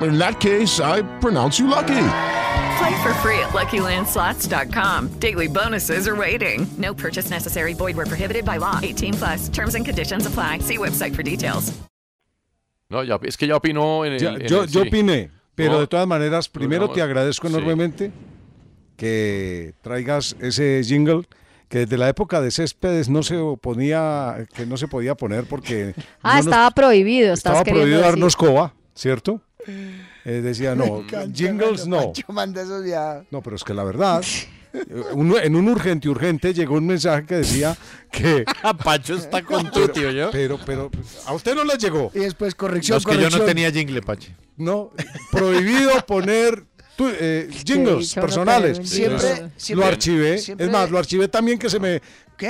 In that case, I pronounce you lucky.
Play for free at LuckyLandSlots.com. Daily bonuses are waiting. No purchase necessary. Void were prohibited by law. 18 plus. Terms and conditions apply. See website for details.
No, ya, es que ya opinó en el...
Ya,
en
yo
el-
yo
sí.
opiné, pero
No,
de todas maneras, primero
digamos,
te agradezco
sí.
enormemente que traigas ese jingle que desde la época de Céspedes no se ponía, que no se podía poner porque
Ah,
no nos-
estaba prohibido, estás
estaba
queriendo
prohibido
decir.
darnos coba, ¿cierto? Eh, decía,
Me
no,
encanta
jingles
cuando
no.
Pancho manda esos ya.
No, pero es que la verdad, eh, un- en un urgente urgente llegó un mensaje que decía que...
Pacho está con tu tío, yo.
Pero, pero, a usted no le llegó.
Y después
No,
corrección,
es que yo no
corrección.
tenía jingle, Pache.
No, prohibido poner tu- eh, jingles
dicho, no
personales.
tener un Siempre- jingle. siempre-
lo archivé.
siempre-
Es más, lo archivé también que se me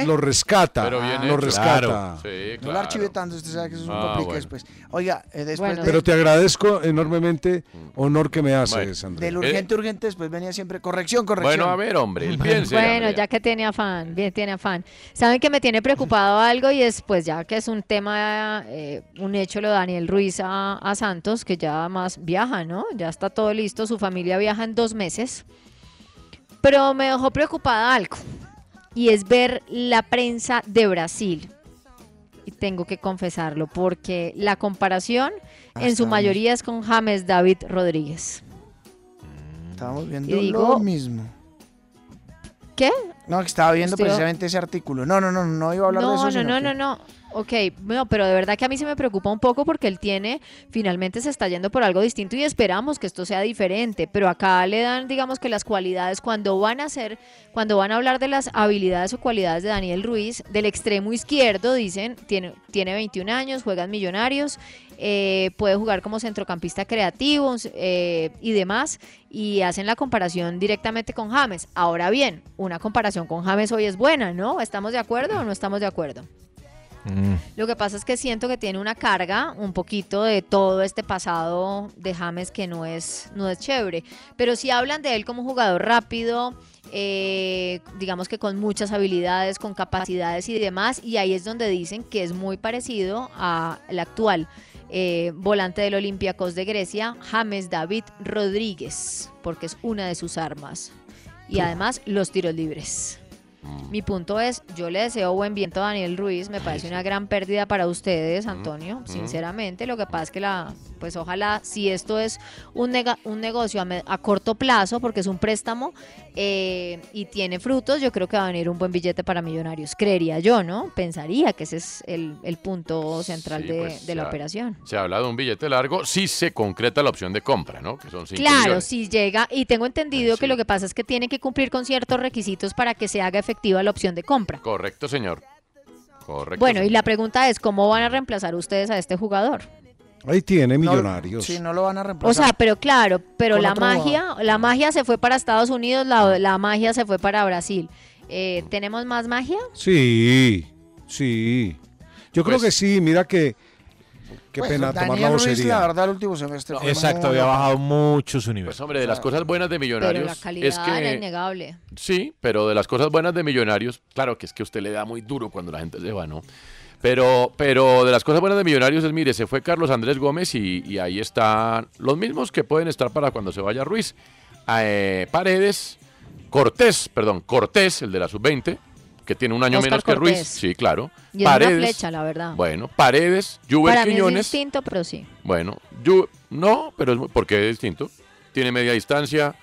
lo rescata.
Pero bien
lo
hecho.
Ah, rescata.
Claro.
Sí,
No lo archivé tanto, usted sabe que eso es un
Ah,
complique
bueno.
después. Oiga, eh, después de-
Pero te agradezco enormemente honor que me haces,
Bueno.
Andrés.
del urgente, urgente, después venía siempre corrección, corrección.
Eh, Bueno, a ver, hombre, el piense.
Bueno,
Andrea.
ya que tiene afán, bien tiene afán. Saben que me tiene preocupado algo y es pues ya que es un tema, eh, un hecho lo de Daniel Ruiz a, a Santos, que ya además viaja, ¿no? Ya está todo listo, su familia viaja en dos meses. Pero me dejó preocupada algo y es ver la prensa de Brasil. Y tengo que confesarlo porque la comparación en su
Estamos-
mayoría es con James David Rodríguez.
Estábamos
Y
viendo
digo,
lo mismo.
¿qué?
No, que estaba viendo
Usted va-
precisamente ese artículo. No, no, no, no iba a hablar de eso.
No, no,
sino
no,
que-
no, no. Ok, no, pero de verdad que a mí se me preocupa un poco porque él tiene, finalmente se está yendo por algo distinto y esperamos que esto sea diferente, pero acá le dan, digamos que las cualidades, cuando van a hacer, cuando van a hablar de las habilidades o cualidades de Daniel Ruiz, del extremo izquierdo, dicen, tiene, tiene 21 años, juega en Millonarios, eh, puede jugar como centrocampista creativo eh, y demás, y hacen la comparación directamente con James. Ahora bien, una comparación con James hoy es buena, ¿no? ¿Estamos de acuerdo o no estamos de acuerdo? Lo que pasa es que siento que tiene una carga un poquito de todo este pasado de James que no es, no es chévere. Pero si hablan de él como un jugador rápido, eh, digamos que con muchas habilidades, con capacidades y demás, y ahí es donde dicen que es muy parecido al actual eh, volante del Olympiacos de Grecia, James David Rodríguez, porque es una de sus armas. Y además los tiros libres. Mi punto es, yo le deseo buen viento a Daniel Ruiz, me parece una gran pérdida para ustedes, Antonio,
mm.
sinceramente, lo que pasa es que la, pues ojalá, si esto es un, nega- un negocio a, me- a corto plazo, porque es un préstamo eh, y tiene frutos, yo creo que va a venir un buen billete para millonarios, creería yo, ¿no? Pensaría que ese es el, el punto central
Sí,
de,
pues,
de la
se ha-
operación.
Se ha hablado de un billete largo si se concreta la opción de compra, ¿no? Que son cinco
Claro,
millones.
si llega, y tengo entendido que lo que pasa es que tiene que cumplir con ciertos requisitos para que se haga efectiva la opción de compra.
Correcto, señor. Correcto.
Bueno, y
señor.
la pregunta es, ¿cómo van a reemplazar ustedes a este jugador?
Ahí tiene Millonarios.
Sí, no lo van a
O
reemplazar.
sea, pero claro, pero
Con
la
otro
magia, la magia se fue para Estados Unidos, la, la magia se fue para Brasil. Eh, ¿Tenemos más magia?
Sí, sí. Yo creo que sí, mira que... Qué
Pues,
pena tomar la
Daniel Ruiz,
vocería.
la verdad, el último semestre. fue
Exacto,
muy
había
loco.
bajado mucho su nivel.
Pues, hombre, de las cosas buenas de
Pero
Millonarios
la calidad
Pues, es
era
que...
innegable.
Sí, pero de las cosas buenas de Millonarios, claro que es que usted le da muy duro cuando la gente se va, ¿no? Pero, pero de las cosas buenas de Millonarios es, mire, se fue Carlos Andrés Gómez y, y ahí están los mismos que pueden estar para cuando se vaya Ruiz. Eh, Paredes, Cortés, perdón, Cortés, el de la sub-20, que tiene un año
Oscar
menos que Ruiz.
Cortés.
Sí, claro.
Y es
Paredes.
una flecha, la verdad.
Bueno, Paredes, Juber
para mí es
Quiñones.
distinto, pero sí.
Bueno, yo no, pero es muy- porque es distinto. Tiene media distancia,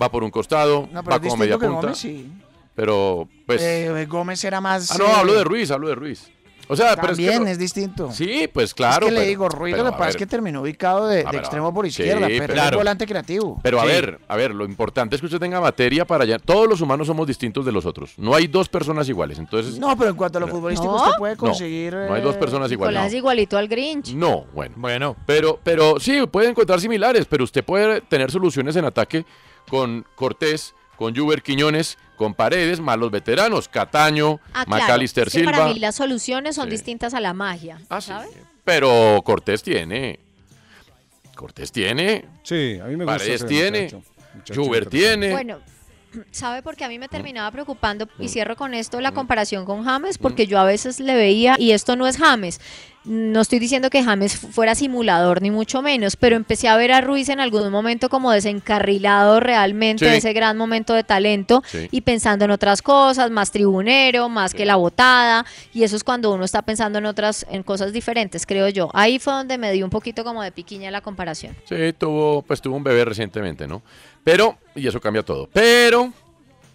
va por un costado,
No, pero
va
es
como
distinto
media
que
punta.
Gómez, sí.
Pero, pues.
Eh, Gómez era más.
ah, no,
eh,
hablo de Ruiz, hablo de Ruiz. O sea, pero es que.
También
no-
es distinto.
Sí, pues claro.
es que le
pero-
digo, Ruiz
pero,
lo
a
que pasa es
ver, Ah,
que terminó ubicado de, de
pero-
extremo por
sí,
izquierda, pero, es
claro.
volante creativo.
Pero a
Sí.
ver, a ver, lo importante es que usted tenga materia para allá. Todos los humanos somos distintos de los otros. No hay dos personas iguales. Entonces.
No, pero en cuanto a lo
No.
futbolístico,
No.
usted puede
No,
conseguir. eh,
no hay dos personas iguales.
Nicolás
no.
igualito al Grinch.
No, bueno. Bueno. Pero, pero sí, pueden encontrar similares, pero usted puede tener soluciones en ataque con Cortés, con Juber Quiñones, con Paredes, más los veteranos, Cataño,
Ah, claro,
Macalister
es que Para
Silva.
mí las soluciones son
Sí. Ah,
distintas a la magia. ¿sabes?
Pero Cortés tiene. Cortés tiene.
Sí, a mí me gusta
Paredes
ese
tiene.
muchacho, muchacho
Juber tiene. Mm.
Bueno, ¿sabe por qué a mí me terminaba preocupando? Y cierro con esto la comparación con James, porque yo a veces le veía, y esto no es James, no estoy diciendo que James fu- fuera simulador, ni mucho menos, pero empecé a ver a Ruiz en algún momento como desencarrilado realmente
Sí.
de ese gran momento de talento
Sí.
y pensando en otras cosas, más tribunero, más que la botada, y eso es cuando uno está pensando en otras, en cosas diferentes, creo yo. Ahí fue donde me dio un poquito como de piquiña la comparación.
Sí, tuvo, pues tuvo un bebé recientemente, ¿no? Pero, y eso cambia todo. Pero,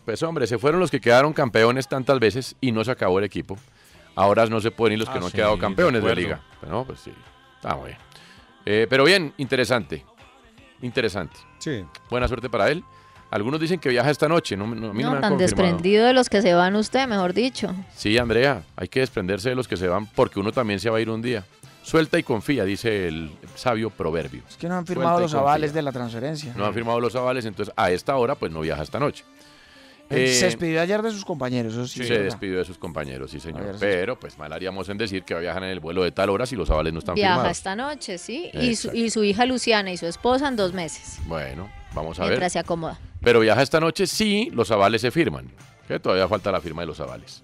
pues hombre, se fueron los que quedaron campeones tantas veces y no se acabó el equipo. Ahora no se pueden ir los que
Ah,
no han
sí,
quedado
de
campeones de, la
acuerdo.
liga. Bueno, pues sí, está muy bien. Eh, pero bien, interesante. Interesante.
Sí.
Buena suerte para él. Algunos dicen que viaja esta noche. No, no, a mí no
No,
me han
tan
confirmado.
desprendido de los que se van usted, mejor dicho.
Sí, Andrea, hay que desprenderse de los que se van porque uno también se va a ir un día. Suelta y confía, dice el sabio proverbio.
Es que no han firmado los avales de la transferencia.
No han firmado los avales, entonces a esta hora pues no viaja esta noche.
Él
Eh,
se despidió ayer de sus compañeros, eso sí.
se
es verdad.
despidió de sus compañeros, sí señor.
Ayer se-
Pero pues mal haríamos en decir que viajan en el vuelo de tal hora si los avales no están
Viaja
firmados.
esta noche, sí. Y su, y su hija Luciana y su esposa en dos meses,
Bueno, vamos a
mientras
ver.
se acomoda.
Pero viaja esta noche si los avales se firman. Que todavía falta la firma de los avales.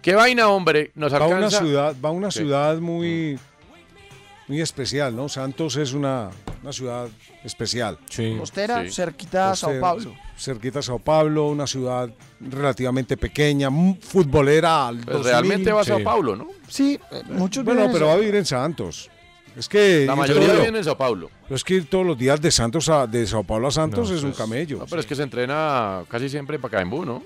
Qué vaina, hombre, nos
Va a una
Pues alcanza.
ciudad, va a una
Sí.
ciudad muy, muy especial, ¿no? Santos es una, una ciudad especial.
Costera, cerquita a Sao Paulo.
Cerquita a Sao Paulo, una ciudad relativamente pequeña, m- futbolera. Al
Pues
2000.
realmente va a Sao
Sí.
Paulo, ¿no?
Sí, eh, muchos
Bueno,
viven en
pero
Sao-
va a vivir en Santos. Es que
La
ir
mayoría
todo-
viene en Sao Paulo.
pero es que ir todos los días de Santos a, de Sao Paulo a Santos
No,
es un
pues,
camello.
No, pero es que se entrena casi siempre en Pacaembu, ¿no?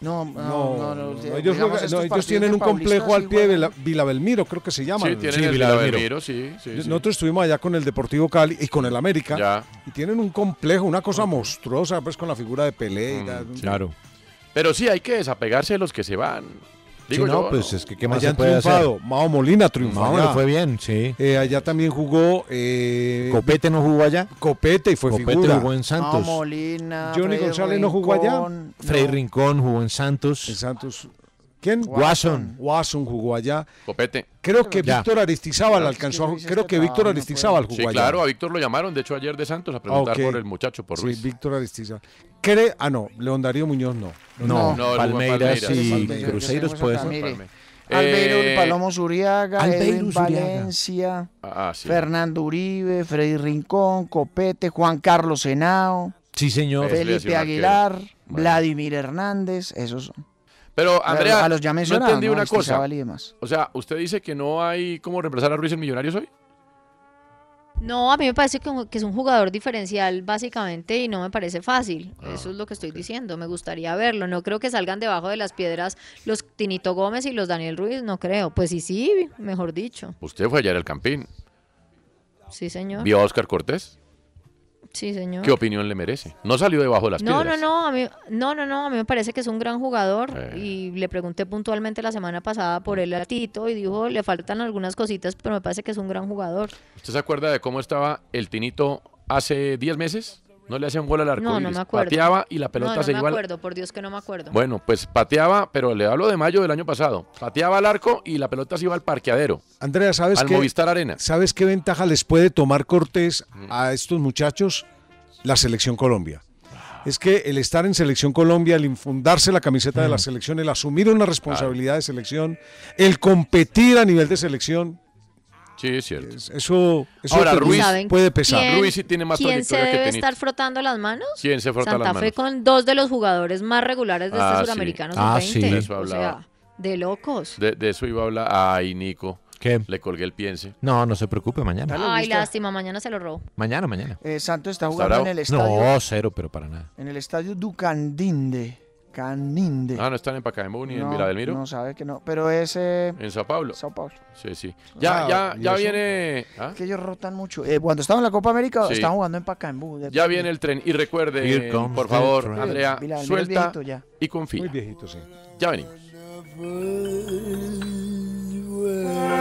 No, no, no, no,
No,
Pues digamos,
ellos, juegan-
estos
no, ellos
partidos
tienen
de
un complejo
Paulistas
al
sí
pie de
juegan.
Vila- Vilabelmiro, creo que se llama.
Sí,
¿no?
tienen el Vilademiro, sí, sí, sí.
Nosotros estuvimos allá con el Deportivo Cali y con el América. Y tienen un complejo, una cosa monstruosa, pues con la figura de Pelé.
Mm,
y tal.
Claro. Pero sí, hay que desapegarse de los que se van. Digo
no,
yo,
pues es
que qué más se
Allá han
puede hacer.
triunfado. Mao Molina triunfó.
Mao le
allá.
fue bien, sí.
Eh, allá también jugó. eh,
Copete no jugó allá.
Copete y fue
Copete
figura.
jugó en Santos.
No, Molina,
Johnny
Freddy
González no jugó allá.
Rincón,
Freddy Rincón jugó en Santos. En
Santos. ¿Quién?
Watson.
Watson jugó allá.
Copete.
Creo que
Ya.
Víctor Aristizábal alcanzó. a ju- creo que Víctor Aristizábal jugó
Sí,
allá.
claro, a Víctor lo llamaron, de hecho, ayer de Santos a preguntar
ok.
por el muchacho, por Ruiz.
Sí, Víctor Aristiza. Cre- ah, no, León Darío Muñoz no.
No, No, no, Palmeiras
Palmeiras y Palmeiras. Cruzeiro puede ser.
Mire,
Eh,
Albeiro, Palomo Zuriaga,
Albeiro
Edwin
Zuriaga.
Valencia,
Ah, sí.
Fernando Uribe, Freddy Rincón, Copete, Juan Carlos Henao,
Sí, señor.
Felipe Aguilar, Vladimir Hernández, esos son.
Pero,
A-
Andrea,
a los ya
no
mencionados,
entendí
¿no? Este
una cosa.
Aristizábal y demás.
O sea, usted dice que no hay cómo reemplazar a Ruiz en Millonarios hoy.
No, a mí me parece que, un- que es un jugador diferencial básicamente y no me parece fácil.
Ah,
Eso es lo que estoy diciendo. Me gustaría verlo. No creo que salgan debajo de las piedras los Tinito Gómez y los Daniel Ruiz. No creo. Pues sí, sí, mejor dicho.
Usted fue ayer al Campín.
Sí, señor.
Vio a Oscar Cortés.
Sí, señor.
¿Qué opinión le merece? No salió debajo de las
no,
piedras.
no, no, a mí, no, no, no, a mí me parece que es un gran jugador
Eh.
y le pregunté puntualmente la semana pasada por él a Tito y dijo, le faltan algunas cositas, pero me parece que es un gran jugador.
¿Usted se acuerda de cómo estaba el Tinito hace 10 meses? No le hacían bola al arco
No, no
iris.
me acuerdo.
Pateaba y la pelota
no, no
se
me
iba al-
acuerdo, por Dios que no me acuerdo.
Bueno, pues pateaba, pero le hablo de mayo del año pasado. Pateaba al arco y la pelota se iba al parqueadero.
Andrea, ¿sabes
Al
qué?
Movistar Arena.
¿Sabes qué ventaja les puede tomar Cortés a estos muchachos? La selección Colombia. Es que el estar en Selección Colombia, el infundarse la camiseta de la selección, el asumir una responsabilidad de selección, el competir a nivel de selección,
Sí, es cierto.
eso, eso
Ahora,
te-
Ruiz
¿Saben
puede pesar.
quién-
Ruiz sí tiene más
¿Quién se
trayectoria que
debe
Tinito.
estar frotando las manos?
¿Quién se frota
Santa
las
Fe
manos?
con dos de los jugadores más regulares de
Ah,
este
sí.
suramericano
Ah,
sub-20.
sí. De eso
o
hablaba.
sea, de locos.
De, de eso iba a hablar. Ay, Nico.
¿Qué?
Le colgué el piense.
No, no se preocupe, mañana.
Ay, lástima, mañana se lo robo.
Mañana, mañana.
Eh, Santos está jugando en el estadio.
No, cero, pero para nada.
En el estadio Ducandinde. Candinde.
Ah, no están en Pacaembu ni en
No,
Viladelmiro.
No sabe que no. Pero es. eh,
En Sao Paulo.
Sao Paulo.
Sí, sí. Ya,
Ah,
ya,
y
ya
eso-
viene. ¿ah?
Que ellos rotan mucho. Eh, cuando estaban en la Copa América,
Sí.
estaban jugando en Pacaembu. De-
Ya viene el tren. Y recuerde,
Here comes
por
the
favor,
train.
Andrea,
Mira, mira,
suelta
viejito ya.
y confía.
Muy viejito, sí.
Ya venimos.
Never